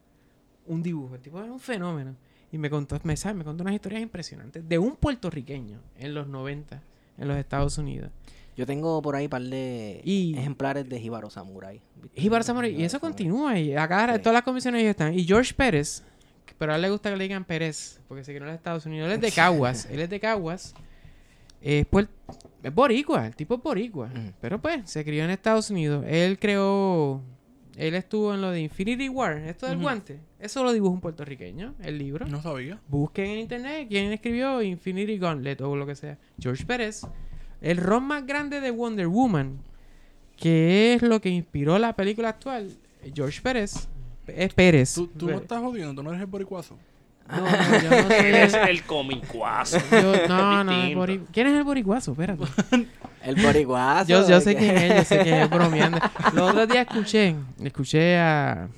B: un dibujo. El tipo es un fenómeno. Y me contó, me, sabe, me contó unas historias impresionantes de un puertorriqueño en los 90 en los Estados Unidos.
C: Yo tengo por ahí un par de
B: Y-
C: ejemplares de Jibaro Samurai.
B: Y Barça Moreno, y eso continúa y acá
C: Sí.
B: todas las comisiones ahí están. Y George Pérez, que- pero a él le gusta que le digan Pérez, porque se crió en los Estados Unidos. Él es de Caguas, él es de Caguas. Es, puer- es boricua, el tipo es boricua.
C: Ujú.
B: Pero pues, se crió en Estados Unidos. Él creó, él estuvo en lo de Infinity War, esto del
D: Ujú.
B: guante. Eso lo dibujó un puertorriqueño, el libro.
D: No sabía.
B: Busquen en internet quién escribió Infinity Gauntlet o lo que sea. George Pérez. El rom más grande de Wonder Woman, que es lo que inspiró la película actual. George Pérez. Es Pérez.
D: Tú, tú no estás jodiendo, tú no eres el boricuazo.
B: No, no, yo no soy
A: Él es
B: el-
A: el comicuazo.
B: yo- no, no, el
A: Distinto.
B: boricu- ¿Quién es el boriguazo? Espérate.
C: El boriguazo.
B: Yo, yo sé
C: que-
B: quién es, yo sé quién es bromeando. Los otros días escuché, escuché a...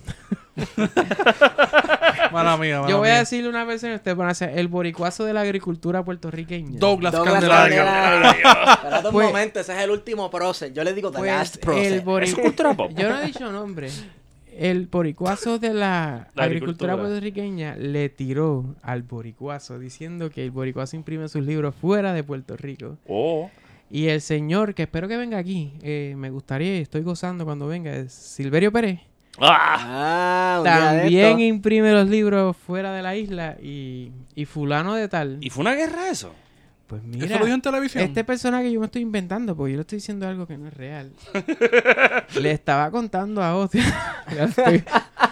D: Mala mía, mala
B: Yo voy a
D: mía.
B: decirle una versión, ustedes van a hacer el boricuazo de la agricultura puertorriqueña.
D: Douglas,
C: Douglas
D: Candelario.
C: Candelario. Espérate un
B: Pues-
C: momento, ese es el último prócer. Yo le digo The
B: Pues,
C: Last
B: el
C: Process.
A: Es
B: boricu-
A: cultura pop.
B: Yo no he dicho nombre. El boricuazo de la,
A: La
B: agricultura.
A: agricultura.
B: puertorriqueña le tiró al boricuazo diciendo que el boricuazo imprime sus libros fuera de Puerto Rico.
A: Oh,
B: Y el señor, que espero que venga aquí, eh, me gustaría y estoy gozando cuando venga, es Silverio Pérez,
A: ah,
C: Ah, un día de
B: también
C: esto.
B: imprime los libros fuera de la isla y, y fulano de tal.
A: ¿Y fue una guerra eso?
B: Pues
D: ¿Eso
B: mira,
D: lo dijo en televisión?
B: Este personaje yo me estoy inventando porque yo le estoy diciendo algo que no es real. le estaba contando a Ocio. Le estoy-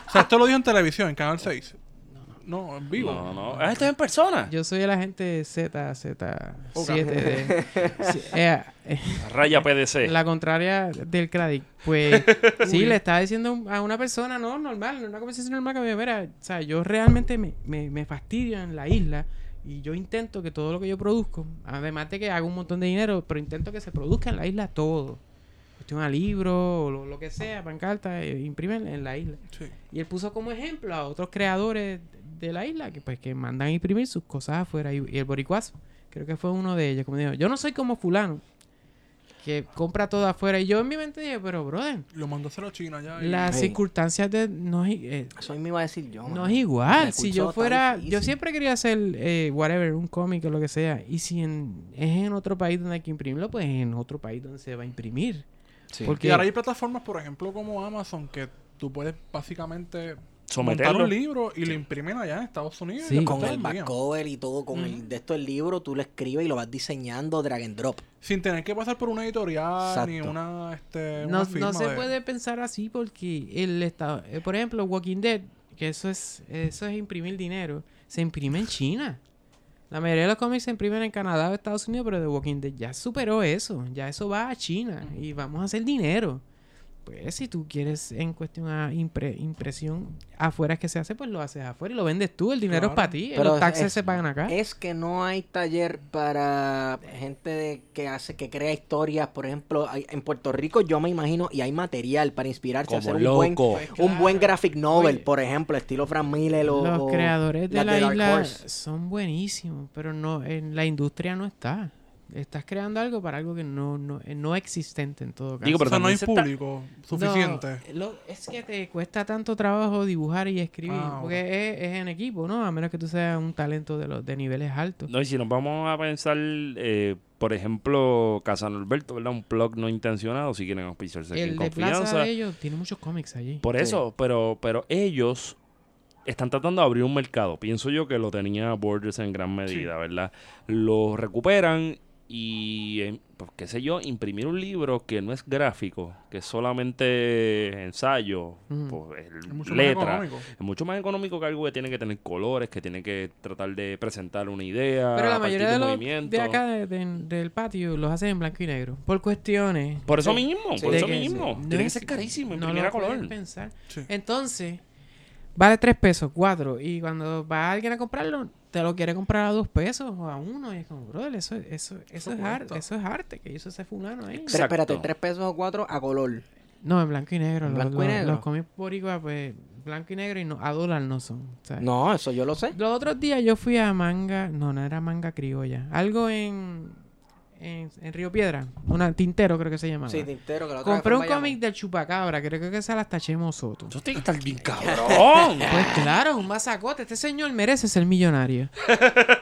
D: O sea, esto lo dijo en televisión, en Canal 6. ah. No, en vivo.
A: No, no. Ah, esto es en persona.
B: yo soy el agente Z,
D: Ok.
B: 7 de... sí, eh, eh,
A: Raya PDC.
B: la contraria del Craddick. Pues sí, le estaba diciendo a una persona, no, normal, en una conversación normal que me dijo, mira, o sea, yo realmente me, me, me fastidio en la isla y yo intento que todo lo que yo produzco, además de que hago un montón de dinero, pero intento que se produzca en la isla todo. Cuestión a libro, o lo, lo que sea, pancarta, eh, imprimen en la isla.
D: Sí.
B: Y él puso como ejemplo a otros creadores de la isla que pues que mandan a imprimir sus cosas afuera. Y, y el boricuazo, creo que fue uno de ellos, como dijo, yo no soy como fulano, que compra todo afuera. Y yo en mi mente dije, pero brother,
D: Lo mandó a hacer a China ya. y-
B: las
C: Ey.
B: circunstancias de no, es i- eh,
C: Eso mismo iba a decir yo.
B: no
C: mano.
B: es
C: Me
B: igual. Si
C: escuchó
B: yo
C: tan
B: fuera, yo
C: difícil.
B: siempre quería hacer eh, whatever, un cómic o lo que sea. Y si en- es en otro país donde hay que imprimirlo, pues en otro país donde se va a imprimir.
C: Sí.
B: Porque
D: Y ahora hay plataformas, por ejemplo, como Amazon, que tú puedes básicamente montar
A: Someterlo.
D: un libro y lo imprimen allá en Estados Unidos.
B: Sí.
D: y lo
C: Con el
D: envían.
C: backcover y todo, con
B: Mm.
C: el de esto el libro, tú lo escribes y lo vas diseñando drag and drop.
D: Sin tener que pasar por una editorial ni
C: Exacto.
D: una, este,
B: no,
D: una
B: no
D: firma
B: se
D: de-
B: puede pensar así porque el estado eh, por ejemplo Walking Dead que eso es eso es imprimir dinero se imprime en China la mayoría de los cómics se imprimen en Canadá o Estados Unidos pero The Walking Dead ya superó eso ya eso va a China y vamos a hacer dinero pues si tú quieres en cuestión a impre- impresión afuera es que se hace pues lo haces afuera y lo vendes tú el dinero es
D: Claro.
B: para ti
C: Pero
B: los
C: es-
B: taxes
C: es-
B: se pagan acá
C: Es que no hay taller para gente de- que hace, que crea historias. Por ejemplo, hay- en Puerto Rico yo me imagino y hay material para inspirarse a hacer
A: Como
C: un buen,
A: loco.
C: un buen graphic novel,
B: Oye.
C: por ejemplo, estilo Frank Miller o
B: Los
C: o
B: creadores de
C: las
B: la
C: Dark
B: isla
C: Horse.
B: son buenísimos, pero no en la industria no está. Estás creando algo para algo que no no, eh, no existente en todo caso.
A: Digo,
D: O
A: pero
D: sea, no hay
A: también se está-
D: público suficiente.
B: No, lo- es que te cuesta tanto trabajo dibujar y escribir,
D: Ah,
B: porque es, es en equipo, ¿no? A menos que tú seas un talento de los de niveles altos.
A: No, y si nos vamos a pensar, eh, por ejemplo, Casano Alberto, ¿verdad? Un blog no intencionado, si quieren auspiciarse aquí en
B: El de Plaza
A: confianza.
B: de ellos tiene muchos cómics allí.
A: Por eso, pero, pero ellos están tratando de abrir un mercado. Pienso yo que lo tenía Borders en gran medida, ¿verdad? Lo recuperan y, eh, pues, qué sé yo, imprimir un libro que no es gráfico, que es solamente ensayo,
B: Ujú.
A: pues, el-
D: Es mucho más
A: letra.
D: económico.
A: es mucho más económico que algo que tiene que tener colores, que tiene que tratar de presentar una idea.
B: pero la
A: a partir
B: mayoría de los
A: movimientos.
B: de acá de- de- del patio los hacen en blanco y negro por cuestiones
A: Por eso
B: Sí.
A: mismo,
B: Sí.
A: por
B: De
A: eso
B: que-
A: mismo.
B: sí.
A: Tiene
B: No
A: que
B: es-
A: ser carísimo,
B: no
A: imprimir
B: lo
A: a color.
B: pueden pensar.
D: Sí.
B: Entonces, Vale tres pesos, cuatro. Y cuando va alguien a comprarlo, te lo quiere comprar a dos pesos o a uno. Y es como, brother, eso, eso, eso, es, ar-
C: cuesta.
B: eso es arte que hizo ese fulano ahí.
C: Tres, espérate,
A: Exacto.
C: tres pesos o cuatro a color.
B: No, en blanco y negro.
C: ¿En
B: los-
C: blanco y
B: los-
C: negro?
B: Los cómics boricua, pues, blanco y negro y no, a dólar no son. ¿sabes?
C: No, eso yo lo sé.
B: Los otros días yo fui a manga, no, no era manga criolla. Algo en, en, en Río Piedra, una tintero creo que se llamaba.
C: Sí, tintero, que la otra vez
B: Compré
C: fue
B: un
C: en Bayamón.
B: cómic del chupacabra, creo que esa la Chemo Soto.
A: Tú tienes que estar bien cabrón.
B: Pues claro, un masacote. Este señor merece ser millonario.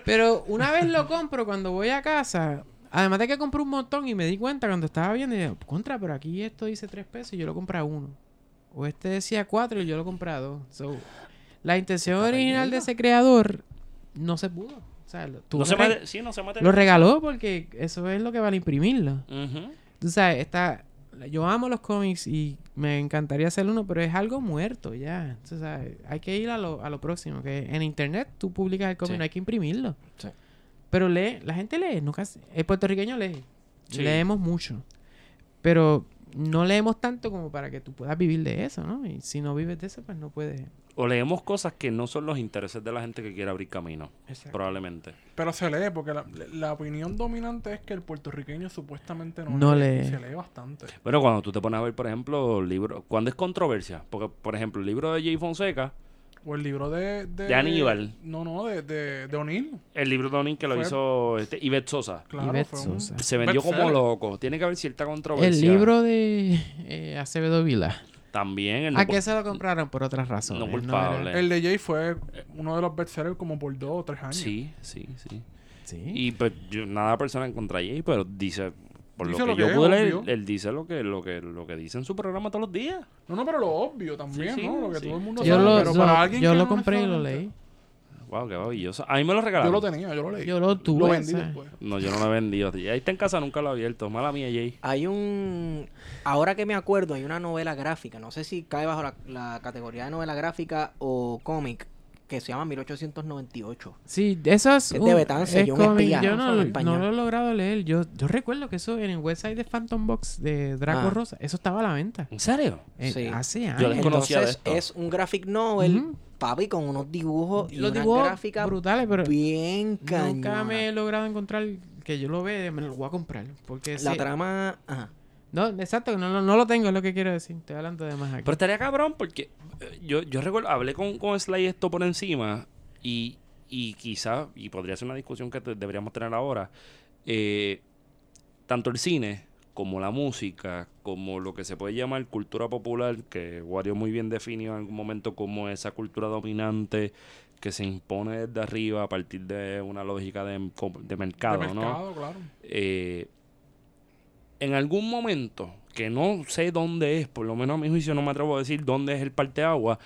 B: Pero una vez lo compro, cuando voy a casa, además de que compré un montón y me di cuenta cuando estaba viendo, y digo, contra, pero aquí esto dice tres pesos y yo lo compré a uno. O este decía cuatro y yo lo compré a dos. So, la intención original de ese creador no se pudo. O sea, lo, tuvo
A: No se
B: que re-
A: mate- sí, no se mate.
B: lo regaló porque eso es lo que vale imprimirlo.
A: Ujú.
B: Tú sabes, está, yo amo los cómics y me encantaría hacer uno, pero es algo muerto ya. Tú sabes, hay que ir a lo, a lo próximo, que en internet tú publicas el cómic,
A: Sí.
B: no hay que imprimirlo.
C: Sí.
B: Pero lee, la gente lee, nunca, se- el puertorriqueño lee.
A: Sí.
B: Leemos mucho, pero no leemos tanto como para que tú puedas vivir de eso, ¿no? Y si no vives de eso, pues no puedes.
A: O leemos cosas que no son los intereses de la gente que quiere abrir camino.
B: Exacto.
A: Probablemente.
D: Pero se lee, porque la, la opinión dominante es que el puertorriqueño supuestamente no,
B: No lee.
D: Se lee bastante.
A: Bueno, cuando tú te pones a ver, por ejemplo, libros. Cuando es controversia. Porque, por ejemplo, el libro de Jay Fonseca,
D: O el libro de... De,
A: De Aníbal.
D: No, no, de, de, de O'Neill.
A: el libro de Onin que lo
D: Fue-
A: hizo este, Ivette Sosa,
D: Claro,
B: Ivette
D: fue un-
B: Sosa.
A: se vendió como
D: Bestseller.
A: loco. Tiene que haber cierta controversia.
B: El libro de eh, Acevedo Vila.
A: También. El
B: ¿A
A: no-
B: qué se lo compraron? Por otras razones.
A: No
B: era-
A: culpable.
D: El de Jay fue uno de los bestsellers como por dos o tres años.
A: Sí, sí, sí.
B: Sí.
A: Y pues yo, nada personal en contra de Jay, pero dice. Por
D: Dice
A: lo que,
D: lo que
A: yo
D: es,
A: pude leer,
D: obvio.
A: él dice lo que, lo que, lo que dice en su programa todos los días.
D: No, no, pero lo obvio también,
A: Sí, sí,
D: ¿no? Lo que
A: sí.
D: todo el mundo
B: Yo
D: sabe.
B: lo,
D: pero
B: yo-
D: para alguien
B: yo
D: que
B: lo
D: no
B: compré y lo
D: necesariamente-
B: leí.
A: Wow, qué maravilloso. A mí me lo
D: Yo
A: regalaron.
D: lo tenía, yo lo leí.
B: Yo lo tuve.
D: Lo
B: o
D: vendí
B: sea,
D: después.
A: No, yo no lo he vendido. tío. Ahí está en casa, nunca lo he abierto. Mala mía, Jay.
C: Hay un. Ahora que me acuerdo, hay una novela gráfica. No sé si cae bajo la, la categoría de novela gráfica o cómic. Que se llama 1898.
B: Sí, eso es.
C: Es de Betances, yo un
B: cómic.
C: espía,
B: Yo
C: ¿no?
B: no,
C: Son
B: lo-
C: español.
B: no lo he logrado leer. Yo, yo recuerdo que eso en el website de Phantom Box de Draco
C: Ah.
B: Rosa, eso estaba a la venta.
A: ¿En serio?
B: Eh,
C: Sí.
B: Hace
A: Yo
B: años.
A: desconocía de
C: Entonces
A: esto.
C: es un graphic novel,
B: Ujú.
C: papi, con unos dibujos y
B: Los
C: una
B: dibujos
C: gráfica
B: brutales, pero
C: bien
B: nunca
C: cañona.
B: me he logrado encontrar que yo lo vea y me lo voy a comprar. Porque
C: La
B: sí-
C: trama. Ajá.
B: no, exacto, no, no, no lo tengo, es lo que quiero decir. Estoy hablando de más aquí.
A: Pero estaría cabrón porque eh, yo, yo recuerdo, hablé con, con Sly esto por encima y, y quizás, y podría ser una discusión que te- deberíamos tener ahora, eh, tanto el cine como la música, como lo que se puede llamar cultura popular, que Wario muy bien definió en algún momento como esa cultura dominante que se impone desde arriba a partir de una lógica de, de mercado,
D: de
A: ¿no?
D: mercado, claro.
A: eh, en algún momento, que no sé dónde es, por lo menos a mi juicio no me atrevo a decir dónde es el parteagua,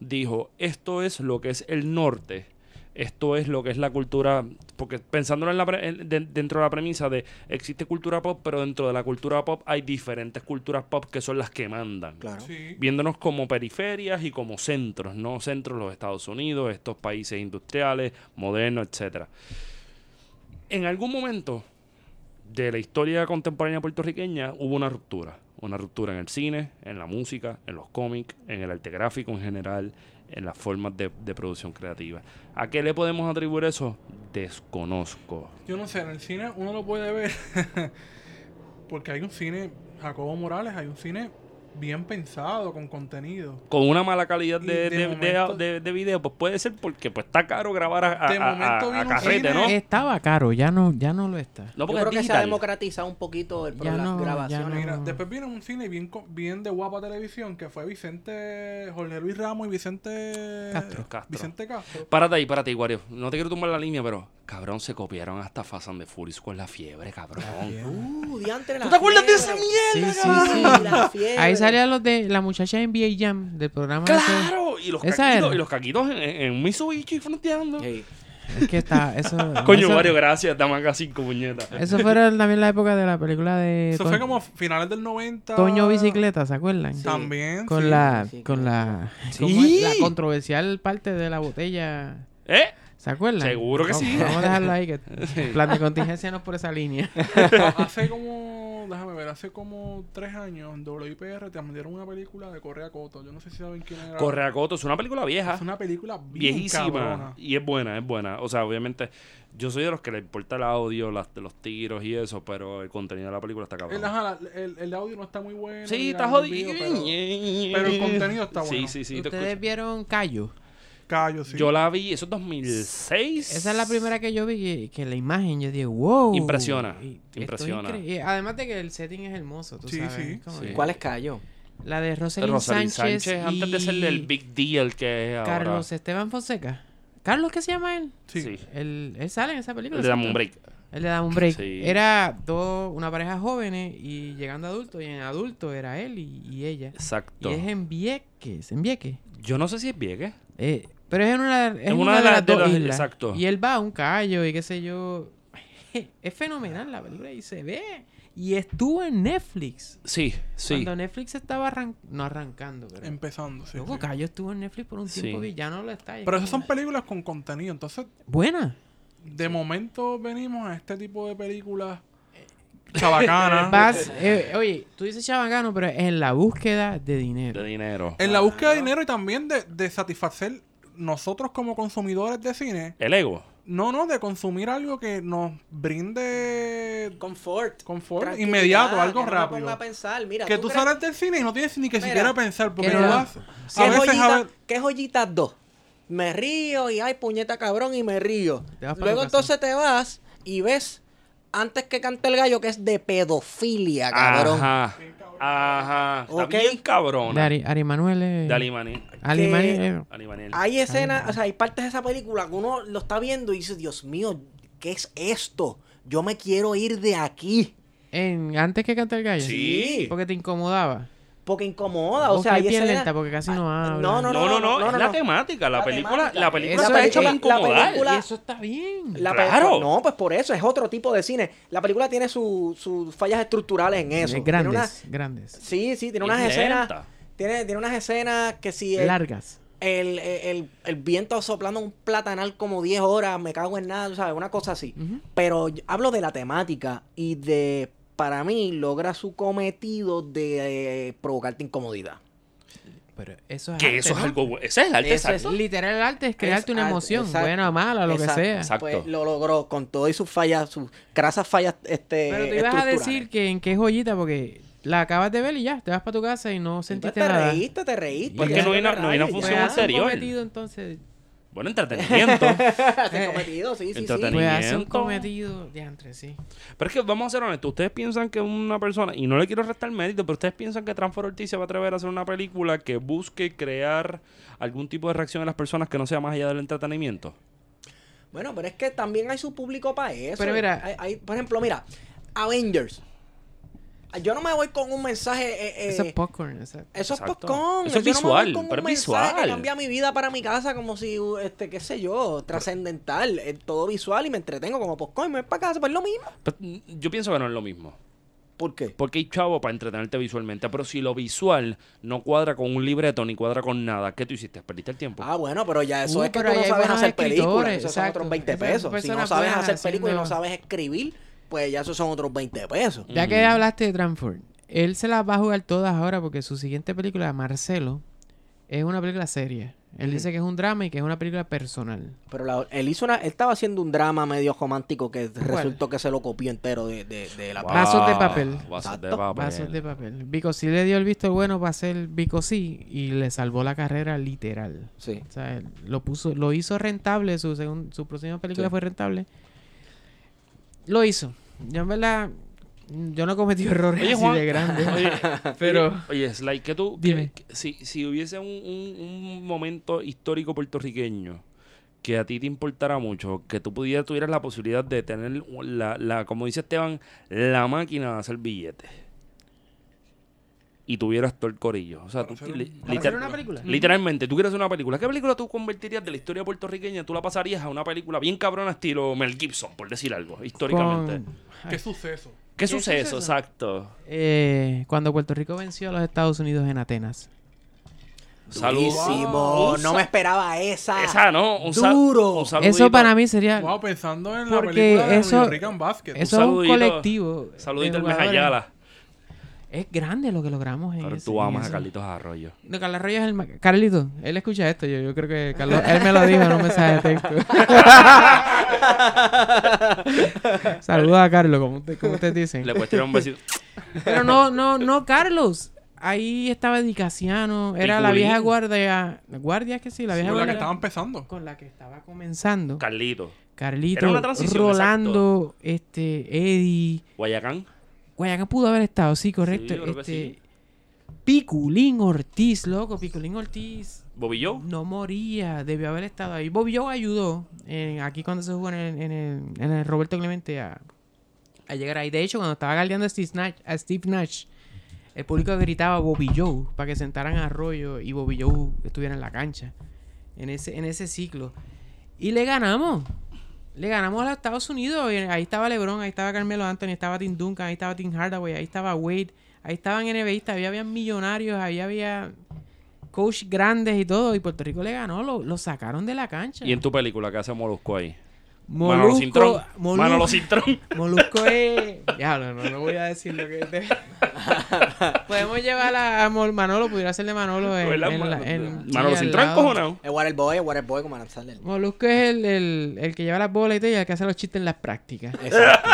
A: dijo, esto es lo que es el norte, esto es lo que es la cultura, porque pensándolo en la pre- en- de- dentro de la premisa de existe cultura pop, pero dentro de la cultura pop hay diferentes culturas pop que son las que mandan
C: Claro.
D: Sí.
A: viéndonos como periferias y como centros, ¿no? Centros los Estados Unidos, estos países industriales, modernos, etcétera. En algún momento de la historia contemporánea puertorriqueña hubo una ruptura. Una ruptura en el cine, en la música, en los cómics, en el arte gráfico en general, en las formas de, de producción creativa. ¿A qué le podemos atribuir eso? Desconozco.
D: Yo no sé, en el cine uno lo puede ver. porque hay un cine, Jacobo Morales, hay un cine bien pensado, con contenido.
A: Con una mala calidad
D: Y
A: de,
D: de
A: de- de-
D: momento-
A: de- de video, pues puede ser porque pues está caro grabar a, a-
D: De
A: a- a-
D: momento
A: a
D: vino un
A: carrete,
D: cine-
A: ¿no?
B: Ah, Estaba caro, ya no, ya no lo está.
A: No,
C: Yo
A: Ah, porque es
C: creo que se ha
A: digital.
C: democratizado un poquito el,
B: Ya
C: las
B: no, ya
C: grabaciones.
D: Mira,
B: Ah.
D: después vino un cine bien, co- bien de guapa televisión que fue Vicente, Jorge Luis Ramos y Vicente
B: Castro. Eh,
A: Castro.
D: Vicente Castro.
A: Párate ahí, párate ahí, Wario. No te quiero tumbar la línea, pero cabrón, se copiaron hasta Fast and the Furious con la fiebre, cabrón.
C: Uh, diantre, la
A: ¿Tú te acuerdas de esa
C: fiebre.
B: Sí,
A: mierda,
B: sí,
A: cabrón?
B: sí.
C: La fiebre.
B: Ahí salían los de la muchacha en NBA Jam del programa. ese.
A: Claro, y los
B: Esa
A: caquitos,
B: era.
A: y los caquitos en, en- en Mitsubishi y fronteando.
C: Ey,
B: Es que está, eso.
A: Coño,
B: eso,
A: Wario, gracias, Damanga 5, puñeta.
D: Eh.
B: Eso fue también la época de la película de.
D: Eso
B: To-
D: fue como finales del 90.
B: Toño Bicicleta, ¿se acuerdan?
C: Sí.
D: También.
B: Con
D: sí.
B: la.
C: sí,
B: con la.
A: Sí.
B: ¿cómo es? La controversial parte de la botella.
A: ¿Eh?
B: ¿Se acuerdan?
A: Seguro que sí.
B: Vamos a dejarlo ahí. Que plan de contingencia no es por esa línea.
D: Hace como como, déjame ver, hace como tres años en WIPR te mandieron una película de Correa Coto. Yo no sé si saben quién era.
A: Correa Coto es una película vieja.
D: Es una película bien
A: viejísima.
D: cabrona.
A: Y es buena, es buena. O sea, obviamente, yo soy de los que le importa el audio, las, los tiros y eso, pero el contenido de la película está cabrón.
D: El, ajá, la- el, el audio no está muy bueno.
A: sí,
D: ni
A: está
D: nada,
A: jodido.
D: Pero, pero el contenido está
A: Sí,
D: bueno.
A: sí, sí. te
B: ¿Ustedes
A: escucho.
B: vieron Cayo?
D: Callo, sí.
A: Yo la vi, eso es 2006.
B: Esa es la primera que yo vi que, que la imagen, yo dije, wow.
A: Impresiona,
B: Y esto es
A: impresiona.
B: increíble. Además de que el setting es hermoso, tú
D: Sí,
B: sabes.
D: sí.
B: como
A: Sí.
B: que-
C: ¿Cuál es Cayo?
B: La de Rosalind,
A: Rosalind
B: Sánchez,
A: Sánchez, antes de ser
B: y
A: el big deal que es ahora.
B: Carlos Esteban Fonseca. ¿Carlos qué se llama él?
D: sí.
A: sí.
B: Él, él sale en esa película.
A: Le damos
B: ¿cierto?
A: un break.
B: Él le da un break.
A: Sí.
B: Era dos, una pareja jóvenes y llegando a adultos. Y en adulto era él y, y ella.
A: Exacto.
B: Y es en Vieques, en Vieques.
A: Yo no sé si es Vieques.
B: Eh, pero es en una, es en una de, las dos islas.
A: exacto.
B: Y él va a un callo y qué sé yo. Es fenomenal la película y se ve. Y estuvo en Netflix.
A: Sí, sí.
B: Cuando Netflix estaba arran- no arrancando, creo.
D: Empezando, sí.
B: Loco,
D: sí.
B: Cayo estuvo en Netflix por un
A: Sí.
B: tiempo y ya no lo está. y es
D: Pero
B: como
D: esas son
B: una-
D: películas con contenido. Entonces,
B: Buena.
D: de momento venimos a este tipo de películas chabacanas.
B: Vas, eh, oye, tú dices chabacano, pero es en la búsqueda de
A: De
B: dinero.
A: dinero.
C: Eh.
D: En la búsqueda de dinero y también de, de satisfacer nosotros como consumidores de cine,
A: El ego.
D: no, no, de consumir algo que nos brinde
C: Confort.
D: confort
C: Tranquilidad,
D: inmediato,
C: que
D: algo
C: no me
D: rápido.
C: ponga a pensar. Mira,
D: que tú
C: crees-
D: sales del cine y no tienes ni que
C: Mira,
D: siquiera pensar, porque
B: que
D: no
B: no.
D: vas
B: Sí,
D: a
C: ¿Qué,
D: veces a
C: joyita-
D: ver...
C: qué joyitas dos? Me río y ay, puñeta cabrón y me río.
B: Te vas pa'
C: Luego
B: tu casa.
C: entonces te vas y ves antes que cante el gallo que es de pedofilia, Ah, cabrón.
A: Ajá. Ajá. Está
C: Ok.
A: bien
B: De
A: cabrona.
B: Ari, Ari Manuel. eh,
A: Dali Maní.
B: Ali
C: Que-
B: Manuel, eh,
A: Dali Maní.
C: Hay escenas, o sea, hay partes de esa película que uno lo está viendo y dice, Dios mío, ¿qué es esto? Yo me quiero ir de aquí.
B: en- antes que cante el gallo.
A: Sí.
B: Porque te incomodaba.
C: Porque incomoda, o sea,
B: Porque
C: hay
B: es bien
C: escenas-
B: lenta, porque casi no
C: Ah,
B: habla.
C: No, no, no, no, no,
A: es
C: no,
A: la
C: no.
A: temática. La,
C: La
A: película,
C: temática.
A: la película
C: La
A: está hecha para
C: peli- la
A: incomodar.
C: película-
B: Y eso está bien.
C: La pe-
A: ¡Claro!
C: No, pues por eso, es otro tipo de cine. La película tiene su- sus fallas estructurales en eso.
B: Eh,
C: Tiene una-
B: grandes, grandes.
C: sí, sí, tiene
A: Es
C: unas escenas.
A: lenta.
C: Tiene, tiene unas escenas que si el,
B: Largas.
C: el, el, el- el viento soplando un platanal como 10 horas, me cago en nada, ¿sabes? Una cosa así.
B: Ujú.
C: Pero yo- hablo de la temática y de, para mí, logra su cometido de eh, provocarte incomodidad.
B: Pero eso es
A: Que
B: arte,
A: eso es
B: ¿no?
A: algo bueno. Ese es el arte.
C: Eso
A: exacto.
B: Literal, el arte es crearte una
C: arte,
B: emoción,
C: exacto,
B: buena o mala, lo
C: exacto.
B: que sea.
A: Exacto.
C: Pues lo logró con todas sus fallas, sus crasas fallas este,
B: Pero tú ibas a
C: estructurales.
B: decir que en qué joyita, porque la acabas de ver y ya, te vas para tu casa y no
C: Entonces,
B: sentiste
C: te
B: nada.
C: reíste, te reíste.
B: Porque
C: ya
B: no
A: hay una-
C: te
A: no hay una
C: rayes,
B: Pues,
A: función
C: ya.
B: haz un
A: anterior.
B: cometido, entonces.
A: Bueno, entretenimiento.
C: Hace
B: Eh,
C: cometido, sí, sí, sí.
A: Entretenido.
B: Pues hace un
A: Entretenimiento.
B: cometido de entre sí.
A: pero es que vamos a ser honestos. Ustedes piensan que una persona, y no le quiero restar mérito, pero ustedes piensan que Transfer Ortiz se va a atrever a hacer una película que busque crear algún tipo de reacción en las personas que no sea más allá del entretenimiento.
C: Bueno, pero es que también hay su público para eso.
B: Pero mira-
C: Hay- hay- por ejemplo, mira, Avengers. Yo no me voy con un mensaje. eh, eh,
B: Eso es popcorn, exacto.
C: eso es
A: Exacto.
C: popcorn.
A: Eso es
C: Yo no me voy
A: visual,
C: con un
A: pero es
C: mensaje
A: visual.
C: Que cambia mi vida para mi casa como si, uh, este, qué sé yo, trascendental. eh, todo visual y me entretengo como popcorn. Me voy para casa, pues es lo mismo.
A: Pero, mm, yo pienso que no es lo mismo.
C: ¿Por qué?
A: Porque hay chavo para entretenerte visualmente, pero si lo visual no cuadra con un libreto ni cuadra con nada, ¿qué tú hiciste? Perdiste el tiempo.
C: Ah, bueno, pero ya eso
B: Uh,
C: es que tú
B: pero
C: no
B: ahí hay
C: sabes
B: buenos
C: hacer películas.
B: escritores,
C: Esos son
B: exacto.
C: otros 20
B: Esas
C: pesos. Si no
B: personas
C: sabes
B: buenas
C: hacer películas y no
B: haciendo-
C: sabes escribir, pues ya esos son otros 20 pesos.
B: Ya que hablaste de Transform, él se las va a jugar todas ahora porque su siguiente película, Marcelo, es una película seria. Él dice que es un drama y que es una película personal.
C: Pero la- él hizo una, él estaba haciendo un drama medio romántico que resultó que se lo copió entero de, de- de la
A: Wow,
B: Vasos de papel.
A: Vasos de
C: Exacto.
A: papel.
B: Vasos de papel. Vico sí le dio el visto bueno para ser Vico sí y le salvó la carrera literal.
C: Sí.
B: O sea, él lo puso, lo hizo rentable, su, segun- su próxima película
C: Sí.
B: fue rentable. Lo hizo. Yo en verdad, yo no cometí errores
A: Oye,
B: así
A: Juan.
B: de grandes.
A: Oye,
B: pero
A: Oye, Sly, que tú.
B: Dime.
A: que- que si, si hubiese un, un- un momento histórico puertorriqueño que a ti te importara mucho, que tú pudieras, tuvieras la posibilidad de tener, la, la, como dice Esteban, la máquina de hacer billetes. Y tuvieras todo el corillo. O sea,
D: Para
A: tú,
D: hacer un-
A: li-
D: para
A: liter-
B: hacer una película.
A: Literalmente, tú quieres hacer una película. ¿Qué película tú convertirías de la historia puertorriqueña? Tú la pasarías a una película bien cabrona, estilo Mel Gibson, por decir algo, históricamente.
B: con- ay,
D: ¿Qué suceso?
A: ¿Qué, suceso?
B: suceso?
A: Exacto.
B: eh, cuando Puerto Rico venció a los Estados Unidos en Atenas.
A: Saludos.
C: Durísimo.
A: Wow.
C: No me esperaba esa.
A: Esa, ¿no? Un sal-
C: Duro.
A: un saludito.
B: Eso para mí sería.
D: Wow, pensando en la
B: Porque
D: película de
B: eso-
D: New York and Basket.
B: Eso es un
A: saludito.
B: colectivo. de
A: Saludito al
B: jugadores.
A: Mejayala.
B: Es grande lo que logramos en
A: Pero
B: ese-
A: tú
B: en
A: amas a
B: ese-
A: Carlitos Arroyo.
B: No, Carlos Arroyo es el ma- Carlito, él escucha esto. Yo, yo creo que Carlos, él me lo dijo en un mensaje de texto. Saluda a Carlos, como, usted- como ustedes dicen.
A: Le cuesta un besito.
B: Pero no, no, no, Carlos. Ahí estaba Dicasiano. Era la
A: Piculín.
B: vieja guardia. Guardia es que sí, la vieja
D: Con la que
B: guardia.
D: estaba empezando.
B: Con la que estaba comenzando.
A: Carlito.
B: Carlito,
A: Era una transición,
B: Rolando, este, Eddie.
A: Guayacán.
B: Guayacán pudo haber estado, sí, correcto.
A: Sí, yo creo que
B: este,
A: sí.
B: Piculín Ortiz, loco, Piculín Ortiz
A: Bobby Joe.
B: no moría, debió haber estado ahí. Bobby Joe ayudó en- aquí cuando se jugó en el, en el- en el Roberto Clemente a, a llegar ahí. De hecho, cuando estaba galdeando a Steve Nash, a Steve Nash, el público gritaba Bobby Joe para que sentaran a Arroyo y Bobby Joe estuviera en la cancha. En ese, en ese ciclo. Y le ganamos. Le ganamos a los Estados Unidos. Y ahí estaba LeBron, ahí estaba Carmelo Anthony, estaba Tim Duncan, ahí estaba Tim Hardaway, ahí estaba Wade, ahí estaban NBAistas, había, había millonarios, ahí había coach grandes y todo. Y Puerto Rico le ganó, lo, lo sacaron de la cancha.
A: Y en tu película, ¿qué hace Molusco ahí? Manolo
B: Molusco,
A: Cintrón.
B: Molu-
A: Manolo Cintrón.
B: Molusco es. Ya, no, no, no voy a decir lo que es de- Podemos llevar a, a Mol- Manolo, pudiera ser de Manolo. Pues, En,
A: ¿Verdad?
B: en la- en- sí,
A: Manolo
B: al
A: Cintrón,
B: lado.
A: cojonado.
C: El Waterboy, el Waterboy, como Adam Sandler.
B: Molusco es el, el- el que lleva las bolas y todo y el que hace los chistes en las prácticas.
C: Exacto.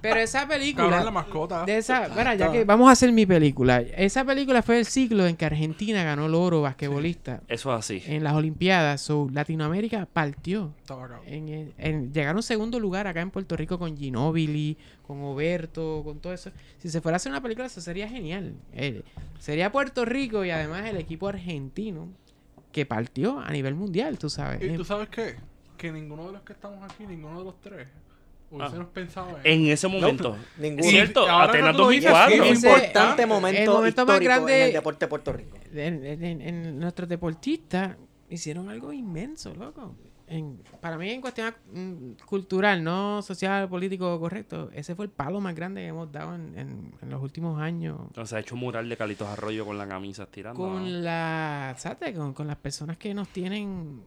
B: Pero esa
D: Cabrón, la
B: película.
D: mascota.
B: De esa, bueno, ya
C: Exacto.
B: que vamos a hacer mi película. Esa película fue el ciclo en que Argentina ganó el oro basquetbolista
A: Eso es así.
B: en las Olimpiadas. So, Latinoamérica partió.
D: Estaba cabrón.
B: En, el- en- llegaron segundo lugar acá en Puerto Rico con Ginobili, con Oberto, con todo eso. Si se fuera a hacer una película, eso sería genial. Eh, sería Puerto Rico y además el equipo argentino que partió a nivel mundial, tú sabes.
D: ¿Y
B: Eh,
D: tú sabes qué? Que ninguno de los que estamos aquí, ninguno de los tres, hubiésemos pensado en...
A: En ese Ah. momento.
C: Ninguno.
A: Es cierto,
D: Y ahora
A: Atenas
D: que tú lo dices,
A: 2004.
C: un
B: Ese-
C: importante
B: el
C: momento,
B: momento más
C: histórico
B: grande-
C: en el deporte de Puerto Rico.
B: en, en- en- en nuestros deportistas hicieron algo inmenso, loco. En- para mí, en cuestión mm, cultural, no social, político correcto, ese fue el palo más grande que hemos dado en, en- en los últimos años.
A: Entonces ha hecho un mural de Carlitos Arroyo con la camisa estirando.
B: Con, la, ¿sabes? con, con las personas que nos tienen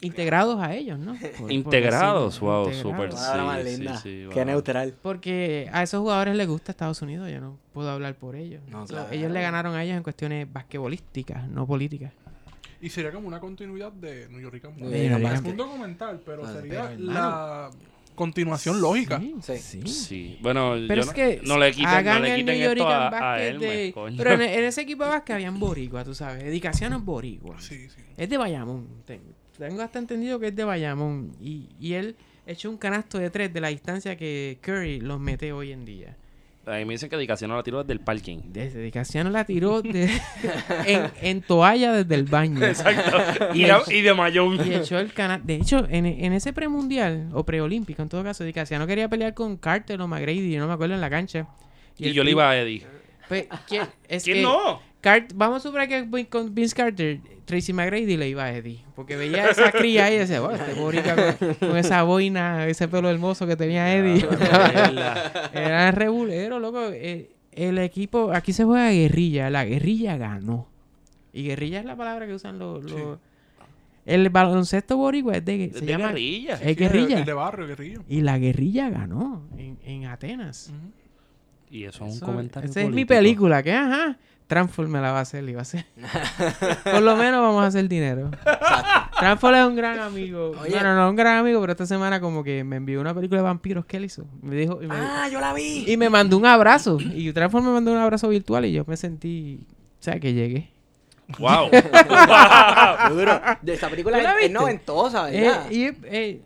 B: integrados a ellos, ¿no? Por- por
A: Integrados,
B: decirlo,
A: wow,
B: integrados.
A: súper.
C: Palabra
A: Sí,
C: más
A: sí,
C: linda.
A: sí,
C: Qué
A: wow.
C: neutral.
B: Porque a esos jugadores les gusta Estados Unidos, yo no puedo hablar por ellos.
C: No,
B: So,
C: claro.
B: Ellos le ganaron a ellos en cuestiones basquetbolísticas, no políticas.
D: Y sería como una continuidad de New York and
C: New
D: Basket.
B: York and
D: Es
B: Basket.
D: un documental, pero
C: Ah,
D: sería
B: pero,
D: la continuación lógica.
C: Sí.
A: Sí. Bueno,
B: Pero
A: yo
B: es
A: no,
B: que
A: no le quiten, no
B: hagan
A: le
B: el
A: quiten
B: New York
A: esto a, a
B: Basket
A: él,
B: de-
A: coño.
B: Pero en, en ese equipo de básquet habían boricua, tú sabes. Dedicación es boricua.
D: Sí, sí.
B: Es de Bayamón. Ten- Tengo hasta entendido que es de Bayamón. Y, y él echó un canasto de tres de la distancia que Curry los mete hoy en día.
A: A mí me dicen que dedicación no la tiró desde el parking.
B: Desde Dedicación la tiró de- en, en toalla desde el baño.
A: Exacto. y, la- y de Mayón.
B: Y echó el canal. De hecho, en, en ese premundial o preolímpico, en todo caso, Dicasiano quería pelear con Carter o McGrady, no me acuerdo, en la cancha.
A: Y,
B: el
A: yo le
B: pri-
A: iba a Eddie. Eh,
B: Pues, ¿quién, es
A: ¿Quién
B: que
A: no?
B: Cart- vamos a suponer que Vin- con Vince Carter, Tracy McGrady le iba a Eddie. Porque veía a esa cría ahí y decía, bueno, este boricua con, con esa boina, ese pelo hermoso que tenía Eddie. Era regulero, loco. El, el equipo, aquí se juega guerrilla. La guerrilla ganó. Y guerrilla es la palabra que usan los. los- El baloncesto boricua es de,
A: Es
B: se
A: de
B: llama
A: guerrilla.
B: es
D: Sí, el-
B: guerrilla.
D: El de barrio, guerrillo.
B: Y la guerrilla ganó en, en Atenas.
A: Y eso es un
B: Eso-
A: comentario
B: Esa es mi
A: político.
B: película, que ajá. Transform me la va a hacer y va a hacer. Por lo menos vamos a hacer dinero. Transform es un gran amigo.
C: Oye.
B: Bueno, no un gran amigo, pero esta semana como que me envió una película de vampiros que él hizo. Me dijo, y me,
C: Ah, yo la vi.
B: y me mandó un abrazo. Y Transform me mandó un abrazo virtual y yo me sentí. O sea, que llegué.
A: Wow.
C: Duro. De esa película
B: ¿Tú la
C: es, es
B: viste?
C: noventosa,
A: Ah,
B: Eh,
C: ¿verdad?
B: y, eh,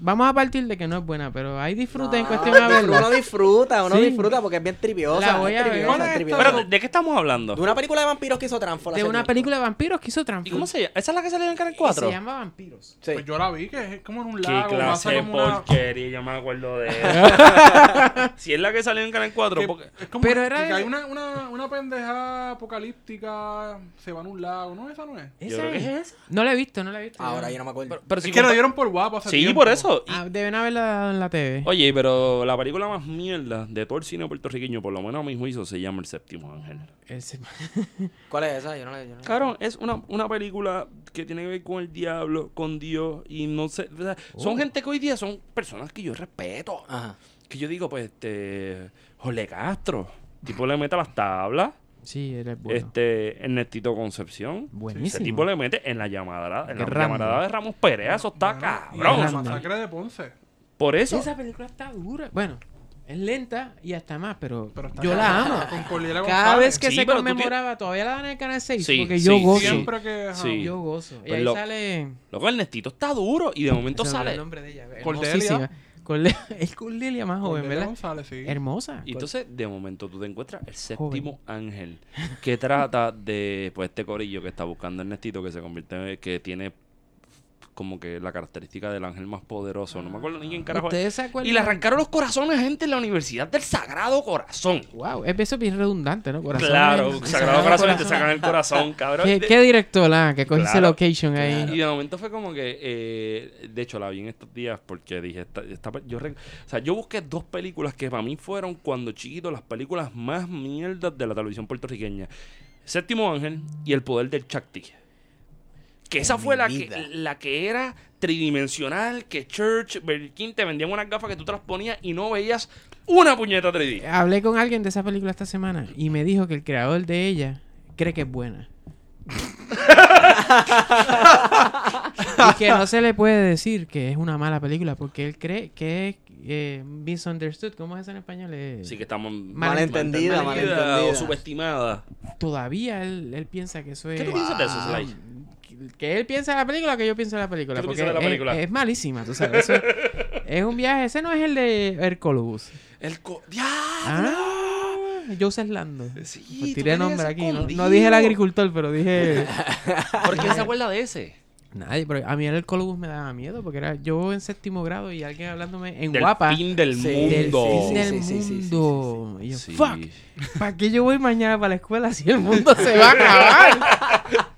B: vamos a partir de que no es buena, pero ahí disfruta en
A: Ah,
C: No,
B: cuestión a verla.
C: Uno disfruta, uno
B: Sí.
C: disfruta porque es bien triviosa.
B: La voy
C: es
B: a ver.
C: triviosa,
B: ¿Cuál
C: es
D: es
C: triviosa.
A: Espérate, ¿de qué estamos hablando?
C: De una película de vampiros que hizo Transform.
B: De
C: hace
B: una
C: tiempo.
B: película de vampiros que hizo
A: ¿Y
B: Transform.
A: cómo se llama? ¿Esa es la que salió en Canal
B: Y
A: 4?
B: Se llama Vampiros.
C: Sí.
D: Pues yo la vi, que es como en un
A: Qué
D: lago. pasa
A: clase de
D: como una-
A: porquería, yo me acuerdo de eso. si es la que salió en Canal 4,
D: que-
A: porque...
D: es como
B: Pero
D: que-
B: era
D: que hay
B: el-
D: una, una, una pendeja apocalíptica, se van a un lago, ¿no? Esa no es.
A: Yo creo que es
B: No la he visto, no la he visto.
C: Ahora yo no me acuerdo.
A: Pero
D: Es
A: si
D: que la
A: compa-
D: dieron por guapo hace
A: Sí, por eso. Y-
B: Ah, deben haberla dado en la TV.
A: oye, pero la película más mierda de todo el cine puertorriqueño, por lo menos a mi juicio, se llama El Séptimo Ángel.
B: El se-
C: ¿Cuál es esa? Yo no la yo no la-
A: Claro, es una, una película que tiene que ver con el diablo, con Dios, y no sé. o sea, Son gente que hoy día son personas que yo respeto.
C: Ajá.
A: Que yo digo, pues, este. Jorge Castro. Tipo le mete a las tablas.
B: Sí, él es bueno.
A: Este. Ernestito Concepción. Ese
B: Buenísimo.
A: tipo le mete en la llamada, en la
B: El Rambo.
A: llamarada de Ramos Pérez. Eso está
D: Y
A: cabrón.
B: Rambo.
D: la
A: eso está-
D: masacre de Ponce.
A: Por eso.
B: Esa película está dura. Bueno, es lenta y hasta más, pero,
D: Pero está
B: yo la
D: cabrón,
B: amo.
D: Con Cordiela
B: Cada
D: González.
B: vez que
A: Sí,
B: se
A: pero tú
B: conmemoraba, todavía la dan en el canal 6
A: Sí,
B: porque
A: sí,
B: yo
A: sí.
B: gozo.
D: Siempre que. ajá,
A: Sí.
B: Yo gozo. Y
A: Pues
B: ahí
A: lo-
B: sale.
A: Loco, Ernestito está duro. Y de momento
B: se me olvidó
A: sale.
B: El nombre de ella.
D: Cordelia.
B: hermosísima. Cordelia. Es Cordelia más joven,
D: Cordelia
B: ¿verdad?
D: González, sí.
B: Hermosa.
A: Y entonces, de momento, tú te encuentras el
B: Joven.
A: séptimo ángel, que trata de, pues, este corillo que está buscando a Ernestito, que se convierte, en- que tiene como que la característica del ángel más poderoso. No me acuerdo ni quién carajo. es.
B: ¿Ustedes se acuerdan?
A: Y le arrancaron los corazones a gente en la Universidad del Sagrado Corazón.
B: Wow, es- eso es bien redundante, ¿no? Corazón.
A: claro,
B: es-
A: Sagrado, Corazón, te sacan el corazón, cabrón.
B: ¿Qué,
A: De-
B: qué director, ah, que cogiste
A: Claro,
B: location ahí.
A: Y de momento fue como que, eh, de hecho, la vi en estos días porque dije, esta, esta pe- yo, re- o sea, yo busqué dos películas que para mí fueron cuando chiquito las películas más mierdas de la televisión puertorriqueña. Séptimo Ángel y El Poder del Chacti. Que esa
C: En
A: fue
C: mi
A: la que,
C: vida.
A: la que era tridimensional, que Church, Burger King te vendían unas gafas que tú te las ponías y no veías una puñeta 3D.
B: Hablé con alguien de esa película esta semana y me dijo que el creador de ella cree que es buena. y que no se le puede decir que es una mala película porque él cree que es eh, misunderstood. ¿Cómo es eso en español? Eh,
A: Así que estamos
C: Malentendida,
A: o
C: malentendida.
A: subestimada.
B: Todavía él, él piensa que eso es. Ah,
A: ¿Qué tú piensas de eso, Sly?
B: que- Que él piensa de la película, que yo pienso de la película.
A: ¿Qué tú
B: porque
A: piensas de la
B: es-
A: película?
B: Es, malísima, tú sabes. eso- es un viaje. Ese no es el de Hercolobus.
A: El co-
B: Ah, Joseph Lando.
A: Sí,
B: Pues
A: tú
B: tiré
A: tenías
B: nombre
A: ese
B: aquí. No,
A: escondido.
B: no dije el agricultor, pero dije.
A: ¿Por qué se acuerda de ese?
B: Nadie, pero a mí el Colobus me daba miedo porque era yo en séptimo grado y alguien hablándome en
A: del
B: guapa.
A: fin del
C: Sí,
B: Del
A: mundo.
B: fin
C: Sí,
B: del
C: sí, sí, sí, sí, sí, sí.
B: mundo. Y yo,
A: Sí.
B: fuck, ¿para qué yo voy mañana para la escuela si el mundo se va a acabar?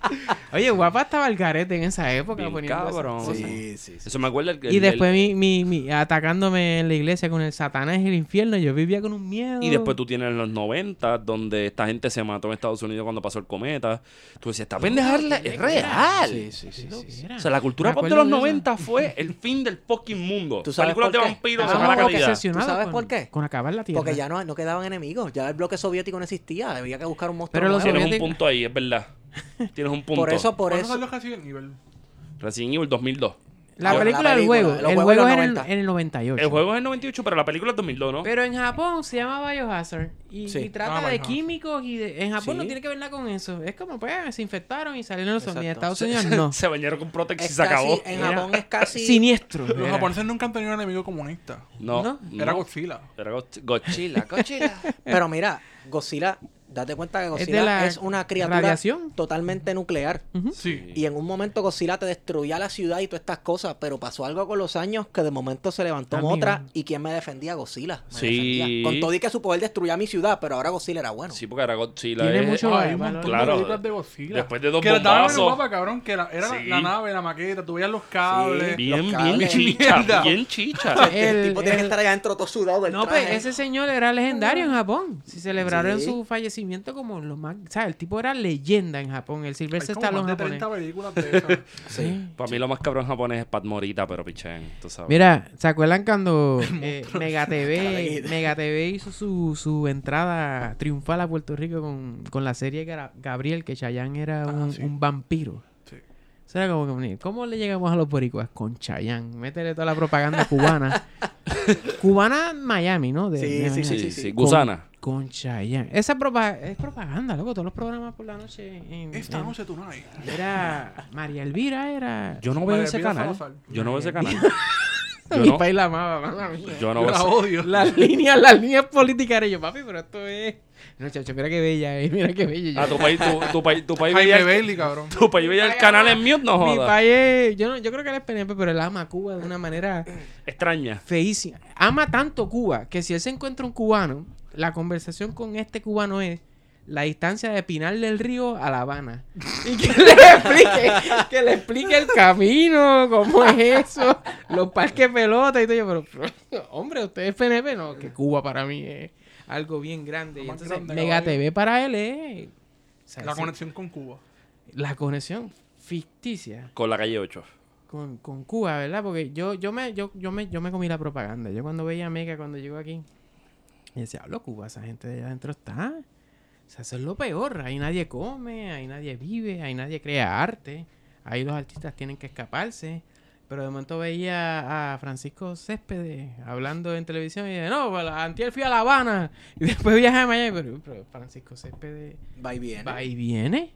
B: Oye, guapa estaba el garete en esa época.
A: Bien
B: poniendo esas
A: cabrón.
B: cosas.
C: Sí, sí, sí.
A: Eso me acuerda el,
B: y
A: el-
B: después
A: el-
B: mi, mi, mi- atacándome en la iglesia con el Satanás y el infierno. Yo vivía con un miedo.
A: y después tú tienes los 90, donde esta gente se mató en Estados Unidos cuando pasó el cometa. Tú decías, esta pendeja es la- es real.
C: Sí, sí, sí, sí, sí.
A: O sea, la cultura pop de los 90 fue el fin del fucking mundo.
C: ¿Tú sabes
A: Películas de
C: por qué? Ah,
A: vampiros de
C: Estábamos
A: mala calidad.
B: Ah, obsesionado
C: ¿Tú sabes
B: con-
C: por qué?
B: Con acabar la tierra.
C: Porque ya no, no quedaban enemigos. Ya el bloque soviético no existía. Había que buscar un monstruo.
B: Pero los
C: nuevo.
A: Tienes un
B: Soviético.
A: punto ahí, es verdad. Tienes un punto.
C: Por eso, por
D: ¿Cuándo
C: eso.
D: salió Resident Evil?
A: Resident Evil 2002.
B: La
C: Ah, la
B: película del
C: película,
B: juego.
C: los
B: El
C: juegos
B: juego
C: en
B: era en,
C: 90.
B: en el 98.
A: El juego es el 98, pero la película es 2002, ¿no?
B: Pero en Japón se llama Biohazard. Y,
C: Sí.
B: y trata
D: Ah,
B: de
D: Biohazard.
B: químicos. y de- En Japón no
C: Sí.
B: tiene que ver nada con eso. Es como, pues, se infectaron y salieron los zombies. En
C: Exacto.
B: Estados Unidos no.
A: Se bañaron con Protex y
C: Es
A: se acabó.
C: casi- en
B: Era-
C: Japón es casi.
B: Siniestro.
D: Los
B: era.
D: japoneses nunca han tenido un enemigo comunista.
A: No,
B: ¿No?
A: no.
D: Era Godzilla.
A: Era Godzilla. Godzilla.
C: Godzilla, Godzilla. Pero mira, Godzilla, date cuenta que
B: Es de
C: Godzilla es,
B: la
C: una criatura
B: radiación.
C: totalmente nuclear.
B: Ujú.
D: Sí.
C: Y en un momento Godzilla te destruía la ciudad y todas estas cosas, pero pasó algo con los años que de momento se levantó
B: Amigo.
C: otra y quien me defendía Godzilla. Me
A: Sí.
C: defendía. Con todo y que su poder destruía mi ciudad, pero ahora Godzilla era bueno.
A: Sí, porque era Godzilla.
B: Tiene
A: es-
B: mucho-
D: Ah, hay un montón
A: Claro.
D: de películas de Godzilla.
A: Después de dos
D: Que la daban en
A: bombazos.
D: guapa, cabrón. Que la- era la-
A: Sí.
D: la, nave, la maqueta, tú veías los cables.
C: Sí.
A: Bien,
C: Los
A: bien
C: cables.
A: chicha,
D: Mierda.
A: bien chicha.
C: El,
B: El-
C: tipo tiene que
B: el-
C: estar allá adentro todo sudado del
B: No, pues
C: traje.
B: ese señor era legendario en Japón. Si celebraron
C: Sí.
B: su fallecimiento como lo más. O sea, el tipo era leyenda en Japón. El
D: Hay
B: Silvestre
D: como
B: Stallone
D: más de
B: japonés.
D: 30 películas de esas.
C: Sí.
A: Para mí lo más cabrón japonés es Pat Morita, pero pichén, tú sabes.
B: Mira, ¿se acuerdan cuando eh, Mega
C: Cara de
B: TV,
C: guita.
B: Mega TV hizo su, su entrada triunfal a Puerto Rico con, con la serie Gra- Gabriel, que Chayanne era un,
D: sí.
B: un vampiro?
D: Sí.
B: O sea, era como que, ¿cómo le llegamos a los boricuas? Con Chayanne. Métele toda la propaganda cubana. cubana Miami, ¿no? De-
C: Sí,
B: de-
C: sí,
A: sí,
C: sí,
A: sí,
C: sí.
A: Gusana.
B: Con Chayanne. Esa propa- es propaganda, loco. Todos los programas por la noche. en-
D: Esta
B: en-
D: noche tú no hay.
B: Era... María Elvira era...
A: Yo no veo
D: María
A: ese
D: Elvira
A: canal.
D: Salazar.
A: Yo no veo ese canal. Yo
B: Mi
A: no,
B: país la amaba, mamá mía.
A: yo no
D: Yo
A: veo
D: la
A: ese
D: odio.
B: Las líneas, las líneas políticas era yo, papi, pero esto es. No, chacho, mira qué bella es, mira qué bella. yo-
A: Ah, tu país, tu, tu país, tu país veía
D: Jaime
A: el,
D: Bailey, cabrón.
A: tu país veía el canal en mute, no
B: Mi
A: jodas.
B: país es- yo, no, yo creo que él es PNP, pero él ama a Cuba de una manera
A: Extraña.
B: feísima. Ama tanto Cuba que si él se encuentra un cubano, la conversación con este cubano es: la distancia de Pinal del Río a La Habana. Y que le explique, que le explique el camino, cómo es eso, los parques pelota y todo. Yo, pero, pero, hombre, usted es PNP, no, que Cuba para mí es algo bien grande. Y
D: Lo más
B: entonces,
D: grande,
B: Mega
D: caballo.
B: TV para él es. o sea,
D: La
B: sí,
D: conexión con Cuba.
B: la conexión ficticia
A: Con la calle 8.
B: con, con Cuba, ¿verdad? Porque yo, yo, me, yo, yo, me, yo me comí la propaganda. Yo cuando veía a Mega cuando llegó aquí, y decía, hablo Cuba, esa gente de allá adentro está. O sea, eso es lo peor. Ahí nadie come, ahí nadie vive, ahí nadie crea arte. Ahí los artistas tienen que escaparse. Pero de momento veía a Francisco Céspedes hablando en televisión y decía, no, pues, antier fui a La Habana. Y después viajé a Miami. Pero, pero Francisco Céspedes
C: Va y viene.
B: va y viene.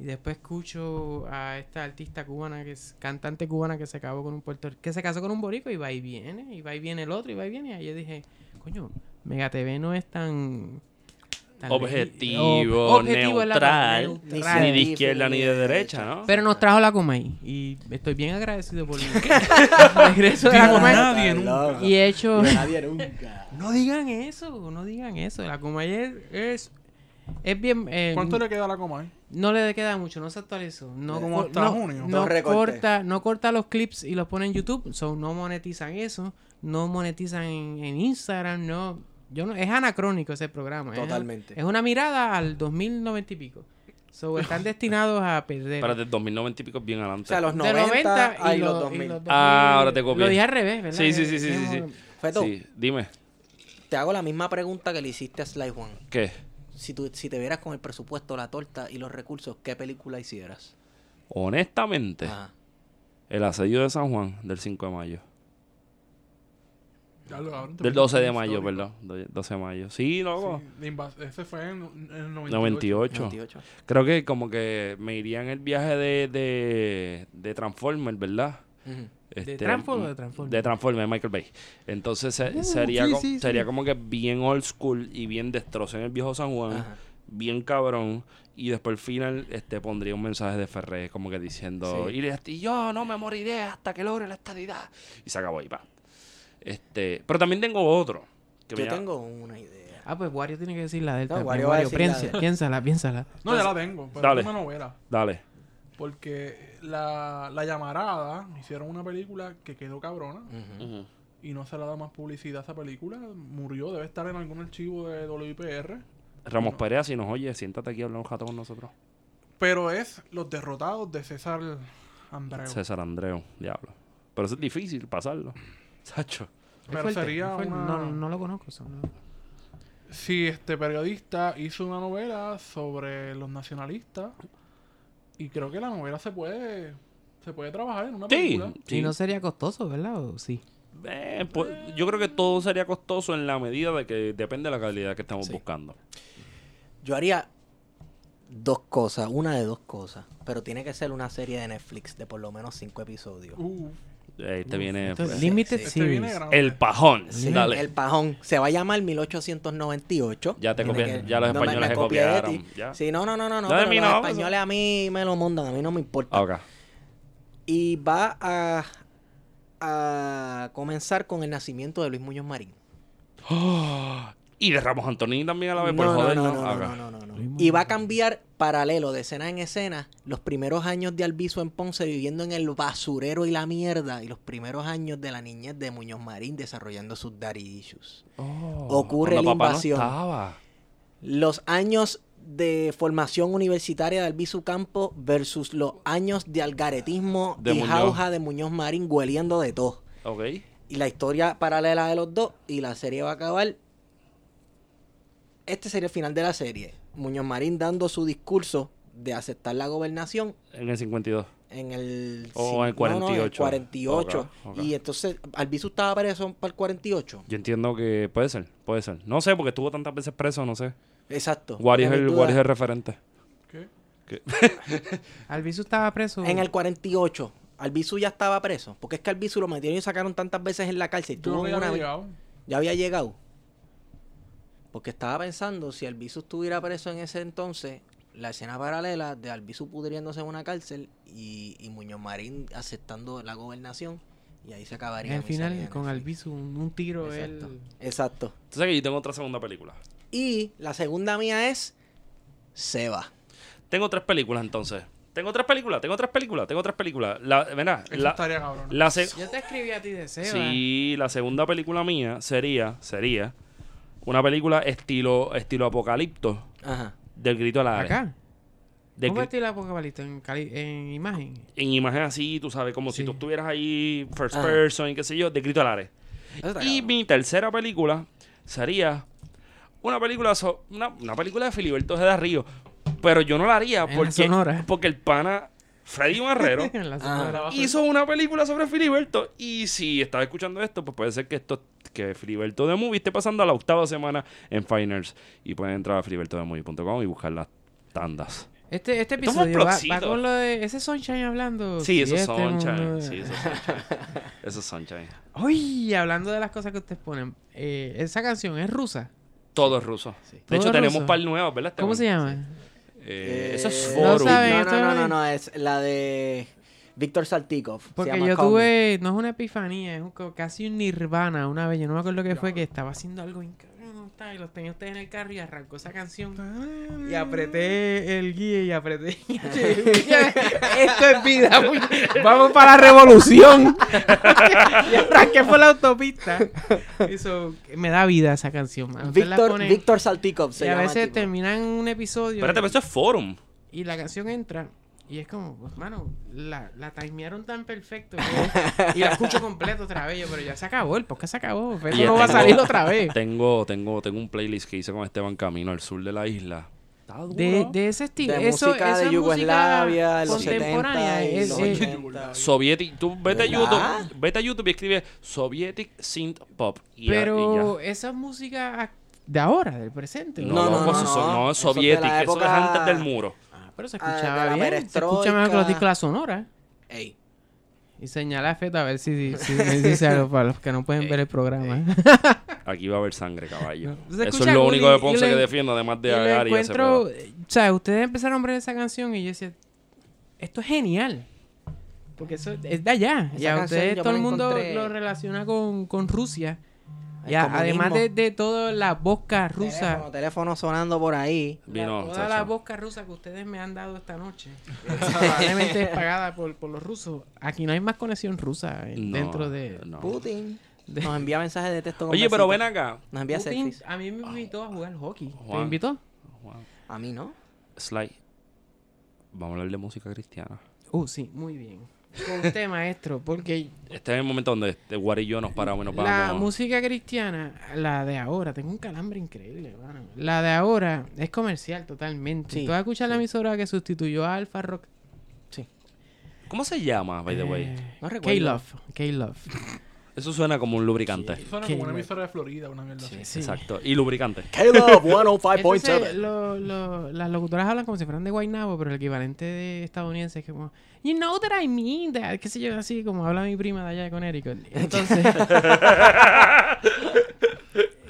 B: Y después escucho a esta artista cubana que es cantante cubana que se acabó con un puertor que se casó con un borico y va y viene, y va y viene el otro, y va y viene. Y ahí yo dije, coño, Mega TV no es tan, tan
A: Objetivo,
B: ob- objetivo es la palabra,
A: neutral,
B: neutral.
A: Ni de izquierda ni de derecha, ¿no?
B: Pero nos trajo la Comay y estoy bien agradecido por el regreso de la
D: Digo,
B: Comay.
D: nadie
C: Está
D: nunca.
C: loco.
B: Y he hecho
C: Nadie nunca.
B: no digan eso, no digan eso, la Comay es es, es bien eh,
D: ¿Cuánto le queda a la coma ahí?
B: No le queda mucho, no se actualizó. No,
D: Como
B: cor-
D: hasta
B: no,
D: junio.
B: no
C: Dos recortes.
B: corta, no corta los clips y los pone en YouTube. So, no monetizan eso. No monetizan en, en Instagram. No, yo no, es anacrónico ese programa. es-
C: Totalmente.
B: Es, una mirada al 2090 y pico. So, están destinados a perder.
A: Espérate, 2090 y pico es bien
C: O
A: adelante.
C: sea, los
B: De
C: 90,
B: y
C: y
B: lo-
C: los
B: y
C: 2000.
B: los 2000.
A: Ah, ahora te copié.
B: Lo dije al revés, ¿verdad?
A: Sí, sí, sí, sí,
B: Es-
A: sí, sí.
B: es-
C: Feto,
A: Sí, dime.
C: te hago la misma pregunta que le hiciste a Sly Juan.
A: ¿Qué?
C: Si, tú, si te vieras con el presupuesto, la torta y los recursos, ¿qué película hicieras?
A: Honestamente,
C: Ajá.
A: el asedio de San Juan del 5 de mayo.
D: Ya lo- ahora te
A: Del
D: pido
A: 12 de
D: un
A: mayo,
D: histórico.
A: perdón. Do- 12 de mayo. Sí, loco.
D: Sí, la invas- ese fue en, en el 98.
A: 98.
C: 98.
A: Creo que como que me iría en el viaje de, de, de Transformer, ¿verdad?
C: Ujú.
A: Este,
B: Transform o de
A: mm,
B: Transformer?
A: De Transformer, Michael Bay. Entonces se-
B: Uh,
A: sería,
B: sí,
A: co-
B: sí, sí.
A: sería como que bien old school y bien destrozo en el viejo San Juan.
C: Ajá.
A: Bien cabrón. Y después al final este, pondría un mensaje de Ferré como que diciendo...
C: Sí.
A: "Y le- Y, yo no me moriré hasta que logre la estadidad. Y se acabó y pa. Este, pero también tengo otro. que me
C: Yo
A: llama-
C: tengo una idea.
B: Ah, pues Wario tiene que decir la del
C: No,
B: también.
C: Wario va a
B: Wario,
C: decir la
B: piensa-
C: de él.
B: piénsala, piénsala.
D: No, ya la tengo. Pero
A: Dale.
D: es una novela.
A: Dale.
D: Porque la, la llamarada hicieron una película que quedó cabrona
C: Ujú.
D: y no se le ha dado más publicidad a esa película. Murió, debe estar en algún archivo de WIPR.
A: Ramos Perea, si nos oye, siéntate aquí y habla un rato con nosotros.
D: Pero es Los Derrotados de César Andreu.
A: César Andreu, diablo. Pero eso es difícil pasarlo. Sacho.
B: Es
D: Pero
B: fuerte,
D: sería
B: es fuerte.
D: una-
B: no, no lo conozco. eso no.
D: Sí, este periodista hizo una novela sobre los nacionalistas y creo que la novela se puede se puede trabajar en una
A: Sí,
D: película.
A: sí.
B: Y no sería costoso, ¿verdad? ¿O sí.
A: Eh, pues, yo creo que todo sería costoso en la medida de que depende de la calidad que estamos
C: Sí.
A: buscando.
C: Yo haría dos cosas, una de dos cosas. Pero tiene que ser una serie de Netflix de por lo menos cinco episodios.
D: Uh,
A: Ahí te viene
B: Esto es
A: pues,
B: limited
C: sí.
D: este
B: series.
D: viene grande.
A: el pajón.
C: Sí,
A: Dale.
C: El pajón. Se va a llamar 1898.
A: Ya te
C: Tiene
A: copié- ya los
C: me- me
A: españoles se
C: copié de
A: copiaron,
C: ti.
A: ya.
C: Sí, no, no, no, no. no
A: Ya de
C: pero
A: mí
C: los
A: no,
C: españoles a mí me lo montan, a mí no me importa.
A: Ahora,
C: Y va a, a comenzar con el nacimiento de Luis Muñoz Marín.
A: Y de Ramos Antonín también a la
C: No,
A: vez, por
C: no,
A: joder,
C: no,
A: ¿no?
C: no,
A: Ahora.
C: no, no, no, no.
B: Luis Muñoz
C: Y va a cambiar paralelo de escena en escena los primeros años de Albizu en Ponce viviendo en el basurero y la mierda y los primeros años de la niñez de Muñoz Marín desarrollando sus daddy issues.
A: Oh,
C: Ocurre
A: cuando
C: la
A: papá no
C: invasión.
A: estaba.
C: los años de formación universitaria de Albizu Campo versus los años de algaretismo
A: De
C: de y
A: Muñoz.
C: jauja de Muñoz Marín hueliendo de todo.
A: Ok.
C: Y la historia paralela de los dos y la serie va a acabar. Este sería el final de la serie. Muñoz Marín dando su discurso de aceptar la gobernación
A: En el 52.
C: en el,
A: O
C: sí,
A: Oh, en el
C: no, no, en el
A: 48.
C: 48.
A: Ok, ok.
C: Y entonces Albizu estaba preso para el 48.
A: Yo entiendo que puede ser, puede ser. No sé, porque estuvo tantas veces preso, no sé.
C: Exacto.
A: What is
C: No hay
A: el,
C: duda.
A: what is el referente?
D: ¿qué?
B: Albizu estaba preso.
C: En el 48, Albizu ya estaba preso. Porque es que Albizu lo metieron y sacaron tantas veces en la cárcel.
D: Yo creo
C: Tuvo
D: que ya
C: una
D: había
C: vez-
D: llegado.
C: ya había llegado. Porque estaba pensando, si Albizu estuviera preso en ese entonces, la escena paralela de Albizu pudriéndose en una cárcel y, y Muñoz Marín aceptando la gobernación. Y ahí se acabaría.
B: Al
C: mi serie
B: final,
C: de
B: con
C: Netflix.
B: Albizu, un, un tiro.
C: Exacto.
B: Él...
C: Exacto.
A: Tú sabes que yo tengo otra segunda película.
C: Y la segunda mía es se va.
A: Tengo tres películas entonces. Tengo tres películas, tengo tres películas, tengo tres películas. La, verá,
D: Eso
A: la,
D: estaría cabrón.
A: la se-
B: Yo te escribí a ti de Seba.
A: Sí,
B: ¿eh?
A: la segunda película mía sería, sería una película estilo, estilo apocalipto
C: Ajá.
A: del grito a la
B: Acá.
A: Del
B: ¿Cómo
A: gri-
B: metí la apocalipsis en, cali- en imagen?
A: en imagen así, tú sabes, como si
B: Sí.
A: tú estuvieras ahí, first
C: Ajá.
A: person, qué sé yo, de grito al aire.
C: Eso está
A: Y
C: cabrón.
A: mi tercera película sería una película, so- una, una película de Filiberto G. Río. Pero yo no la haría
B: En la
A: porque,
B: Sonora.
A: porque el pana Freddy Marrero
B: En la
C: Ah.
B: sonora.
A: hizo una película sobre Filiberto. Y si estás escuchando esto, pues puede ser que esto que Filiberto de Movie esté pasando a la octava semana en Finers. Y pueden entrar a filibertodemovie.com y buscar las tandas.
B: Este, este
A: Esto fue un
B: episodio va, va
A: plotcito.
B: con lo de ese Sunshine hablando.
A: Sí, eso es
B: este mundo-
A: Sunshine. Sí, eso es Sunshine. Eso es Sunshine.
B: Uy, hablando de las cosas que ustedes ponen, eh, esa canción es rusa.
A: Todo es ruso. De
B: Todo
A: hecho,
B: es
A: tenemos
B: ruso.
A: par nuevos, ¿verdad? Este
B: ¿Cómo se
A: Esteban?
B: llama?
A: Eh, eso es
C: Eh,
A: Forum.
B: No saben,
C: No,
B: esto
C: no, no,
B: es-
C: no, no, es la de Víctor Saltikov. se
B: Porque
C: llama
B: yo
C: Call Me.
B: tuve, no es una epifanía, es un co- casi un nirvana una vez. Yo no me acuerdo qué fue, que estaba haciendo algo increíble y los tenía ustedes en el carro y arrancó esa canción.
C: Ah.
B: Y apreté el guía y apreté. Esto es vida. muy- Vamos para la revolución. y arranqué por la autopista. Eso me da vida esa canción. mano. Ustedes la
C: Víctor,
B: ponen
C: Víctor Saltikov se
B: y a
C: llama el
B: veces
C: tipo.
B: terminan un episodio.
A: Espérate,
B: y-
A: pero eso es Forum.
B: y la canción entra y es como, pues, mano, la, la timearon tan perfecto que- y la escucho completo otra vez. Yo, pero ya se acabó, el podcast se acabó. Esto
A: Y ya
B: no va a
A: tengo-
B: salir otra vez.
A: Tengo, tengo, tengo un playlist que hice con Esteban Camino al sur de la isla. Está duro.
B: De, de ese estilo.
C: De
B: eso,
C: música
B: eso
C: de
B: es
C: Yugoslavia,
B: música
C: los 70
B: contemporánea. eh,
C: y
B: es-
C: los
B: es-
C: 80.
A: Soviético. Tú vete a
C: ¿Verdad?
A: YouTube. Vete a YouTube y escribe Sovietic Synth Pop. Y ya-
B: pero esa es música ac- de ahora, del presente.
A: y ya.
B: ¿no?
A: No, no, no,
C: no,
A: eso
C: no.
A: son- no, es
C: Eso es de la
A: soviético. Eso,
C: época-
A: es antes del muro.
B: Ah, pero se
C: Ah, de
B: escuchaba
C: la
B: bien. Se escucha mejor que
C: perestroika.
B: los discos de la sonora.
C: Ey.
B: Y señala a Feta a ver si, si me dice algo para los que no pueden ver el programa.
A: Aquí va a haber sangre, caballo.
B: No. Se
A: Eso es
B: escucha
A: lo
B: cool
A: único de
B: y- y
A: Ponce
B: le-
A: que defiendo, además de
B: y lo
A: Agar y ese
B: encuentro,
A: pedo.
B: eh, o sea, ustedes empezaron a hablar de esa canción y yo decía, esto es genial. Porque eso es de allá.
C: Esa
B: Ya
C: canción
B: ustedes,
C: yo
B: todo
C: me
B: el
C: la
B: mundo
C: encontré-
B: lo relaciona con, con Rusia.
C: El
B: Ya, además
C: comunismo.
B: de, de toda la bosca rusa.
C: Teléfono, teléfono sonando por ahí.
B: la-
A: Vino,
B: toda
A: chacho.
B: la bosca rusa que ustedes me han dado esta noche. probablemente es pagada por, por los rusos. Aquí no hay más conexión rusa eh,
A: No,
B: dentro de...
A: no.
C: Putin
B: de-
C: nos envía mensajes de texto. con
A: Oye, pero
C: besitos.
A: ven acá.
C: Nos envía
B: Putin
C: selfies.
B: a mí me invitó a jugar hockey.
A: Juan.
B: ¿Te invitó?
A: Wow.
C: A mí no.
A: Sly. Vamos a hablar de música cristiana.
B: Uh, sí, muy bien. Con usted, maestro, porque
A: Este es el momento donde este Guar y yo nos paramos y nos vamos.
B: La música cristiana, la de ahora, tengo un calambre increíble, mano. La de ahora es comercial totalmente.
C: Sí,
B: Tú vas a escuchar la emisora que sustituyó a Alfa Rock.
A: ¿Cómo se llama, by the way?
B: Eh,
C: No recuerdo.
B: K-Love. K-Love.
A: Eso suena como un lubricante.
D: Suena
B: Qué
D: como una
B: bueno.
D: emisora de Florida, una mierda así.
B: Sí.
A: Exacto. Y lubricante.
C: Caleb oh
B: Entonces, lo- lo- las locutoras hablan como si fueran de Guaynabo, pero el equivalente de estadounidense es como, you know that I mean that, qué sé yo, así como habla mi prima de allá de Connecticut. Entonces,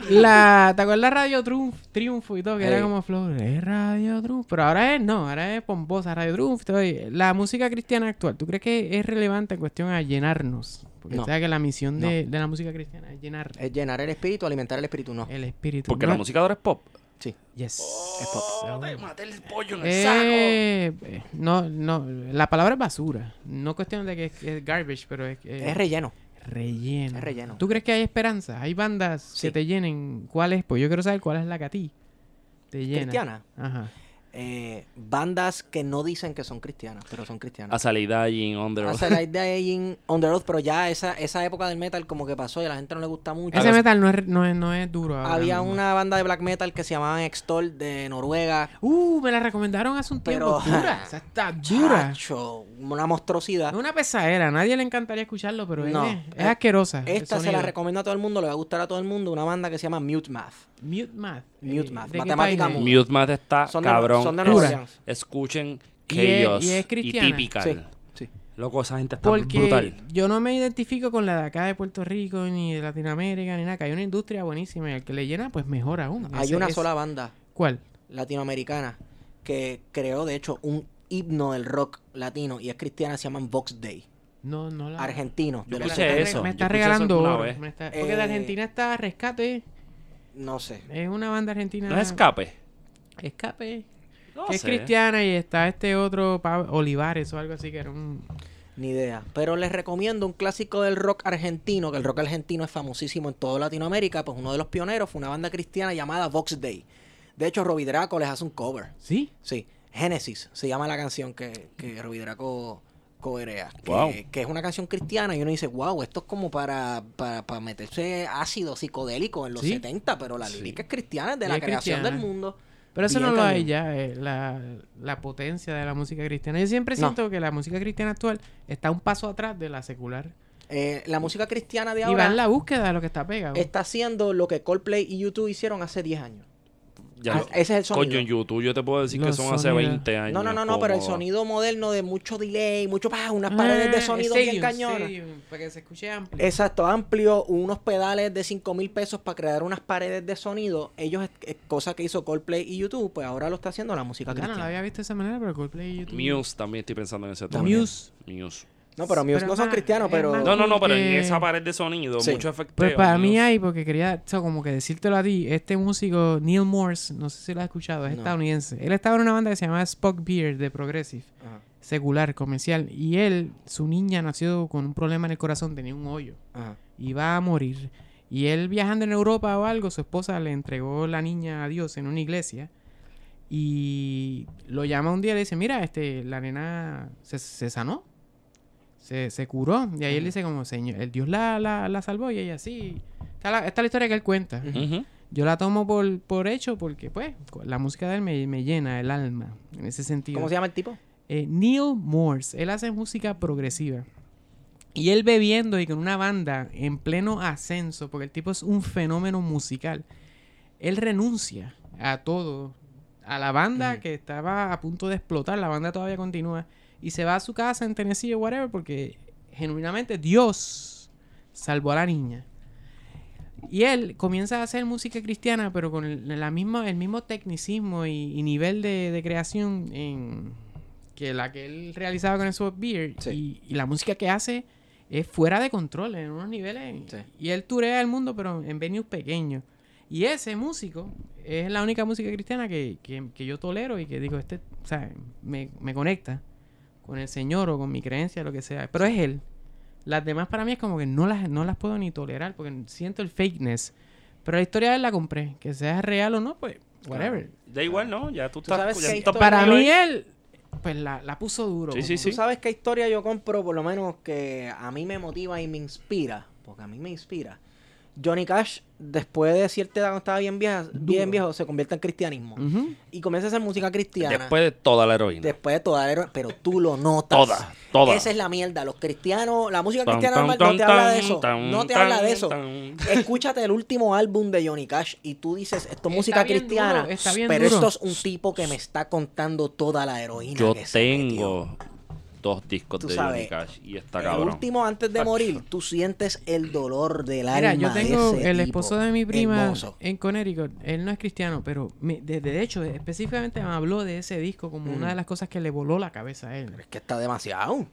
B: la, ¿te acuerdas Radio Triunf- Triunfo y todo? Que
C: Ey.
B: era como flor, es Radio Triunfo, pero ahora es, no, ahora es pomposa Radio Triunfo. y todo. Y La música cristiana actual, ¿tú crees que es relevante en cuestión a llenarnos? Porque
C: No.
B: sabes que la misión de, de la música cristiana es llenar
C: Es llenar el espíritu, alimentar el espíritu, no.
B: el espíritu.
A: Eh, Porque
B: ¿no?
A: la música ahora es pop.
C: Sí.
B: Yes.
A: Oh, te maté el pollo en el saco.
B: Eh, eh, no, no, la palabra es basura. No cuestión de que es, es garbage, pero es, eh,
C: Es relleno.
B: relleno.
C: es relleno.
B: ¿Tú crees que hay esperanza? ¿Hay bandas
C: Sí.
B: que te llenen? ¿Cuál es? Pues yo quiero saber cuál es la que a ti te llena.
C: Cristiana.
B: Ajá.
C: Eh, bandas que no dicen que son cristianas, pero
A: A
C: son
B: Ah.
C: cristianas.
A: salir dying on the road.
C: Hace la idea de On The Road, pero ya esa, esa época del metal como que pasó y a la gente no le gusta mucho.
B: Ese metal no es, no es, no es duro. ahora
C: Había
B: mismo.
C: una banda de black metal que se llamaba Extol de Noruega.
B: Uh, me la recomendaron hace un tiempo.
C: Pero-
B: Dura. Esa está dura.
C: Chacho, una monstruosidad.
B: Es una pesadera. A nadie le encantaría escucharlo, pero es-
C: No. eh,
B: es, es asquerosa. el
C: Esta se la
B: sonido.
C: recomiendo a todo el mundo, le va a gustar a todo el mundo. Una banda que se llama Mute Math.
B: Mute Math.
C: Mute
B: Eh,
C: Math,
B: ¿de qué
C: matemática
B: país es?
C: muda.
A: Mute Math está
C: Son de-
A: cabrón.
C: son de
A: Es-
C: Nueva
B: Dura.
C: Orleans.
A: Escuchen
B: Y es-
A: Chaos
B: y
A: y,
B: es cristiana.
A: Typical.
C: Sí, sí.
A: Loco, esa gente está
B: Porque
A: brutal.
B: yo no me identifico con la de acá de Puerto Rico, ni de Latinoamérica, ni nada. Que hay una industria buenísima y al que le llena, pues mejor aún.
C: Hay
B: Ese
C: una
B: es-
C: sola banda
B: ¿Cuál?
C: latinoamericana que creó, de hecho, un himno del rock latino y es cristiana, se llaman Vox Day.
B: No, no la.
C: Argentinos.
A: Yo
C: de
A: escuché
C: los 70.
A: eso. yo escuché
B: Me está
A: eso
B: regalando
A: alguna
B: oro.
A: vez.
B: me está- Porque de
C: Eh,
B: Argentina está Rescate.
C: No sé.
B: Es una banda argentina.
A: No es escape.
B: Escape.
A: No
B: Ah. que es
A: sé.
B: cristiana y está este otro pa- Olivares o algo así que era un
C: Ni idea. Pero les recomiendo un clásico del rock argentino, que el rock argentino es famosísimo en toda Latinoamérica. Pues uno de los pioneros fue una banda cristiana llamada Vox Day. De hecho, Robbie Draco les hace un cover.
B: sí
C: Sí, Génesis se llama la canción que, que Robbie Draco coerea. Que,
A: Wow.
C: que es una canción cristiana y uno dice, wow, esto es como para, para, para meterse ácido psicodélico en los
B: Sí.
C: 70, pero la
A: Sí.
C: lírica es cristiana, es de
B: Y
C: la
B: es
C: creación
B: cristiana.
C: del mundo.
B: pero eso
C: Bien
B: no lo hay
C: cañón.
B: ya eh, la, la potencia de la música cristiana yo siempre
C: No.
B: siento que la música cristiana actual está un paso atrás de la secular
C: Eh, la música cristiana de
B: y va
C: ahora
B: en la búsqueda de lo que está pegado
C: está haciendo lo que Coldplay y YouTube hicieron hace 10 años.
A: Ya
C: Ah,
A: lo-
C: ese es el sonido.
A: Coño, en YouTube yo te puedo decir que
B: Los
A: son hace
B: sonidos.
A: 20 años.
C: No, no, no, no, pero el
A: como-
C: sonido moderno de mucho delay, mucho pa, unas
B: Ah,
C: paredes de sonido bien
B: stadium,
C: cañonas.
B: stadium, para que se escuche amplio
C: Exacto, amplio, unos pedales de 5 mil pesos para crear unas paredes de sonido. Ellos, eh, cosa que hizo Coldplay y YouTube, pues ahora lo está haciendo la música
B: Ah, no
C: cristiana.
B: la había visto de esa manera pero Coldplay y YouTube
A: Muse también estoy pensando en ese tema.
C: También.
B: Muse.
A: Muse.
C: No, pero Muse
B: Pero
C: no son
B: más-
C: cristianos,
B: es
C: pero...
B: más-
A: No, no, no, pero en
B: Porque-
A: esa pared de sonido,
C: Sí.
A: mucho efecto.
B: Pues para mí hay, porque quería, o sea, como que decírtelo a ti, este músico, Neil Morse, no sé si lo has escuchado, es
C: No.
B: estadounidense. Él estaba en una banda que se llamaba Spock Beard de Progressive,
C: Ajá,
B: secular, comercial. Y él, su niña, nació con un problema en el corazón, tenía un hoyo,
C: ajá.
B: iba a morir. Y él viajando en Europa o algo, su esposa le entregó la niña a Dios en una iglesia. Y lo llama un día y le dice, mira, este, la nena se, se sanó, se, se curó. Y ahí él
C: Ujú.
B: dice como, señor, el Dios la, la, la salvó y ella sí. Está la, está la historia que él cuenta.
C: Ujú.
B: Yo la tomo por, por hecho porque, pues, cu- la música de él me, me llena el alma, en ese sentido.
C: ¿Cómo se llama el tipo?
B: Eh, Neil Morse, él hace música progresiva. Y él bebiendo y con una banda en pleno ascenso, porque el tipo es un fenómeno musical, él renuncia a todo, a la banda
C: Ujú.
B: que estaba a punto de explotar, la banda todavía continúa, y se va a su casa en Tennessee o whatever, porque genuinamente Dios salvó a la niña. Y él comienza a hacer música cristiana, pero con el, la misma, el mismo tecnicismo y, y nivel de, de creación en- que la que él realizaba con esos Beard.
C: Sí.
B: Y, y la música que hace es fuera de control, en unos niveles.
C: Sí.
B: Y él turea el mundo, pero en venues pequeños. Y ese músico es la única música cristiana que, que- que yo tolero y que digo, este, o sea, me, me conecta con el Señor o con mi creencia, lo que sea. Pero es él. Las demás para mí es como que no las, no las puedo ni tolerar porque siento el fakeness. Pero la historia de él la compré. Que sea real o no, pues, whatever.
A: Da igual, ¿no? Ya tú,
C: Tú
A: estás.
C: sabes
A: ya
C: que
A: tú
C: hay
A: estás
C: historia-
B: Para
A: perdido
B: mí
A: ahí.
B: él, pues la, la puso duro.
A: Sí, sí,
B: como-
A: sí.
C: Tú sabes qué historia yo compro, por lo menos que a mí me motiva y me inspira, porque a mí me inspira. Johnny Cash, después de cierta edad, cuando estaba bien, vieja, bien
B: Duro.
C: viejo, se convierte en cristianismo.
B: Ujú.
C: Y comienza a hacer música cristiana.
A: Después de toda la heroína.
C: Después de toda la era- pero tú lo notas.
A: toda, toda.
C: Esa es la mierda. Los cristianos, la música
A: Tan,
C: cristiana
A: tan,
C: normal
A: tan,
C: no te habla
A: tan,
C: de eso.
A: tan,
C: no te
A: tan,
C: habla de eso.
A: tan.
C: Escúchate el último álbum de Johnny Cash y tú dices, esto es
B: Está
C: música
B: bien
C: cristiana.
B: duro, está bien
C: pero
B: duro.
C: esto es un tipo que me está contando toda la heroína.
A: Yo
C: que se metió.
A: tengo dos discos
C: Tú
A: de
C: sabes,
A: Johnny Cash y está
C: El
A: cabrón.
C: último antes de morir, tú sientes el dolor del
B: Mira,
C: alma.
B: yo
C: de
B: tengo
C: ese
B: el
C: tipo.
B: esposo de mi prima
C: Hermoso.
B: en Connecticut. Él no es cristiano, pero me- de, de hecho, específicamente me habló de ese disco como
C: Mm.
B: una de las cosas que le voló la cabeza a él.
C: Pero es que está demasiado.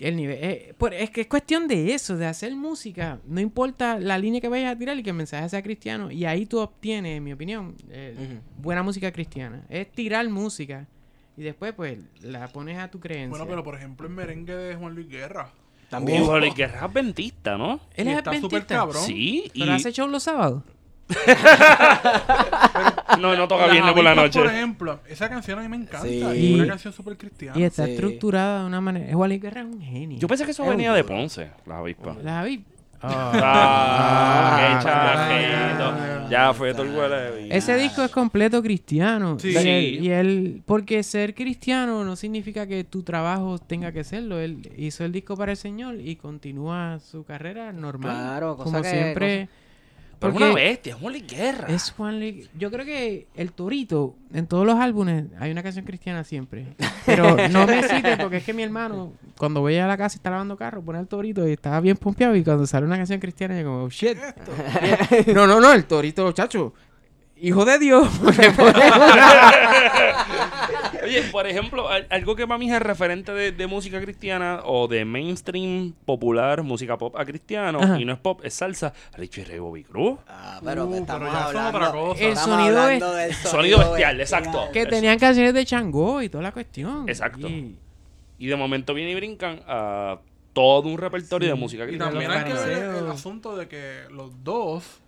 B: El nivel, eh, por- es que es cuestión de eso, de hacer música. No importa la línea que vayas a tirar y que el mensaje sea cristiano. Y ahí tú obtienes, en mi opinión, eh,
C: Ujú.
B: buena música cristiana. Es tirar música y después, pues, la pones a tu creencia.
D: Bueno, pero por ejemplo, el merengue de Juan Luis Guerra.
C: También.
A: Híjole, que es adventista, ¿no?
B: Él
D: y
B: es
D: está súper
B: adventista,
D: cabrón.
A: Sí, y
B: pero hace show los sábados.
A: no, no toca
D: Las
A: viernes por la
D: avispas,
A: noche.
D: Por ejemplo, esa canción a mí me encanta.
C: Sí.
D: y es una canción súper cristiana.
B: y está
C: sí.
B: estructurada de una manera. Juan Luis Guerra es un genio.
A: Yo pensé que eso
C: Es un
A: venía de
C: duro.
A: Ponce, las avispas.
B: La vi.
A: Ah, qué
B: Ah,
A: chajito. Ya fue todo el
C: ah,
A: huele.
B: Ese disco es completo cristiano.
D: Sí.
B: Y, él,
A: Sí.
B: y él- porque ser cristiano no significa que tu trabajo tenga que serlo. Él hizo el disco para el Señor y continúa su carrera normal.
C: Claro, cosa
B: como
C: que-
B: siempre.
A: Pero es
B: porque
A: una bestia, Este, es Juan Luis Guerra.
B: es Juan Luis- Yo creo que el Torito, en todos los álbumes, hay una canción cristiana siempre. Pero no me cites porque es que mi hermano, cuando voy a la casa y está lavando carro, pone el Torito y estaba bien pompeado. Y cuando sale una canción cristiana, yo como, "Oh, shit. No, no, no, el Torito, chacho. Y, hijo de Dios, le ponen una-
A: Oye, por ejemplo, al- algo que para mí es referente de, de música cristiana o de mainstream popular, música pop a cristiano,
B: Ajá.
A: y no es pop, es salsa, Richie Ray Bobby Cruz.
C: Ah, pero
D: Uh,
C: estamos
D: pero ya eso es
C: hablando.
D: otra cosa.
B: El
C: estamos
B: sonido
C: hablando del
A: Sonido bestial, exacto.
B: que tenían canciones de Changó y toda la cuestión.
A: Exacto.
B: Y-
A: Y de momento viene y brincan a todo un repertorio de música
D: Y
A: cristiana.
D: también hay que ver el,
B: Parecido.
D: asunto de que los dos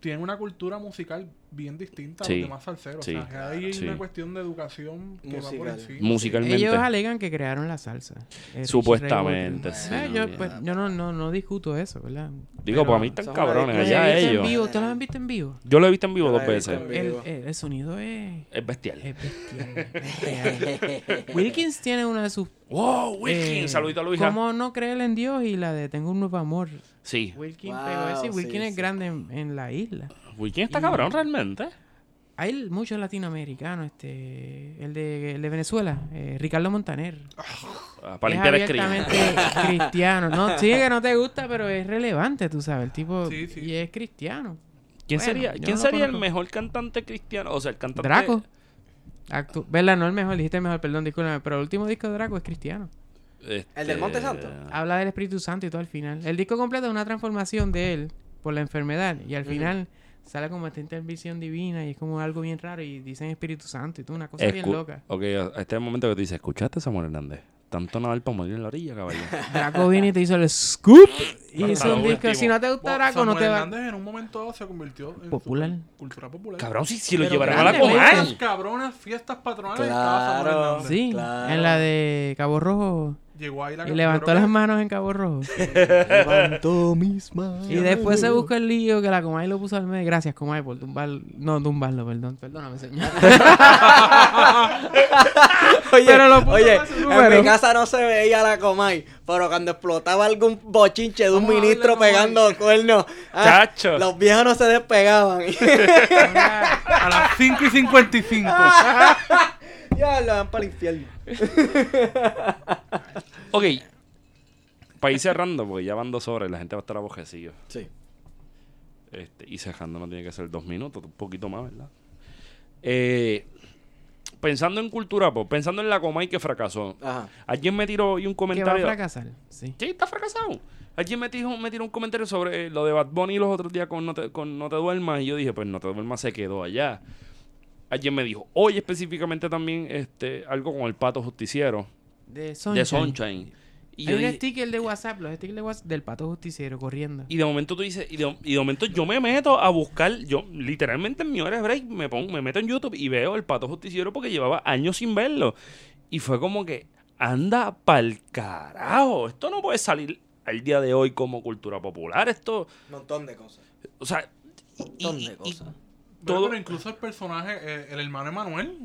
D: tienen una cultura musical bien distinta a
A: Sí,
D: los demás salseros.
A: sí,
D: o sea, que hay
A: sí.
D: una cuestión de educación que va por
C: Musical.
D: encima.
A: Musicalmente.
B: Ellos alegan que crearon la salsa. eh,
A: Supuestamente,
B: Richie
A: sí.
B: Ray Walker. Eh, yo, pues, yo no, no, no discuto eso, ¿verdad?
A: Digo,
B: Pero-
A: para mí están
C: son
A: cabrones
B: ¿Los
C: adictos.
A: allá
B: has visto
A: ellos.
B: En vivo? ¿Ustedes los han visto en vivo?
A: Yo lo he visto en vivo
C: Yo lo
A: dos
C: he visto
A: veces.
C: en
B: El, eh,
C: vivo.
B: el- el sonido es...
A: Es bestial.
B: es bestial. Wilkins tiene una de sus...
A: Wow, Wilkins,
B: eh,
A: saludito a Luisa.
B: ¿Cómo no creer en Dios? Y la de Tengo un nuevo amor.
A: Sí.
B: Wilkins
C: Wow,
B: pegó ese y
C: sí,
B: Wilkins es
C: sí.
B: grande en, en la isla.
A: Wilkins
B: Mm.
A: está cabrón realmente.
B: Hay muchos latinoamericanos, este... El de, el de Venezuela, eh, Ricardo Montaner.
A: Ah, Para
B: es
A: limpiar el screen.
B: abiertamente cristiano. No, sí que no te gusta, pero es relevante, tú sabes. El tipo...
D: Sí, sí.
B: Y es cristiano.
A: ¿Quién
B: Bueno,
A: sería,
B: yo
A: ¿quién
B: no
A: sería el
B: conozco.
A: mejor cantante cristiano? O sea, el cantante.
B: Draco. Actu- ¿Verdad? No el mejor, dijiste el mejor, perdón, discúlpame. Pero el último disco de Draco es cristiano.
A: Este,
C: ¿El del Monte Santo?
B: Habla del Espíritu Santo y todo al final. El disco completo es una transformación de él por la enfermedad. Y al final sale como esta intervención divina y es como algo bien raro. Y dicen Espíritu Santo y todo, una cosa bien
A: Escu-
B: loca.
A: Ok, a- este es el momento que tú dices, ¿escuchaste Samuel Hernández? Tanto nadar para morir en la orilla, caballo.
B: Draco viene y te hizo el scoop. Y
A: Hasta
B: hizo
A: lo
B: un disco.
A: último.
B: Si no te gusta Draco, no
D: Samuel
B: te va.
D: Hernández en un momento dado se convirtió en
B: Popular.
D: super- cultura popular.
A: Cabrón, si, si lo
B: Pero
A: llevaron a la
B: grande,
A: Comay.
D: Esas cabronas fiestas patronales
C: Claro.
D: estaba Samuel Hernández.
C: Sí.
B: Sí,
C: Claro.
B: en la de Cabo Rojo.
D: Llegó ahí la
B: Y levantó
D: yo creo
B: las
D: que-
B: manos en Cabo Rojo.
C: Levantó mis manos.
B: Y después se busca el lío que la Comay lo puso al medio. Gracias, Comay, por tumbar... No, tumbarlo, perdón. Perdóname, señor.
C: Oye,
B: Pero lo puso
C: oye
B: para su
C: en
B: número.
C: mi casa no se veía la Comay, pero cuando explotaba algún bochinche de un
B: Vamos a darle
C: ministro
B: Comay.
C: pegando cuernos, ah,
A: Chacho.
C: los viejos no se despegaban.
D: A las 5 y 55.
B: Ah.
C: ya lo van para el infierno.
A: Ok. Para ir cerrando, porque ya van dos horas y la gente va a estar a bojecillo.
C: Sí.
A: Este, y cerrando no tiene que ser dos minutos, un poquito más, ¿verdad? Eh, pensando en cultura pop, pensando en la Comay que fracasó.
C: Ajá.
A: Alguien me tiró y un
B: que va a
A: comentario.
B: fracasar. Sí.
A: Sí, está fracasado. Alguien me tiró, me tiró un comentario sobre eh, lo de Bad Bunny los otros días con no, te, con no Te Duermas. Y yo dije, pues No Te Duermas se quedó allá. Alguien me dijo, hoy específicamente también este, algo con el pato justiciero
B: De Sunshine.
A: de Sunshine. Y,
B: Hay
A: yo
B: un
A: dije-
B: sticker de WhatsApp, los stickers de WhatsApp del pato justiciero corriendo.
A: y de momento tú dices, y de, y de momento yo me meto a buscar, yo literalmente en mi hora de break me, pongo, me meto en YouTube y veo el pato justiciero porque llevaba años sin verlo. Y fue como que, anda pa'l carajo, esto no puede salir al día de hoy como cultura popular, esto...
C: Un montón de cosas.
A: O sea,
C: Un montón de cosas.
A: todo-
D: Pero, pero incluso el personaje, eh, el hermano Emanuel.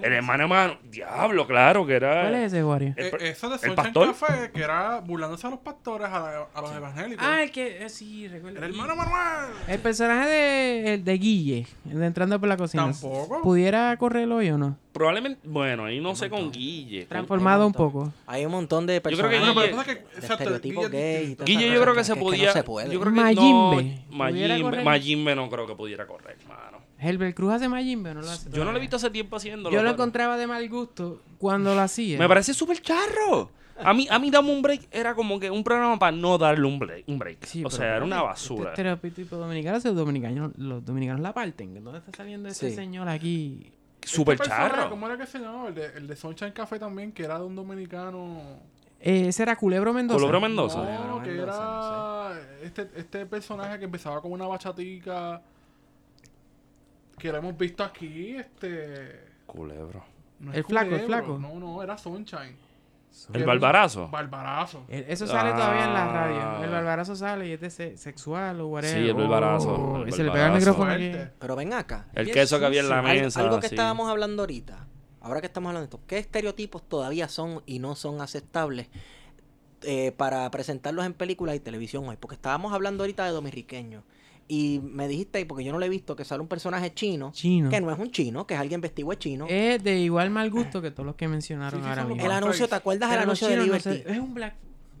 A: el hermano hermano, diablo, claro que era.
B: ¿Cuál es ese, Wario?
A: El
D: eh,
A: per-
D: eso de
A: el
D: Sunshine
A: pastor.
D: Café, que era burlándose a los pastores, a, la- a los evangélicos.
B: Ah, el que... eh, sí, recuerdo.
D: el hermano Emanuel.
B: El personaje de, el de Guille, el de entrando por la cocina.
D: Tampoco.
B: ¿Pudiera correrlo hoy o no?
A: Probablemente, bueno, ahí no sé con Guille. Con-
B: Transformado un
C: montón.
B: poco.
C: Hay un montón de
A: creo que
C: personajes.
D: Bueno,
A: Guille-
D: pero pasa que,
C: de
D: exacto,
C: estereotipos
D: Guille-
C: gay y todas
A: Guille
C: esas
A: yo creo
C: cosas
A: que se
C: es
A: podía.
C: no se puede.
A: Yo creo que
B: Mayimbe.
A: no.
B: ¿Pudiera
A: Mayimbe,
B: correr?
A: Mayimbe no creo que pudiera correr, hermano.
B: Herbert Cruz hace Majin Buu, no lo hace
A: Yo no lo he
B: todavía.
A: visto hace tiempo haciéndolo.
B: Yo lo
A: pero-
B: encontraba de mal gusto cuando lo hacía.
A: Me parece súper charro. A mí, a mí dame un break era como que un programa para no darle un break. Un break.
B: Sí,
A: o
B: pero
A: sea, era una
B: espérate,
A: basura.
B: Este estereotipo dominicano, si los dominicanos, los dominicanos la parten. ¿Dónde está saliendo ese
C: Sí.
B: señor aquí?
D: este
A: Súper
D: personaje,
A: charro.
D: ¿Cómo era que se llamaba? El de, el de Sunshine Café también, que era de un dominicano.
B: Eh, ese era Culebro Mendoza.
A: Culebro Mendoza.
D: No,
B: Culebro
D: que
B: Mendoza, no sé.
D: era este, este personaje que empezaba con una bachatica que lo hemos visto aquí, este...
A: Culebro.
D: no
B: El
D: es
B: flaco, el
D: Culebro,
B: flaco.
D: No, no, era Sunshine.
A: El barbarazo.
D: Barbarazo.
B: El- E, Eso sale todavía en la radio. El
A: Ah.
B: barbarazo sale y es de se- sexual o whatever.
A: Sí, el barbarazo,
B: Oh,
A: el
B: y se le pega el
A: barbarazo.
B: micrófono aquí.
D: Fuerte.
C: Pero ven acá.
A: El queso que había en la
C: Al-
A: mesa.
C: algo que
A: sí.
C: estábamos hablando ahorita, ahora que estamos hablando de esto, ¿qué estereotipos todavía son y no son aceptables eh, para presentarlos en películas y televisión hoy? Porque estábamos hablando ahorita de dominiqueños y me dijiste, y porque yo no lo he visto, que sale un personaje chino,
B: Chino. Eh,
C: que no es un chino, que es alguien vestido de chino.
B: Es de igual mal gusto que todos los que mencionaron
D: Sí, sí,
B: ahora
D: son los
B: mismo.
C: el
D: Blackface.
C: anuncio, ¿te acuerdas
B: Pero
C: del
B: los
C: anuncio de
B: chinos no
C: Liberty?
B: se- Es un black...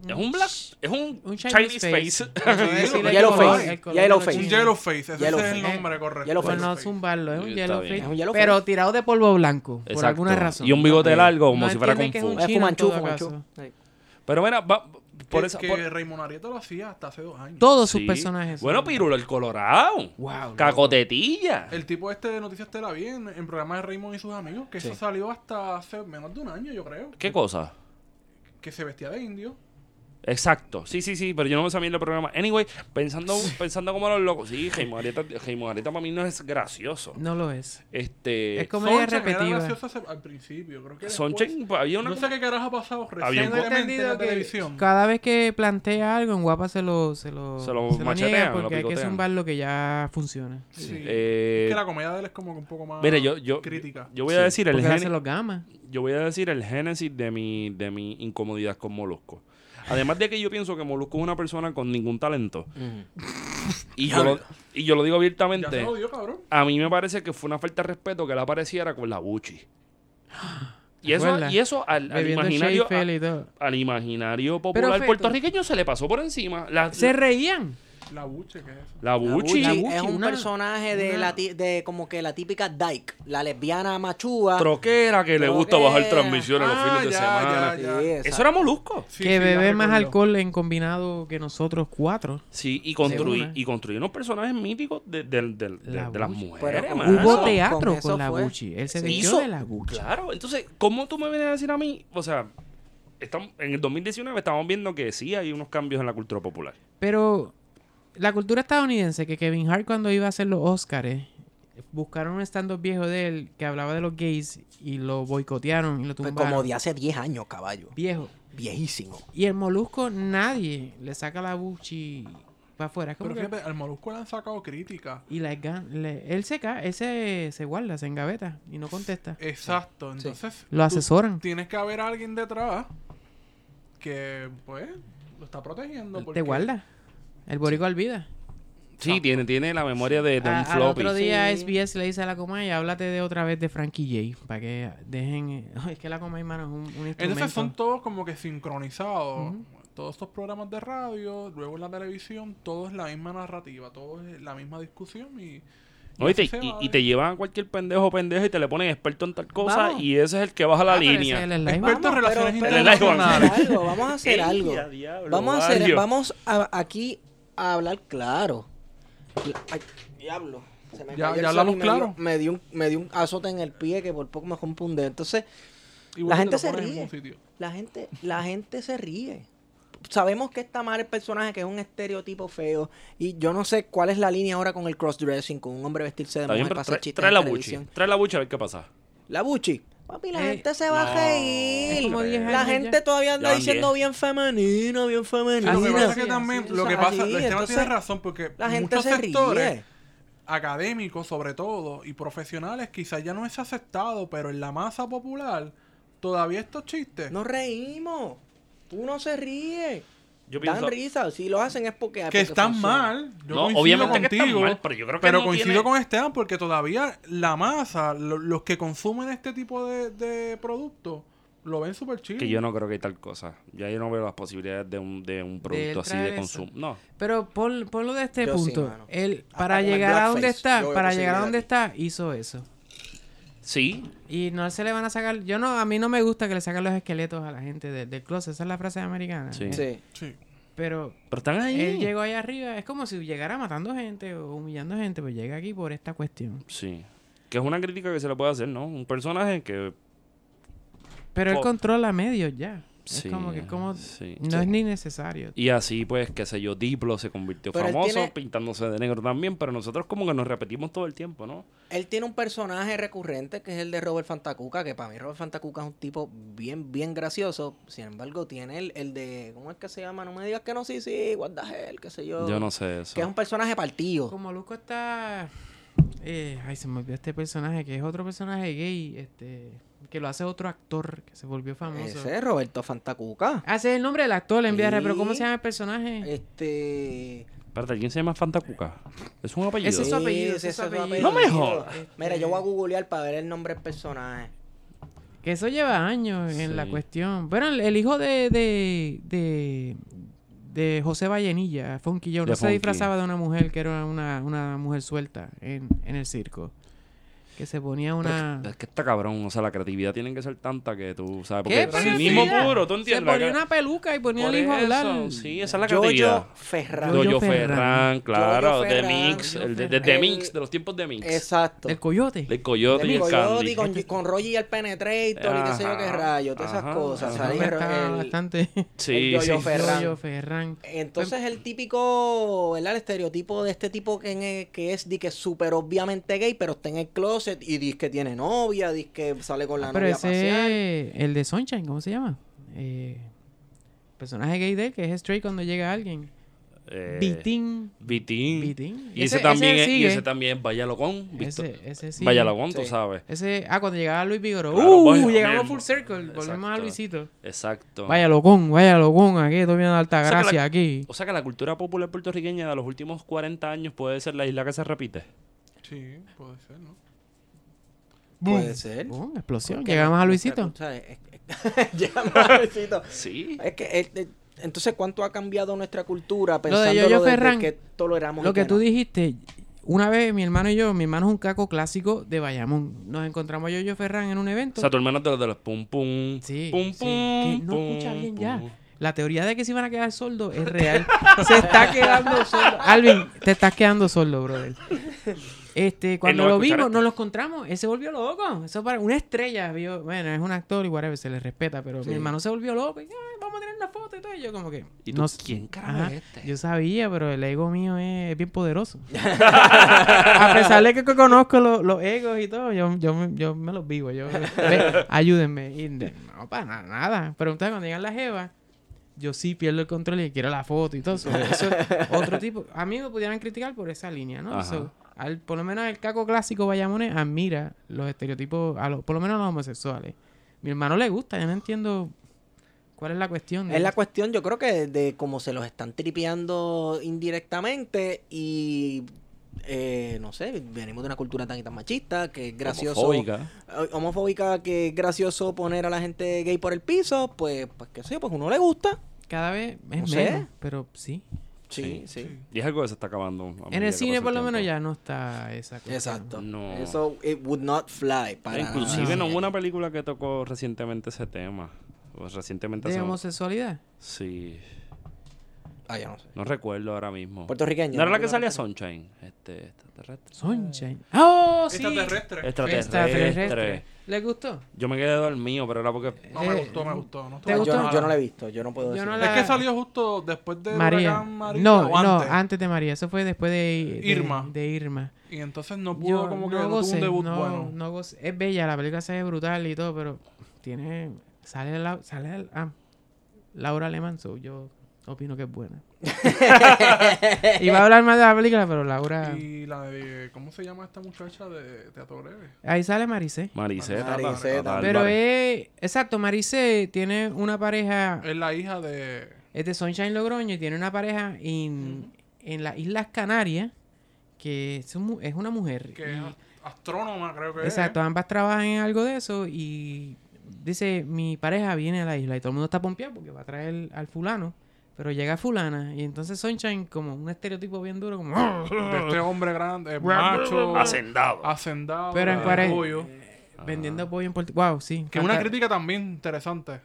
A: Es un black. Es un,
B: Un
A: Chinese, face.
B: Eso es decir, el
D: Yellow
B: color-
D: face,
B: el color
C: yellow
B: de los
C: face.
D: Un
B: chinos.
D: yellow face, ese
C: Yellow
D: es el
B: face.
D: nombre correcto.
C: Yellow
B: Pues
C: face.
B: no zumbarlo, es un
A: Está
B: yellow
A: bien.
B: face.
C: Es un yellow
B: pero
C: face.
B: tirado de polvo blanco, por
A: Exacto.
B: alguna razón.
A: Y un bigote largo como
B: No
A: si fuera Kung
B: entienden que es
A: Fu.
B: un- Chino, en
C: Fumanchu,
B: todo
C: Fumanchu.
B: caso.
C: Sí.
A: Pero mira, va- por
D: que,
A: eso.
D: que
A: por-
D: Raymond Arieto lo hacía hasta hace dos años.
B: Todos
A: sí.
B: sus personajes. son-
A: Bueno, Pirulo el Colorado.
B: Wow.
A: Cacotetilla.
D: El tipo este de Noticias Tela bien en programas de Raymond y sus amigos, que eso salió hasta hace menos de un año, yo creo.
A: ¿Qué cosa?
D: Que se vestía de indio.
A: Exacto. Sí, sí, sí, pero yo no me sabía el programa. Anyway, pensando, pensando como los locos. Sí, Jaime Areta, Jaime Areta para mí no es gracioso.
B: No lo es.
A: Este.
B: Es comedia
D: Sonchen era
B: repetida.
D: gracioso hace- al principio, creo que
A: Sonchen,
D: después-
A: había una.
D: No sé qué carajo ha pasado
A: Había un-
D: recientemente
B: Tengo
D: en la
B: entendido que
D: televisión.
B: cada vez que plantea algo en Guapa se lo se lo,
A: Se lo
B: niega
A: machetean, lo
B: porque hay que
A: picotean.
B: zumbar lo que ya funciona.
D: Sí.
A: Eh,
D: Es que la comedia de él es como que un poco más
A: Mire, yo, yo,
D: crítica.
A: yo voy a decir el
B: Porque
A: género.
B: hace los gamas.
A: yo voy a decir el génesis de mi, de mi incomodidad con Molusco. Además de que yo pienso que Molusco es una persona con ningún talento. Y yo lo, y yo lo digo
D: Ya se
A: abiertamente.
D: lo dio, cabrón.
A: A mí me parece que fue una falta de respeto que él apareciera con la Gucci. Y eso,
B: Recuerda,
A: y eso al, al
B: Bebiendo
A: imaginario, ah,
B: Sheffield y todo.
A: al imaginario popular
B: Feto.
A: puertorriqueño se le pasó por encima. La,
B: Se reían.
D: La buche, que es eso.
A: la
C: La
A: Gucci,
C: Buchi
B: Buchi,
C: es un
B: una-
C: personaje de,
B: una-
C: la ti- de como que la típica dyke, la lesbiana machúa.
A: troquera que le gusta
C: Troquera.
A: bajar transmisiones los
D: Ah,
A: fines de
D: ya,
A: semana.
D: ya,
C: Sí,
D: ya.
C: esa.
A: Eso era Molusco.
D: Sí,
B: que
D: sí, ya
B: bebe más
D: recuerdo.
B: alcohol en combinado que nosotros cuatro.
A: Sí, y
B: De
A: construir,
B: una.
A: y construir unos personajes míticos de, de- de- de-
B: La
A: de las
B: Gucci.
A: mujeres.
C: Pero-
A: mano.
B: Hubo
C: eso-
B: teatro
C: con
B: con,
C: eso
B: la
C: fue.
B: Gucci. Él se
A: Se
B: vistió
A: hizo-
B: de la Gucci.
A: Claro, entonces, ¿cómo tú me vienes a decir a mí? O sea, estamos, en el 2019 estamos viendo que sí hay unos cambios en la cultura popular.
B: Pero la cultura estadounidense, que Kevin Hart cuando iba a hacer los Oscars, buscaron un stand-up viejo de él que hablaba de los gays y lo boicotearon y lo
C: Pues
B: tumbaron.
C: como de hace 10 años, caballo.
B: viejo.
C: Viejísimo.
B: Y el molusco nadie le saca la Gucci para afuera. Es como
D: Pero
B: que-
D: fíjate, al Molusco le han sacado crítica.
B: Y la esga- le- él se cae, él se, se guarda, se engaveta y no contesta.
D: Exacto, entonces...
B: Lo
D: Eh, tú
C: Mm.
B: asesoran.
D: Tienes que haber alguien detrás que, pues, lo está protegiendo.
B: Te
D: porque-
B: guarda. El boricua olvida.
A: Sí, tiene, tiene la memoria de, de un
B: A- al
A: floppy.
B: otro día
C: Sí.
B: SBS le dice a la Comay, háblate de otra vez de Frankie J. Para que dejen... eh, es que la Comay, mano, es un, un instrumento.
D: Entonces son todos como que sincronizados.
B: Ujú.
D: Todos estos programas de radio, luego en la televisión, todo es la misma narrativa, todo es la misma discusión y... y
A: No, y, te,
D: así se
A: y-
D: va,
A: y te llevan a cualquier pendejo o pendeja y te le ponen experto en tal cosa
B: Vamos.
A: y ese es el que baja la
B: Ah, pero
A: línea.
B: ese es el slide.
D: Experto en
C: vamos
D: relaciones
C: a hacer
A: internacionales.
C: algo, vamos a hacer
A: Ey,
C: algo.
A: a diablo,
C: Vamos a hacer,
A: Mario.
C: vamos a- aquí a hablar claro. Ay, diablo. Se me
D: Ya-
C: cayó el sol
D: ya
C: y
D: hablamos
C: me
D: claro.
C: dio- Me dio, un, me dio un azote en el pie que por poco me compundé. Entonces,
D: y
C: la
D: vuelve y te
C: gente
D: lo
C: se
D: pones en
C: ríe.
D: un sitio.
C: La gente, la gente se ríe. Sabemos que está mal el personaje, que es un estereotipo feo. Y yo no sé cuál es la línea ahora con el crossdressing, con un hombre vestirse de
A: Está bien,
C: mujer para
A: pero
C: hacer
A: trae,
C: chistes
A: trae
C: en
A: la buchi.
C: televisión.
A: Trae la buchi a ver qué pasa.
C: La buchi. Papi, la
B: Eh,
C: gente se va
A: no.
C: a
B: Es
C: reír.
B: como 10
C: La
B: años
C: gente
B: ya.
C: todavía
A: Ya
C: anda
A: van
C: diciendo bien femenino, bien femenino.
D: Lo que
B: Así es,
D: pasa es que
B: así
D: también,
B: es,
D: lo que
C: así
D: pasa,
C: es,
D: Esteban tiene
C: entonces,
D: razón porque
C: La gente
D: muchos
C: se
D: sectores
C: ríe.
D: académicos sobre todo y profesionales quizás ya no es aceptado, pero en la masa popular todavía estos chistes
C: Nos reímos. Uno se ríe.
A: Yo
C: Dan risa. Si lo hacen es porque.
D: que
C: porque
D: están
C: funciona.
D: mal. Yo
A: No,
D: coincido
A: obviamente que
D: contigo,
A: están mal, pero yo creo que
D: pero
A: no
D: coincido
A: tiene-
D: con Esteban porque todavía la masa, lo- los que consumen este tipo de, de productos, lo ven súper chido.
A: Que yo no creo que hay tal cosa. Ya yo no veo las posibilidades de un, de un producto así
B: traer
A: de
B: eso.
A: consumo. No.
B: Pero pon- ponlo de este
C: Yo sí,
B: punto.
C: mano.
B: él,
C: Hasta
B: para
C: con el
B: llegar a
C: blackface,
B: donde está,
C: yo veo
B: para llegar a donde
C: posibilidad
B: está, hizo eso.
A: Sí,
B: Y no se le van a sacar... Yo no, a mí no me gusta que le sacan los esqueletos a la gente de- del closet. Esa es la frase americana.
A: Sí.
C: Sí.
D: Sí.
B: Pero
A: pero están ahí.
B: él llegó ahí arriba. Es como si llegara matando gente o humillando gente, pues llega aquí por esta cuestión.
A: Sí. Que es una crítica que se le puede hacer, ¿no? Un personaje que.
B: Pero él
A: Po-
B: controla medios ya.
A: Sí,
B: es como que como...
A: sí.
B: no es ni necesario.
A: Y así, pues, qué sé yo, Diplo se convirtió
C: Pero él
A: famoso
C: tiene-
A: pintándose de negro también, pero nosotros como que nos repetimos todo el tiempo, ¿no?
C: Él tiene un personaje recurrente que es el de Robert Fantacuca, que para mí Robert Fantacuca es un tipo bien, bien gracioso. Sin embargo, tiene el, el de, ¿cómo es que se llama? No me digas que no, sí, sí, what the hell, qué sé yo.
A: Yo no sé eso.
C: Que es un personaje partido.
B: Como Luco está. eh, ay, se me olvidó este personaje, que es otro personaje gay, este, que lo hace otro actor que se volvió famoso.
C: Ese es Roberto Fantacuca.
B: Ah, ese es el nombre del actor en vida real, pero
C: Sí. Eh,
B: ¿cómo se llama el personaje?
C: Este.
A: Espérate, ¿quién se llama Fantacuca? Es un apellido.
B: Ese es su apellido,
C: Sí,
B: ese es su
C: ese es su Este,
B: apellido.
A: No me jodas.
C: Mira, yo voy a googlear para ver el nombre del personaje.
B: Que eso lleva años en la
A: Sí.
B: cuestión. Bueno, el, el hijo de, de, de, de José Vallenilla, Funky Joe,
A: De
B: no se
A: Funky.
B: disfrazaba de una mujer que era una, una mujer suelta en, en el circo. Que se ponía una...
A: Pero es que está cabrón, o sea, la creatividad tiene que ser tanta que tú sabes.
B: ¿Qué
A: Porque cinismo
B: creatividad?
A: puro, tú
B: Se
A: entiendes.
B: ponía
A: La-
B: una peluca y ponía
A: Por
B: al hijo a
A: eso,
B: hablar.
A: Sí, esa es la creatividad.
C: Jojo Ferran.
B: Yo-Yo
A: Yo,
B: Ferran.
A: Ferran, claro,
C: Yo-Yo
A: de
C: Ferran,
A: Mix,
B: Yo-Yo
A: el de, de,
B: Ferran.
A: de Mix, de los tiempos de Mix.
C: Exacto.
B: El coyote.
A: Del Coyote y
C: Del
A: el
C: Coyote
A: Candy.
C: con, con Roger y el Penetrator y qué sé yo qué
A: Ajá,
C: rayo, todas esas
A: ajá, ajá.
C: cosas.
B: Esa
C: ¿sabes?
B: mujer estaba
C: El-
B: bastante...
A: Sí,
C: Yo-Yo
A: sí.
C: Ferran. eh,
B: Yo-Yo Ferran.
C: Entonces el típico, ¿verdad? El estereotipo de este tipo que, en el- que es di que es súper obviamente gay, pero está en el closet y dice que tiene novia, dice que sale con la
B: Ah, pero
C: novia a pasear.
B: ese, el de Sunshine, ¿cómo se llama? Eh, personaje gay de él, que es straight cuando llega alguien.
A: Eh,
B: Vitín.
A: Vitín.
B: Vitín.
A: Y ese,
B: Ese- ese
A: también es, y
B: sigue.
A: ese también es Vallalocón. Víctor.
B: Ese, ese sí.
A: Vallalocón, tú
C: Sí.
A: sabes.
B: Ese, ah, cuando llegaba Luis Vigoró.
A: Claro,
B: ¡Uh!
A: bueno,
B: llegamos
A: mismo.
B: full circle. Volvemos a
A: Exacto.
B: Luisito.
A: Exacto.
B: Vaya locón, vaya locón. Aquí estoy viendo
A: O
B: alta
A: sea que la-
B: gracia. Aquí.
A: O sea que la cultura popular puertorriqueña de los últimos 40 años puede ser la isla que se repite.
D: Sí, puede ser, ¿no?
C: Puede ser.
B: Boom, explosión. Llegamos a Luisito.
C: O sea, es- es- Llegamos a Luisito.
A: Sí.
C: Es que es- es- entonces cuánto ha cambiado nuestra cultura
B: de
C: pensando
B: Yo-Yo
C: desde
B: Ferran,
C: que toleramos
B: Lo
C: y
B: que tú
C: no?
B: dijiste, una vez mi hermano y yo, mi hermano es un caco clásico de Bayamón. Nos encontramos yo y yo Ferran en un
A: O
B: evento.
A: sea, tu hermano es de los de los pum pum.
B: Sí,
A: Pum
B: sí,
A: pum.
B: que no
A: pum,
B: escucha bien ya.
A: pum.
B: La teoría de que se iban a quedar sordos es real. se está quedando sordo. Alvin, te estás quedando sordo, brother. Este, cuando
A: no va a
B: lo
A: escuchar
B: vimos,
A: esto.
B: nos lo encontramos. Él se volvió loco. Eso para una estrella. Vio, bueno, es un actor y whatever, se le respeta, pero mi hermano se volvió loco. Y, "Ay, vamos a tener una foto y todo. Y yo como que...
A: ¿Y tú
B: no sé.
A: quién carajo
B: Ajá.
A: es este?
B: Yo sabía, pero el ego mío es bien poderoso. a pesar de que co- conozco lo- los egos y todo, yo, yo, me- yo me los vivo. Yo, ve, ayúdenme. Y de- no, para na- nada. Pero entonces cuando llegan las jevas, yo sí pierdo el control y quiero la foto y todo eso. Eso es otro tipo. A mí me pudieran criticar por esa línea, ¿no?
A: Ajá.
B: So, al, por lo menos el caco clásico Bayamones admira los estereotipos, a los- por lo menos a los homosexuales. Mi hermano le gusta, yo no entiendo cuál es la cuestión. de
C: Es la
B: él.
C: cuestión, yo creo que de cómo se los están tripeando indirectamente y eh, no sé, venimos de una cultura tan y tan machista que es gracioso.
A: Homofóbica.
C: eh, homofóbica, que es gracioso poner a la gente gay por el piso, pues, pues qué sé yo, pues uno le gusta.
B: Cada vez es
C: No
B: menos,
C: sé.
B: pero sí.
C: Sí, sí.
A: Y es algo que se está acabando. a
B: En
A: medida
B: el
A: que
B: cine,
A: pasa
B: por lo menos,
A: tiempo.
B: ya no está esa cuestión.
C: Exacto.
A: No.
C: Eso, it would not fly. Para
A: Pero inclusive
C: nada.
A: no hubo una película que tocó recientemente ese tema. O recientemente
B: ¿De
A: hace-
B: homosexualidad?
A: Sí.
C: Ah, yo no sé.
A: No recuerdo ahora mismo.
C: Puertorriqueña.
A: No era la que salía Sunshine. Este, extraterrestre.
B: Sunshine. ¡Oh, sí!
D: Extraterrestre.
A: Extraterrestre.
B: ¿Les gustó?
A: Yo me quedé dormido, pero era porque.
D: No, me
B: Eh,
D: gustó, me gustó. No
B: ¿te
D: estuvo
C: Ah,
B: gustó?
C: Yo,
D: nada.
C: no- yo no la he visto, yo no puedo
B: Yo
C: decir.
B: no
D: Es
B: la-
D: que salió justo después de
B: María.
D: Huracán María.
B: No,
D: o
B: no,
D: antes.
B: antes de María. Eso fue después de, de-
D: Irma.
B: De Irma.
D: Y entonces no pudo, como que no, tuvo
B: gocé,
D: un debut
B: no,
D: bueno.
B: no gocé. Es bella, la película se ve brutal y todo, pero tiene... Sale, la, sale el- ah, Laura Alemán, so yo opino que es buena. Iba a hablar más de la película, pero Laura...
D: Y la de. ¿Cómo se llama esta muchacha de Teatro Breve?
B: Ahí sale Maricé.
A: Mariceta.
C: Mariceta.
B: Pero es... Exacto, Maricé tiene una pareja...
D: Es la hija de.
B: Es de Sunshine Logroño y tiene una pareja en, en las Islas Canarias que es, un mu- es una mujer.
D: que
B: y-
D: es astrónoma, creo que
B: exacto, ambas trabajan en algo de eso y dice, mi pareja viene a la isla y todo el mundo está pompeado porque va a traer al fulano, pero llega fulana y entonces Sunshine como un estereotipo bien duro, como...
D: es. De este hombre grande, macho,
A: Hacendado.
D: hacendado, eh,
B: Pero en
D: de
B: cuare-
D: orgullo.
B: Vendiendo pollo en Puerto... Wow, sí.
D: Que es una
B: falta-
D: crítica también interesante.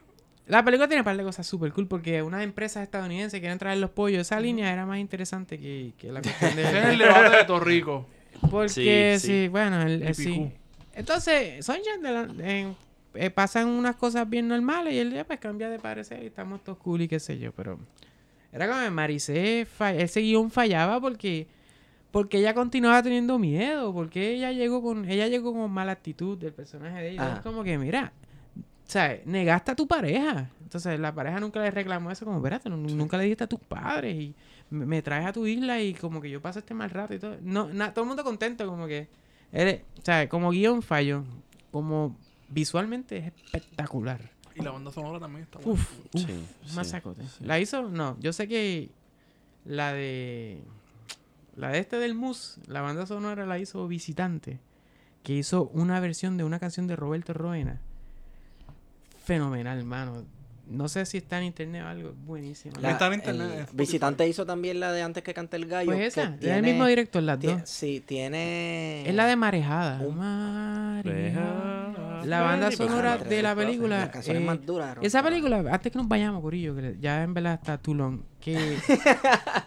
B: La película tiene un par de cosas súper cool porque unas empresas estadounidenses quieren traer los pollos. Esa línea era más interesante que, que la cuestión de...
D: Ese es el debate de Torrico.
B: Porque sí,
A: Sí, sí.
B: bueno, el,
D: Y
B: eh, sí.
D: Picú.
B: Entonces, Sunshine de la- en- eh, pasan unas cosas bien normales y él ya pues cambia de parecer y estamos todos cool y qué sé yo, pero era como que Maricé, fa- ese guión fallaba porque porque ella continuaba teniendo miedo, porque ella llegó con ella llegó con mala actitud del personaje de ella.
C: Ajá.
B: Es como que, mira, o sea, negaste a tu pareja. Entonces, la pareja nunca le reclamó eso, como, espérate, nu- nunca le dijiste a tus padres y me, me traes a tu isla y como que yo paso este mal rato y todo. No, na- todo el mundo contento, como que, eres- o sea, como guión fallo, como visualmente es espectacular.
D: Y la banda sonora también está buena.
B: Uf, uf,
A: Sí, sí,
B: masacote.
A: sí.
B: ¿La hizo? No, yo sé que la de, la de este del Mus, la banda sonora la hizo Visitante, que hizo una versión de una canción de Roberto Roena fenomenal, mano. No sé si está en internet o algo. Buenísimo.
D: La- Está en internet,
C: el
D: en Spotify.
C: visitante hizo también la de antes que cante el gallo.
B: Pues
C: que
B: esa, es
C: tiene-
B: el mismo director, las
C: tie-
B: dos.
C: Sí, tiene.
B: Es la de Marejada.
C: Un-
B: Marejada. La banda sonora de la película.
C: Las canciones
B: eh,
C: más duras. Ron,
B: Esa
C: pero-
B: película, antes que nos vayamos, Corillo, que ya en verdad está too long, que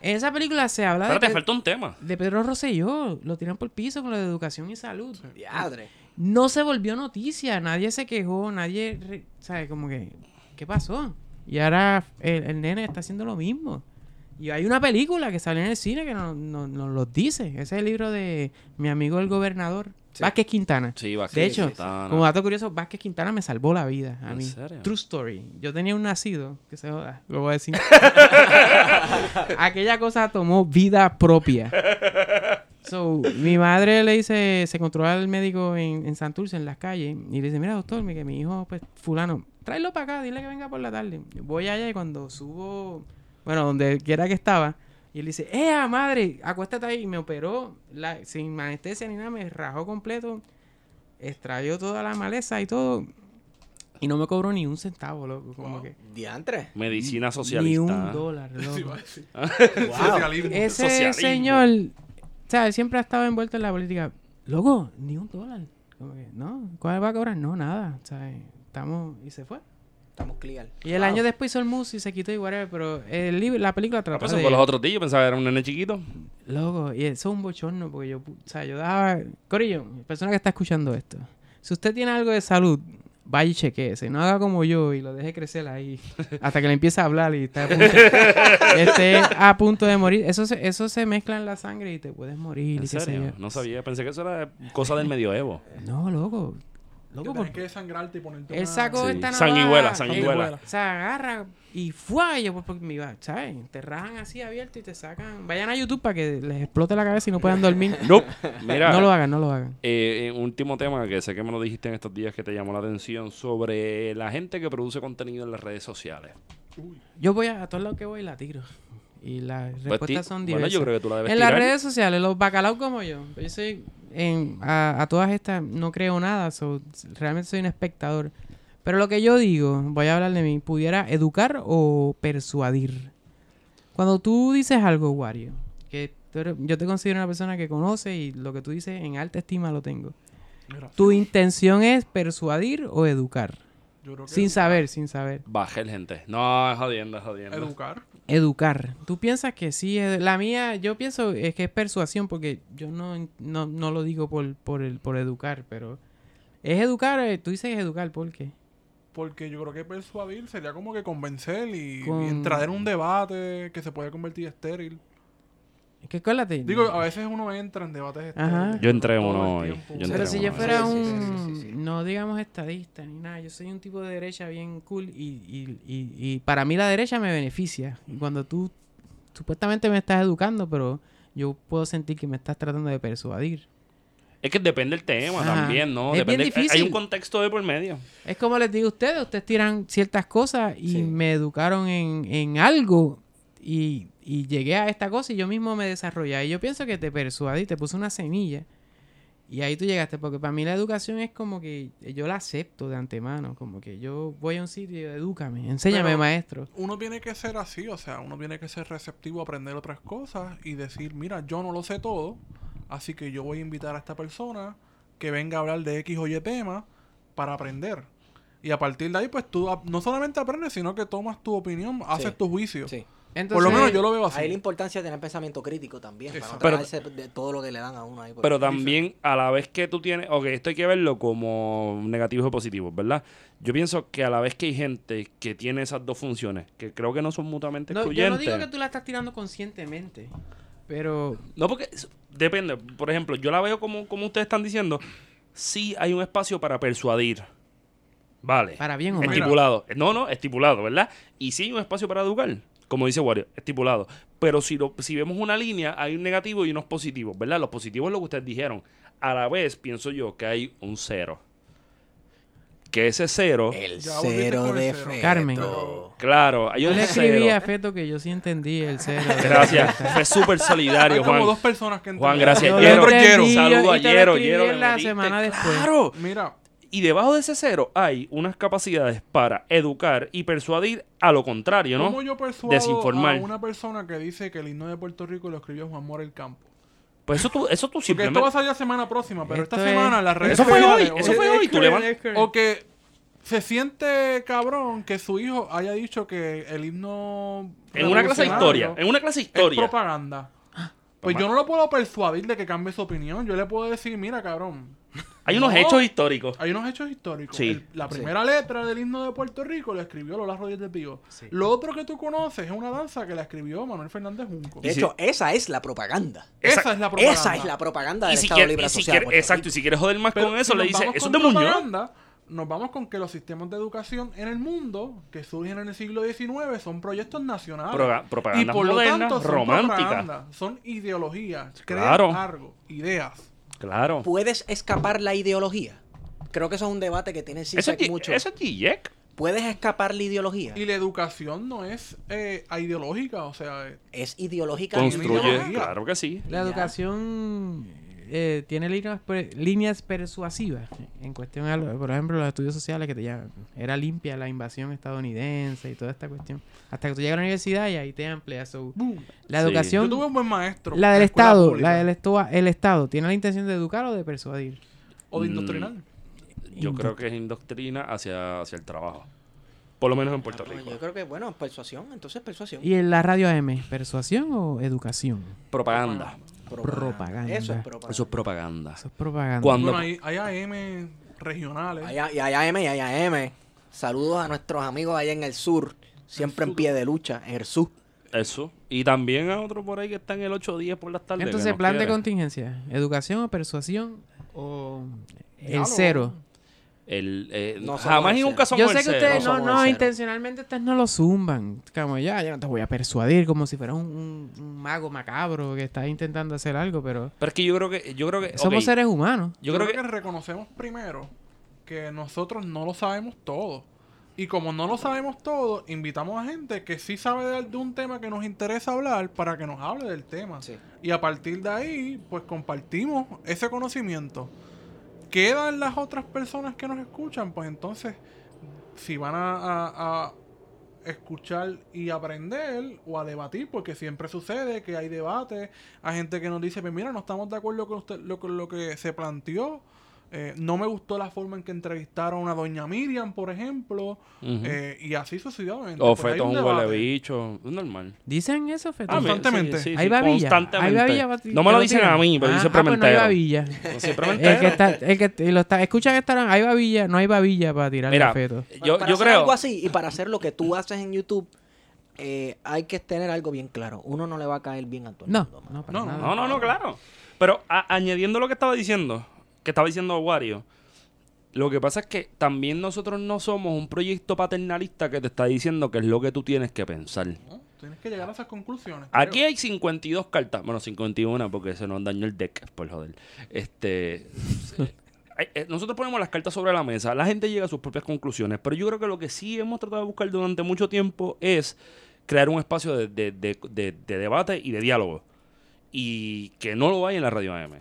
B: en esa película se habla de,
A: Espérate,
B: Pe-
A: falta un tema.
B: de Pedro Rosselló, lo tiran por el piso con la de educación y salud.
C: Diadre.
B: No se volvió noticia, nadie se quejó, nadie, re- ¿sabes? Como que, ¿qué pasó? Y ahora el, el nene está haciendo lo mismo. Y hay una película que sale en el cine que nos no, nos lo dice. Ese es el libro de mi amigo el gobernador,
C: Sí.
B: Vázquez Quintana.
A: Sí, va
B: De hecho, Como dato curioso, Vázquez Quintana me salvó la vida a
A: ¿En
B: mí.
A: serio?
B: True story. Yo tenía un nacido, que se joda, lo voy a decir. Aquella cosa tomó vida propia. So, mi madre le dice, se controla al médico en, en Santurce, en las calles, y le dice, mira doctor, mi- que mi hijo, pues, fulano, tráelo para acá, dile que venga por la tarde. Yo Voy allá y cuando subo, bueno, donde quiera que estaba, y él dice, ¡eh, madre! Acuéstate ahí. Y me operó la- sin anestesia ni nada, me rajó completo, extrayó toda la maleza y todo. Y no me cobró ni un centavo, loco. Como que.
C: Diantre.
A: Medicina
B: Ni
A: socialista.
B: un dólar,
D: Sí, va
B: loco.
D: a decir.
C: Wow.
D: Socialismo.
B: Ese
A: Socialismo.
B: señor, o sea, él siempre ha estado envuelto en la política. Loco, ni un dólar. Como que, no, ¿cuál va a cobrar? No, nada. O sea, estamos. Y se fue.
C: Estamos clear.
B: Y el año después hizo el mus y se quitó y whatever, pero el libro, la película
A: Ah,
B: trata
A: pues eso
B: de-
A: fue los otros días. Yo pensaba que era un nene chiquito.
B: Loco, y eso es un bochorno porque yo, pu- o sea, yo daba... Corillo, persona que está escuchando esto, si usted tiene algo de salud, vaya y chequeese. No haga como yo y lo deje crecer ahí hasta que le empiece a hablar y está a punto, esté a punto de morir. Eso se, eso se mezcla en la sangre y te puedes morir. y
A: ¿En
B: qué sé
A: serio?
B: yo.
A: No sabía. Pensé que eso era cosa del medioevo.
B: No, loco. Loco,
D: Tienes
B: por-
D: que sangrarte y ponerte
B: él
D: una-
B: sacó
A: Sí.
B: esta
A: Sanguijuela,
B: navaja,
A: sanguijuela.
B: Se agarra y fue. Yo, pues, porque me iba, ¿sabes? Te rajan así abierto y te sacan. Vayan a YouTube para que les explote la cabeza y no puedan dormir.
A: No. Mira,
B: No lo hagan, no lo hagan.
A: eh, eh, último tema que sé que me lo dijiste en estos días que te llamó la atención sobre la gente que produce contenido en las redes sociales. Pues,
B: Yo voy a, a todos lados que voy y la tiro. Y las
A: Pues, ti-
B: respuestas son
A: bueno,
B: diversas.
A: yo creo que tú la debes
B: en las
A: tirar.
B: redes sociales, los bacalaos como yo. Yo soy, en- a, a todas estas, no creo nada. so, realmente soy un espectador. Pero lo que yo digo, voy a hablar de mí, pudiera educar o persuadir. Cuando tú dices algo, Wario, que tú eres- yo te considero una persona que conoce y lo que tú dices en alta estima lo tengo.
D: Mira,
B: ¿Tu intención es persuadir o educar?
D: yo creo que
B: Sin saber, sin saber.
A: Bajar gente. No, es jodiendo, es jodiendo.
D: Educar.
B: Educar. Tú piensas que sí, es- la mía, yo pienso es que es persuasión porque yo no, no, no lo digo por, por, el, por educar, pero es educar, eh, tú dices educar, ¿por qué?
D: Porque yo creo que persuadir sería como que convencer y,
B: Con-
D: y entrar en un debate que se puede convertir estéril.
B: Es que acuérdate.
D: Digo, a veces uno entra en debates
B: Ajá.
D: estériles.
A: Yo entré en
D: todo
A: uno
D: el
A: hoy.
D: tiempo.
A: Yo entré
B: pero
A: en
B: si
A: uno
B: yo
A: hoy.
B: fuera
C: Sí, sí,
B: un,
C: sí, sí, sí, sí.
B: no digamos estadista ni nada, yo soy un tipo de derecha bien cool y, y, y, y para mí la derecha me beneficia. Y cuando tú supuestamente me estás educando, pero yo puedo sentir que me estás tratando de persuadir.
A: Es que depende del tema
B: Ajá.
A: también, ¿no?
B: Es bien
A: Depende- eh, hay- Hay
B: difícil.
A: un contexto de por medio.
B: Es como les digo a ustedes, ustedes tiran ciertas cosas y
C: Sí.
B: me educaron en, en algo y, y llegué a esta cosa y yo mismo me desarrollé. Y yo pienso que te persuadí, te puse una semilla y ahí tú llegaste, porque para mí la educación es como que yo la acepto de antemano, como que yo voy a un sitio y edúcame, enséñame
D: Pero-
B: maestro.
D: Uno tiene que ser así, o sea, uno tiene que ser receptivo a aprender otras cosas y decir, mira, yo no lo sé todo, así que yo voy a invitar a esta persona que venga a hablar de X o Y tema para aprender. Y a partir de ahí, pues tú ap- no solamente aprendes, sino que tomas tu opinión, haces tu juicio.
C: Sí.
B: Entonces,
D: Por lo menos yo lo veo
C: Ahí la
D: así.
C: importancia de tener pensamiento crítico también. Para no
D: Exacto.
A: Pero-
C: tragarse de todo lo que le dan a uno ahí. por-
A: Pero también a la vez que tú tienes, ok, esto hay que verlo como negativos o positivos, ¿verdad? Yo pienso que a la vez que hay gente que tiene esas dos funciones, que creo que no son mutuamente
B: No, yo no
A: excluyentes.
B: digo
A: No,
B: que tú la estás tirando conscientemente, pero
A: porque es- depende. Por ejemplo, yo la veo como, como ustedes están diciendo, sí hay un espacio para persuadir. Vale.
B: para bien o
D: Mira.
B: mal.
A: Estipulado. No, no, estipulado, ¿verdad? Y sí hay un espacio para educar, como dice Wario, estipulado. Pero si, lo, si vemos una línea, hay un negativo y unos positivos, ¿verdad? Los positivos es lo que ustedes dijeron. A la vez, pienso yo que hay un cero. Que ese cero,
B: Eh.
C: El
D: Ya volviste
C: cero
D: con el
C: de
D: cero.
C: fe.
B: Carmen.
A: claro, hay
B: Yo
A: un
B: le escribí a
A: cero.
B: Feto que yo sí entendí el cero.
A: Gracias, fue súper
D: Hay
A: solidario,
D: como
A: Juan.
D: dos personas que
A: Juan,
D: entendieron.
A: gracias.
B: Yo
A: Yero,
B: lo entendí,
A: Saludo
B: yo-
A: a
B: y te lo
A: Yero,
B: escribí
A: Yero,
B: en
A: le
B: la
A: metiste.
B: semana después.
A: Claro,
D: Mira,
A: Y debajo de ese cero hay unas capacidades para educar y persuadir a lo contrario, ¿no?
D: ¿Cómo yo persuado
A: Desinformar.
D: a una persona que dice que el himno de Puerto Rico lo escribió Juan Morel Campo?
A: Pues eso tú, eso tú
D: Porque esto
A: simplemente...
D: va a salir la semana próxima, pero esta
B: Esto es-
D: semana las redes
A: Eso fue hoy,
D: sociales-
A: eso fue hoy. Tú levantas...
D: O que se siente cabrón que su hijo haya dicho que el himno.
A: En una clase de historia, en
D: revolucionario
A: una clase de
D: Es
A: historia.
D: propaganda. Pues yo no lo puedo persuadir de que cambie su opinión. Yo le puedo decir, mira, cabrón,
A: Hay unos
D: No.
A: hechos históricos.
D: hay unos hechos históricos.
A: Sí.
D: El- la primera letra del himno de Puerto Rico la escribió Lola Rodríguez de Pío. Lo otro que tú conoces es una danza que la escribió Manuel Fernández Junco.
C: De
A: si-
C: hecho, esa es la propaganda.
A: Esa-
D: Esa es la propaganda.
C: Esa es la propaganda del
A: Y si
C: Estado
A: quieres,
C: Libre
A: y si
C: Asociado. de
A: quieres-
C: Puerto
A: exacto, y si quieres joder más
D: Pero
A: con eso,
D: si
A: le
D: nos
A: dice,
D: vamos
A: eso es
D: con
A: de Muñoz.
D: propaganda, Nos vamos con que los sistemas de educación en el mundo que surgen en el siglo XIX son proyectos nacionales.
A: Proga-
D: y
A: Propaganda
D: por lo
A: moderna,
D: tanto son
A: romántica.
D: propaganda, son ideologías,
A: Claro.
D: crean algo, ideas.
A: Claro.
C: Rico. ¿Puedes escapar la ideología? Creo que eso es un debate que tiene
A: Eso es
C: CISEC
A: G- E
C: mucho.
A: eso es G-Jack.
C: ¿Puedes escapar la ideología?
D: Y la educación no es eh, ideológica, o sea, eh,
C: Es ideológica.
A: Construye,
D: ideología.
A: claro que sí.
B: La
C: Ya.
B: educación eh, tiene líneas, per- líneas persuasivas en cuestión a, lo- por ejemplo, los estudios sociales que te llaman. Era limpia la invasión estadounidense y toda esta cuestión. Hasta que tú llegas a la universidad y ahí te amplias. so,
D: boom.
B: la
A: Sí.
B: educación,
D: Yo tuve un buen maestro.
B: la
D: en
B: del
D: escuela
B: Estado,
D: pública,
B: la del esto- el Estado, ¿tiene la intención de educar o de persuadir?
D: o de indoctrinar.
A: Mm. Yo creo que es indoctrina hacia, hacia el trabajo. Por lo menos en Puerto
C: Ah,
A: Rico.
C: Yo creo que, bueno, persuasión. Entonces, persuasión.
B: ¿Y en la radio AM, persuasión o educación?
A: Propaganda.
B: Propaganda.
C: Eso es propaganda.
A: Eso es propaganda.
B: Eso es propaganda.
A: Cuando-
D: Bueno, hay, hay AM regionales.
C: Hay A- y hay AM y hay AM. Saludos a nuestros amigos allá en el sur. Siempre en pie de lucha, en el sur.
A: Eso. Y también a otro por ahí que está en el 8-10 por las tardes. que
B: Entonces,
A: nos
B: plan de
A: quiere.
B: contingencia, educación o persuasión o el
D: Diálogo.
B: cero.
A: El, eh,
C: No somos
A: jamás
C: el
A: y
C: cero.
A: nunca somos
B: Yo sé
A: el
B: que
A: cero.
B: ustedes no,
C: somos
B: no,
C: el cero.
B: intencionalmente ustedes no lo zumban. Como ya, yo no te voy a persuadir como si fueras un, un- un mago macabro que está intentando hacer algo, pero
A: Pero es que yo creo que... Yo creo que
B: somos
A: ok,
B: seres humanos.
A: Yo creo que...
D: reconocemos primero que nosotros no lo sabemos todo. Y como no lo sabemos todo, invitamos a gente que sí sabe de, de un tema que nos interesa hablar para que nos hable del tema.
C: Sí.
D: Y a partir de ahí, pues compartimos ese conocimiento. Quedan las otras personas que nos escuchan, pues entonces, si van a, a- a escuchar y aprender o a debatir, porque siempre sucede que hay debate, hay gente que nos dice, pues mira, no estamos de acuerdo con usted, lo, con lo que se planteó. Eh, no me gustó la forma en que entrevistaron a doña Miriam, por ejemplo,
A: Ujú.
D: eh, y así sucesivamente.
A: O
D: Pues hay
A: feto
D: un
A: un huele
D: debate.
A: bicho. Es normal.
B: Dicen eso, Feto.
A: Ah, mira,
D: Constantemente.
A: sí, sí,
B: Ahí
A: sí,
B: va Villa. Ahí
A: constantemente.
B: va Villa. va-
A: No me
B: te
A: lo dicen
B: tiran.
A: a mí, pero
B: Ah,
A: dice
B: ah, pues no hay
A: Prementero.
B: Villa.
A: No, siempre me
B: El que
A: entero.
B: está, el que te- lo está, escucha que estarán, ahí va Villa, no hay Villa para tirar
A: Mira,
B: Feto.
A: yo,
C: para
A: yo
C: hacer
A: creo...
C: algo así y para hacer lo que tú haces en YouTube, eh, hay que tener algo bien claro. Uno no le va a caer bien a todo el
B: No,
C: mundo, mano.
B: no, para
D: No,
B: nada.
A: No, no, no, claro. Pero a- añadiendo lo que estaba diciendo, que estaba diciendo Wario, lo que pasa es que también nosotros no somos un proyecto paternalista que te está diciendo que es lo que tú tienes que pensar.
D: ¿no? Tienes que llegar a esas conclusiones.
A: Aquí
D: creo.
A: hay 52 cartas, bueno, 51 porque se nos dañó el deck, por joder. Este Ay, eh, nosotros ponemos las cartas sobre la mesa, la gente llega a sus propias conclusiones, pero yo creo que lo que sí hemos tratado de buscar durante mucho tiempo es crear un espacio de, de- de- de- de debate y de diálogo. Y que no lo hay en la radio AM.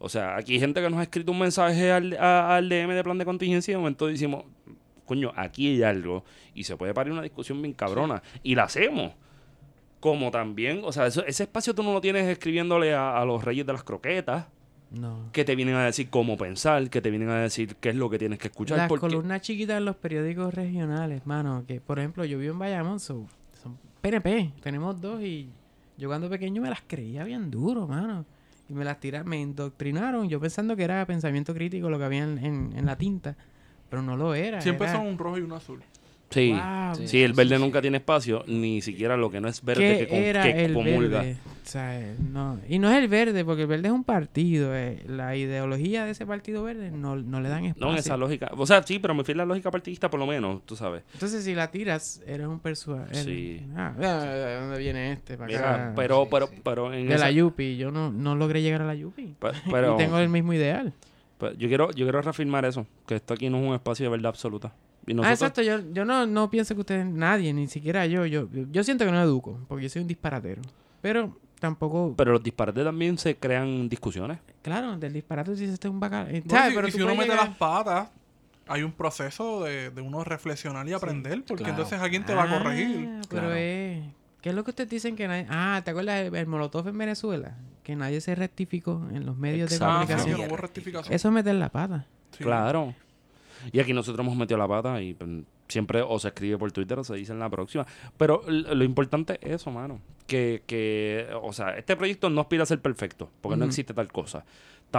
A: O sea, aquí hay gente que nos ha escrito un mensaje al, a- al DM de plan de contingencia y de momento decimos, coño, aquí hay algo y se puede parir una discusión bien cabrona. Y la hacemos. Como también, o sea, eso- ese espacio tú no lo tienes escribiéndole a- a los reyes de las croquetas
B: No.
A: que te vienen a decir cómo pensar, que te vienen a decir qué es lo que tienes que escuchar.
B: Las
A: porque-
B: columnas chiquitas en los periódicos regionales, mano. Que, por ejemplo, yo vivo en Bayamón, so- son PNP. Tenemos dos y yo cuando pequeño me las creía bien duro, mano. Y me las tiraron, me indoctrinaron. Yo pensando que era pensamiento crítico lo que había en, en- en la tinta. Pero no lo era.
D: Siempre
B: era-
D: son un rojo y un azul.
A: Sí.
B: Wow.
A: Sí, el verde nunca tiene espacio, ni siquiera lo que no es verde
B: ¿Qué
A: que, con-
B: era
A: que
B: el
A: comulga.
B: verde? O sea, eh, no. Y no es el verde, porque el verde es un partido. eh. La ideología de ese partido verde no, no le dan espacio.
A: No, en esa lógica. O sea, sí, pero me fui en la lógica partidista por lo menos, tú sabes.
B: Entonces, si la tiras, eres un persuador.
A: Sí.
B: Ah, ¿de dónde viene este? Para
A: Mira,
B: acá.
A: pero, pero, pero en
B: de
A: esa-
B: la Yupi. Yo no, no logré llegar a la Yupi.
A: pe- pero-
B: y tengo el mismo ideal. Ah,
A: pe- yo quiero, yo quiero reafirmar eso, que esto aquí no es un espacio de verdad absoluta. Y
B: Ah,
A: nosotros-
B: exacto. Yo, yo no, no pienso que ustedes, nadie, ni siquiera yo, yo, yo siento que no educo, porque yo soy un disparatero. Pero tampoco,
A: Pero los disparates también se crean discusiones.
B: claro, del disparate tú dices, este es un bacán.
D: Bueno, si- y si uno mete las patas, hay un proceso de, de uno reflexionar y aprender, porque
C: claro.
D: entonces alguien te va a corregir.
B: Ah,
C: Claro.
B: Pero es. ¿Qué es lo que ustedes dicen que nadie.? Ah, ¿te acuerdas el, el Molotov en Venezuela? Que nadie se rectificó en los medios
D: Ah, sí,
B: de comunicación.
D: que no hubo
C: Rectificación.
D: rectificación.
B: Eso es meter la pata.
D: Sí.
A: Claro. Y aquí nosotros hemos metido la pata y pues, siempre o se escribe por Twitter o se dice en la próxima. Pero l- lo importante es eso, mano. Que, que, o sea, este proyecto no aspira a ser perfecto, porque no
B: Ujú.
A: existe tal cosa.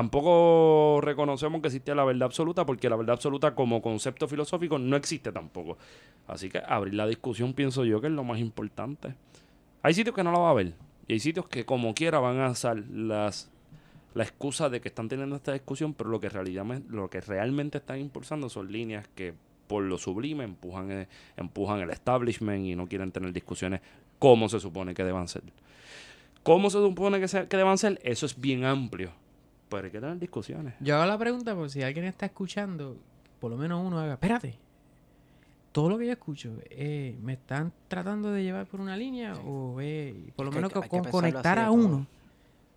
A: Tampoco reconocemos que existe la verdad absoluta, porque la verdad absoluta como concepto filosófico no existe tampoco. Así que abrir la discusión pienso yo que es lo más importante. Hay sitios que no la va a ver. Y hay sitios que como quiera van a usar las, la excusa de que están teniendo esta discusión, pero lo que, realidad, lo que realmente están impulsando son líneas que por lo sublime empujan, eh, empujan el establishment y no quieren tener discusiones como se supone que deban ser. ¿Cómo se supone que, se- que deban ser? Eso es bien amplio. Pero hay que tener discusiones.
B: Yo hago la pregunta por si alguien está escuchando, por lo menos uno haga. Espérate. Todo lo que yo escucho, eh, ¿me están tratando de llevar por una línea? O eh, por lo
C: Es que
B: menos
C: hay que- hay que
B: con-
C: pensarlo
B: conectar
C: así
B: a
C: de todo.
B: uno.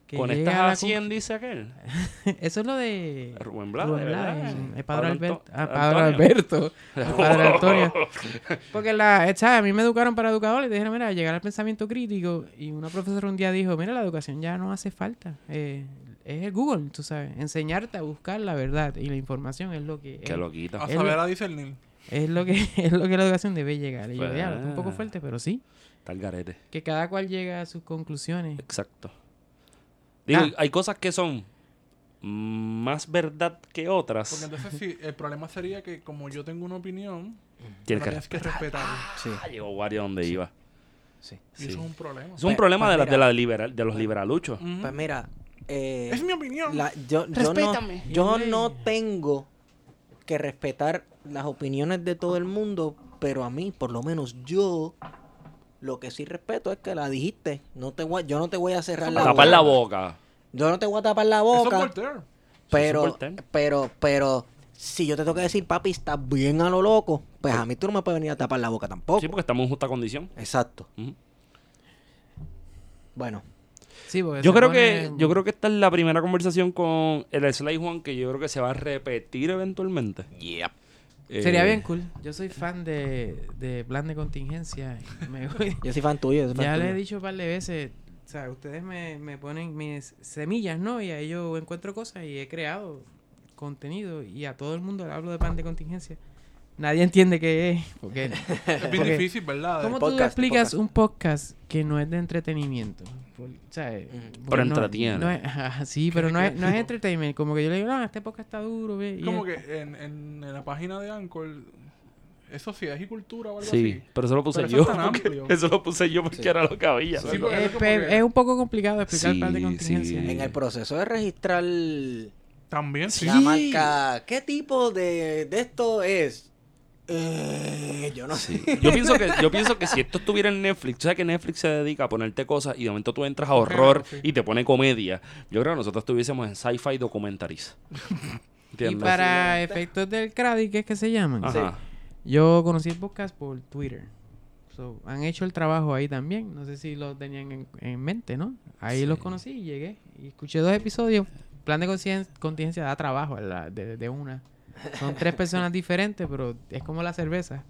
B: que
A: ¿Conectas
B: llegue a la
A: a 100, dice aquel? eh,
B: conc- Eso es lo de.
A: Rubén Blades,
B: Rubén
A: ¿verdad?
B: Blades,
A: Sí.
B: el padre
A: Pablo
B: Alberto.
A: Anto-
B: Ah, padre
A: Antonio.
B: Alberto. el padre Antonio. Porque la, eh, ¿sabes? a mí me educaron para educadores. Dijeron, mira, llegar al pensamiento crítico. Y una profesora un día dijo, mira, la educación ya no hace falta. Eh, es el Google, tú sabes. Enseñarte a buscar la verdad y la información es lo que...
A: Que
B: es,
A: lo quita.
D: A
B: Él-
D: saber a discernir.
B: es lo que es lo que la educación debe llegar. Y yo,
A: Pues-
B: diablo, está un poco fuerte, pero sí.
A: Está el garete.
B: Que cada cual llega a sus conclusiones.
A: Exacto. Digo,
B: Ah.
A: hay cosas que son más verdad que
D: Porque
A: otras.
D: entonces sí, el problema sería que como yo tengo una opinión,
A: Tienes que
D: tienes que respetarla.
C: Sí,
A: Ah, llegó Wario donde iba.
C: sí.
D: Y
A: Sí.
D: eso es un problema.
A: Es un
C: Pues-
A: problema
C: pues
A: de, la-
C: mira.
A: de, la liberal, de los liberaluchos.
D: Ujú.
C: Pues mira, eh,
D: es mi opinión.
C: la- yo, yo no,
B: Respétame.
C: yo no tengo que respetar las opiniones de todo el mundo, pero a mí, por lo menos yo, lo que sí respeto es que la dijiste. No te voy, a- yo no te voy a cerrar la boca.
A: Tapar la boca.
C: Yo no te voy a tapar la
D: Eso es
C: boca.
D: Voltaire.
A: Eso
C: Pero,
A: es voltear.
C: pero, pero, si yo te tengo que decir, papi, estás bien a lo loco, pues a mí tú no me puedes venir a tapar la boca tampoco.
A: Sí, porque estamos en justa condición.
C: Exacto.
A: Ujú.
C: Bueno,
B: Sí, porque
A: Yo
B: Pues
A: creo,
B: se pone-
A: que, yo creo que esta es la primera conversación con el Sly Juan que yo creo que se va a repetir eventualmente. Eh,
B: Sería bien cool. Yo soy fan de, de plan de contingencia. Me voy-
C: yo soy fan tuyo. yo soy fan
B: Ya le he
C: tuyo.
B: dicho un par de veces, o sea, ustedes me, me ponen mis semillas, ¿no? Y ahí yo encuentro cosas y he creado contenido y a todo el mundo le hablo de plan de contingencia. Nadie entiende qué es. Porque,
D: Es bien
B: porque-
D: difícil, ¿verdad?
B: ¿Cómo
C: podcast,
B: tú
C: de
B: explicas
C: podcast.
B: un podcast que no es de entretenimiento? Por- o sea, eh,
C: Ujú.
A: Pero
B: no-
A: entretiene.
B: no es- ajá, sí, pero no es, no es
D: Claro.
B: entertainment. Como que yo le digo, no, este podcast está duro. ve", y
D: Como
B: es-
D: que en, en, en la página de Anchor, eso sí, es y cultura o algo
A: Sí, pero eso lo puse
D: Pero eso
A: yo.
D: es tan
A: porque-
D: amplio.
A: Eso lo puse yo porque
C: Sí.
A: era lo que había.
D: Sí,
A: ¿verdad?
D: porque-
B: es,
D: como que-
B: es un poco complicado explicar plan
A: Sí,
B: de
A: sí.
B: contingencia.
C: En el proceso de registrar la
D: así. También, sí.
C: marca, ¿qué tipo de, de esto es? Eh, yo no
A: Sí.
C: sé.
A: Yo pienso que yo pienso que si esto estuviera en Netflix, tú sabes que Netflix se dedica a ponerte cosas y de momento tú entras a horror
D: Claro, sí.
A: y te pone comedia. Yo creo que nosotros estuviésemos en sci-fi documentaries. ¿Entiendes?
B: Y para efectos del CRADI, que es que se llaman?
A: Ajá.
B: Yo conocí el podcast por Twitter. So, han hecho el trabajo ahí también. No sé si lo tenían en, en mente, ¿no? Ahí los conocí y llegué. Y escuché dos episodios. Plan de conscien- contingencia da trabajo a la- de, de una. Son tres personas diferentes, pero es como la cerveza.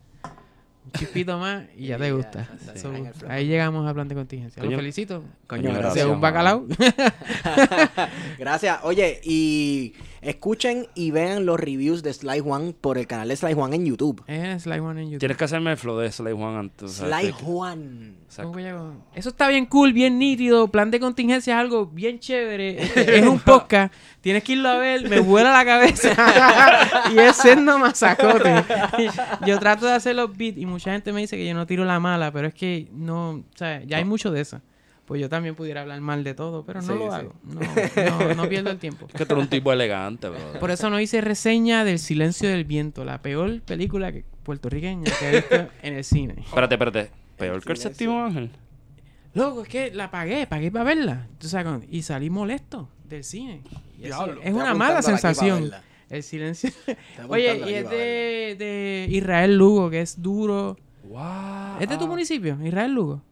B: Un chispito más y ya te
C: Y ya,
B: gusta.
C: está
B: So,
C: en el flow.
B: ahí llegamos a plan de contingencia. Los
A: Coño,
B: felicito.
A: coño,
B: Según
A: gracias, mano.
B: bacalao.
C: Gracias. Oye, y escuchen y vean los reviews de Sly Juan por el canal de Sly Juan en YouTube.
B: es Sly One en YouTube.
A: Tienes que hacerme el flow de Sly Juan antes. o sea,
C: Sly
A: te-
C: Juan.
A: Exacto.
B: ¿Cómo que llegó? Eso está bien cool, bien nítido. Plan de contingencia es algo bien chévere. Es un podcast. Tienes que irlo a ver. Me vuela la cabeza. y es siendo masacote. yo trato de hacer los beats y mucha gente me dice que yo no tiro la mala, pero es que no. O sea, ya hay mucho de eso. Pues yo también pudiera hablar mal de todo, pero no
C: Sí,
B: lo
C: sí.
B: hago. No, no, no pierdo el tiempo.
A: Es que tú eres un tipo elegante, bro.
B: Por eso no hice reseña del Silencio del Viento, la peor película que- puertorriqueña que he visto en el cine.
A: Espérate, espérate. Peor
C: El
A: que el
C: silencio.
A: séptimo ángel.
B: Loco, es que la pagué, pagué para verla. Tú sabes, con- y salí molesto del cine. Y eso
D: Diablo.
B: es una mala sensación. El silencio. Oye, y es de, de Israel Lugo, que es duro.
A: Wow. Ah.
B: ¿Es de tu municipio, Israel Lugo?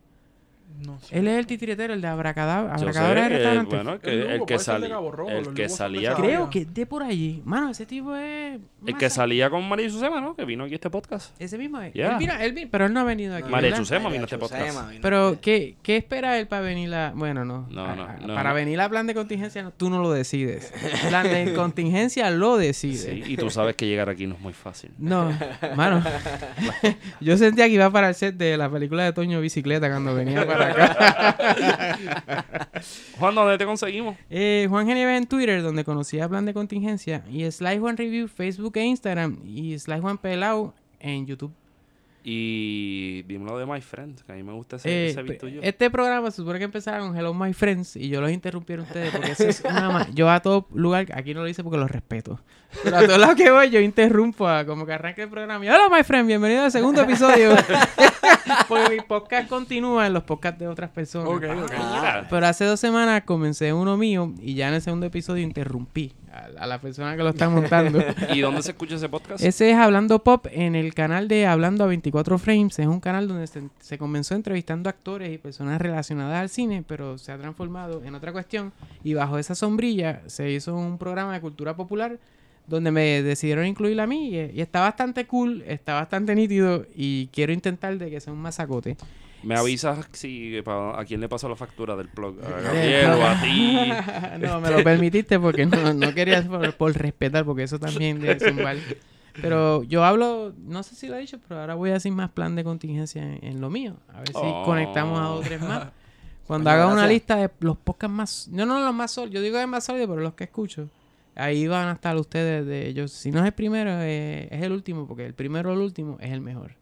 D: No sé.
B: Él es el titiritero, el de abracadabra,
A: Yo sé
B: abracadabra de
A: que,
B: restaurante.
A: bueno, el que,
D: El
A: el
D: Lugo,
A: que
D: puede ser el de
A: sali-
D: Cabo Rojo,
A: el
D: los
A: que
D: Lugos son
A: salía,
D: pesados.
B: Creo que es de por allí. Mano, ese tipo es...
A: el que
B: masa.
A: salía con María Susema, ¿no? Que vino aquí a este podcast.
B: Ese mismo es.
A: Ya.
B: Él vino- él vino- pero él no ha venido aquí,
A: María
B: ¿verdad?
A: Susema vino a este podcast.
B: Pero, ¿qué, ¿qué espera él para venir a...? Bueno, no.
A: No,
B: A-
A: no,
B: a-
A: no,
B: para
A: no.
B: venir a plan de contingencia, no, tú no lo decides. Plan de contingencia lo decides.
A: Sí, y tú sabes que llegar aquí no es muy fácil.
B: No, mano. Yo sentía que iba para el set de la película de Toño Bicicleta cuando venía para acá.
A: Juan, ¿dónde te conseguimos?
B: Eh, Juan Genieves en Twitter, donde conocía Plan de Contingencia. Y Sly Juan Review, Facebook e Instagram. Y Sly Juan Pelao en YouTube.
A: Y dímelo de My Friend, que a mí me gusta ese,
B: Eh,
A: ese beat
B: pe-
A: tuyo.
B: este programa se supone que empezara con Hello My Friends y yo los interrumpieron ustedes porque eso es una ma- Yo a todo lugar, aquí no lo hice porque los respeto, pero a todos lados que voy yo interrumpo a- como que arranque el programa y Hello My Friend, bienvenido al segundo episodio. porque mi podcast continúa en los podcasts de otras personas.
D: Ok, ok.
A: Ah,
B: Pero hace dos semanas comencé uno mío y ya en el segundo episodio interrumpí a, a la persona que lo está montando.
A: mira. ¿Y dónde se escucha ese podcast?
B: Ese es Hablando Pop en el canal de Hablando a 24 Frames. Es un canal donde se, se comenzó entrevistando actores y personas relacionadas al cine, pero se ha transformado en otra cuestión. Y bajo esa sombrilla se hizo un programa de cultura popular donde me decidieron incluir a mí. Y, y está bastante cool, está bastante nítido y quiero intentar de que sea un masacote.
A: Me avisas si pa- a quién le pasó la factura del blog. A
B: Eh,
A: Gabriel o a ti.
B: no, me lo permitiste porque no, no querías por, por respetar, porque eso también de zumbar. Pero yo hablo, no sé si lo he dicho, pero ahora voy a hacer más plan de contingencia en, en lo mío. A ver si
A: Oh.
B: conectamos a otros más. Cuando
C: Coño,
B: haga una
C: gracias.
B: lista de los podcasts más... No, no los más sólidos. Yo digo que más sólidos, pero los que escucho. Ahí van a estar ustedes de ellos. Si no es el primero, eh, es el último, porque el primero o el último es el mejor.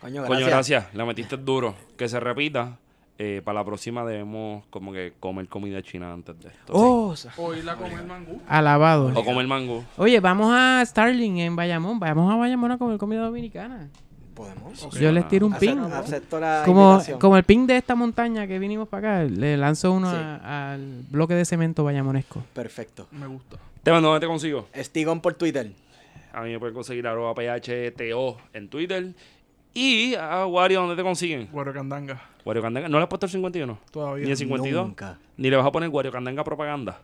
C: Coño, gracias.
A: Coño, gracias. La metiste duro. Que se repita. Eh, para la próxima debemos como que comer comida china antes de esto.
B: ¡Oh!
D: O irla a comer mangú.
B: Alabado.
A: O comer mango.
B: Oye, vamos a Starling en Bayamón. Vamos a Bayamón a comer comida dominicana.
C: Podemos.
A: Ok.
B: Yo les tiro un
A: Ace-
B: ping.
C: Acepto- Acepto la
B: Como,
C: invitación.
B: como el ping de esta montaña que vinimos para acá, le lanzo uno
C: Sí.
B: a- al bloque de cemento bayamonesco.
C: Perfecto.
D: Me gusta.
A: Esteban, ¿dónde te consigo?
C: Estigón por Twitter.
A: A mí me pueden conseguir arroba phto en Twitter. Y a Wario, ¿dónde te consiguen?
D: Guaro candanga.
A: Wario Candanga. ¿No le has puesto el 51?
D: Todavía.
A: Ni el 52.
C: Nunca.
A: Ni le vas a poner Wario Candanga propaganda.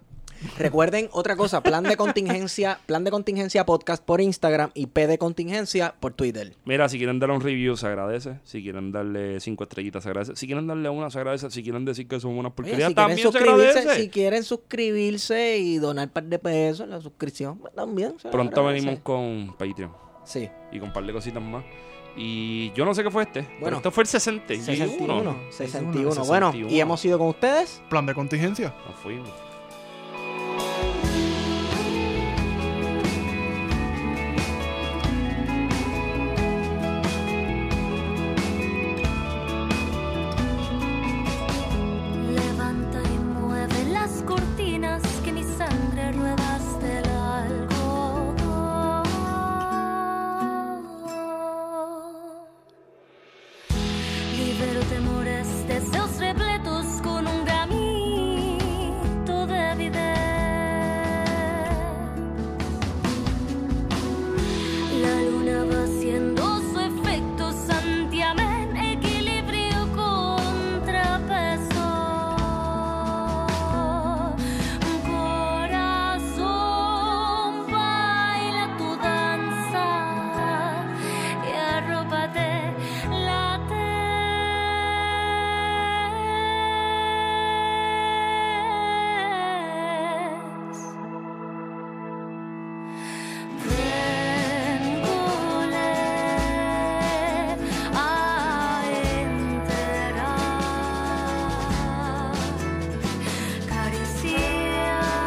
C: Recuerden otra cosa, plan de contingencia, plan de contingencia podcast por Instagram y P de contingencia por Twitter.
A: Mira, si quieren darle un review, se agradece. Si quieren darle cinco estrellitas, se agradece. Si quieren darle una, se agradece. Si quieren decir que son unas
C: Oye,
A: porquerías,
C: si, quieren
A: también se
C: suscribirse,
A: agradece.
C: si quieren suscribirse y donar un par de pesos en la suscripción, pues también. se
A: Pronto
C: agradece.
A: venimos con Patreon
C: Sí.
A: y con un par de cositas más. Y yo no sé qué fue este. Bueno,
C: Bueno.
A: esto fue el 60. y
C: 61,
A: 61.
C: 61,
A: 61.
C: Bueno, y hemos sido con ustedes.
D: Plan de contingencia.
A: Nos fuimos.
E: Levanta y mueve las cortinas que mi sangre rueda hasta el algodón. Libero temores, deseos repletos con un gramito de vida. La luna va haciendo su efecto santiamén, equilibrio contrapeso. Corazón, baila tu danza y arrópate la tez. Vengole a enterar, caricias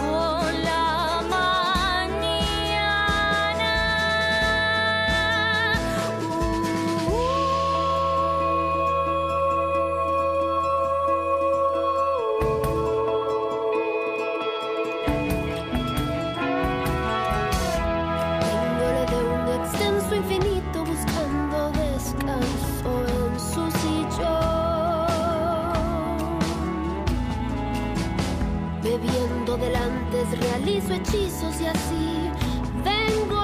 E: por la Uh, mañana. Índole de un extenso infinito buscando descanso en su sillón. Bebiendo delantes realizo hechizos y así vengo Ah,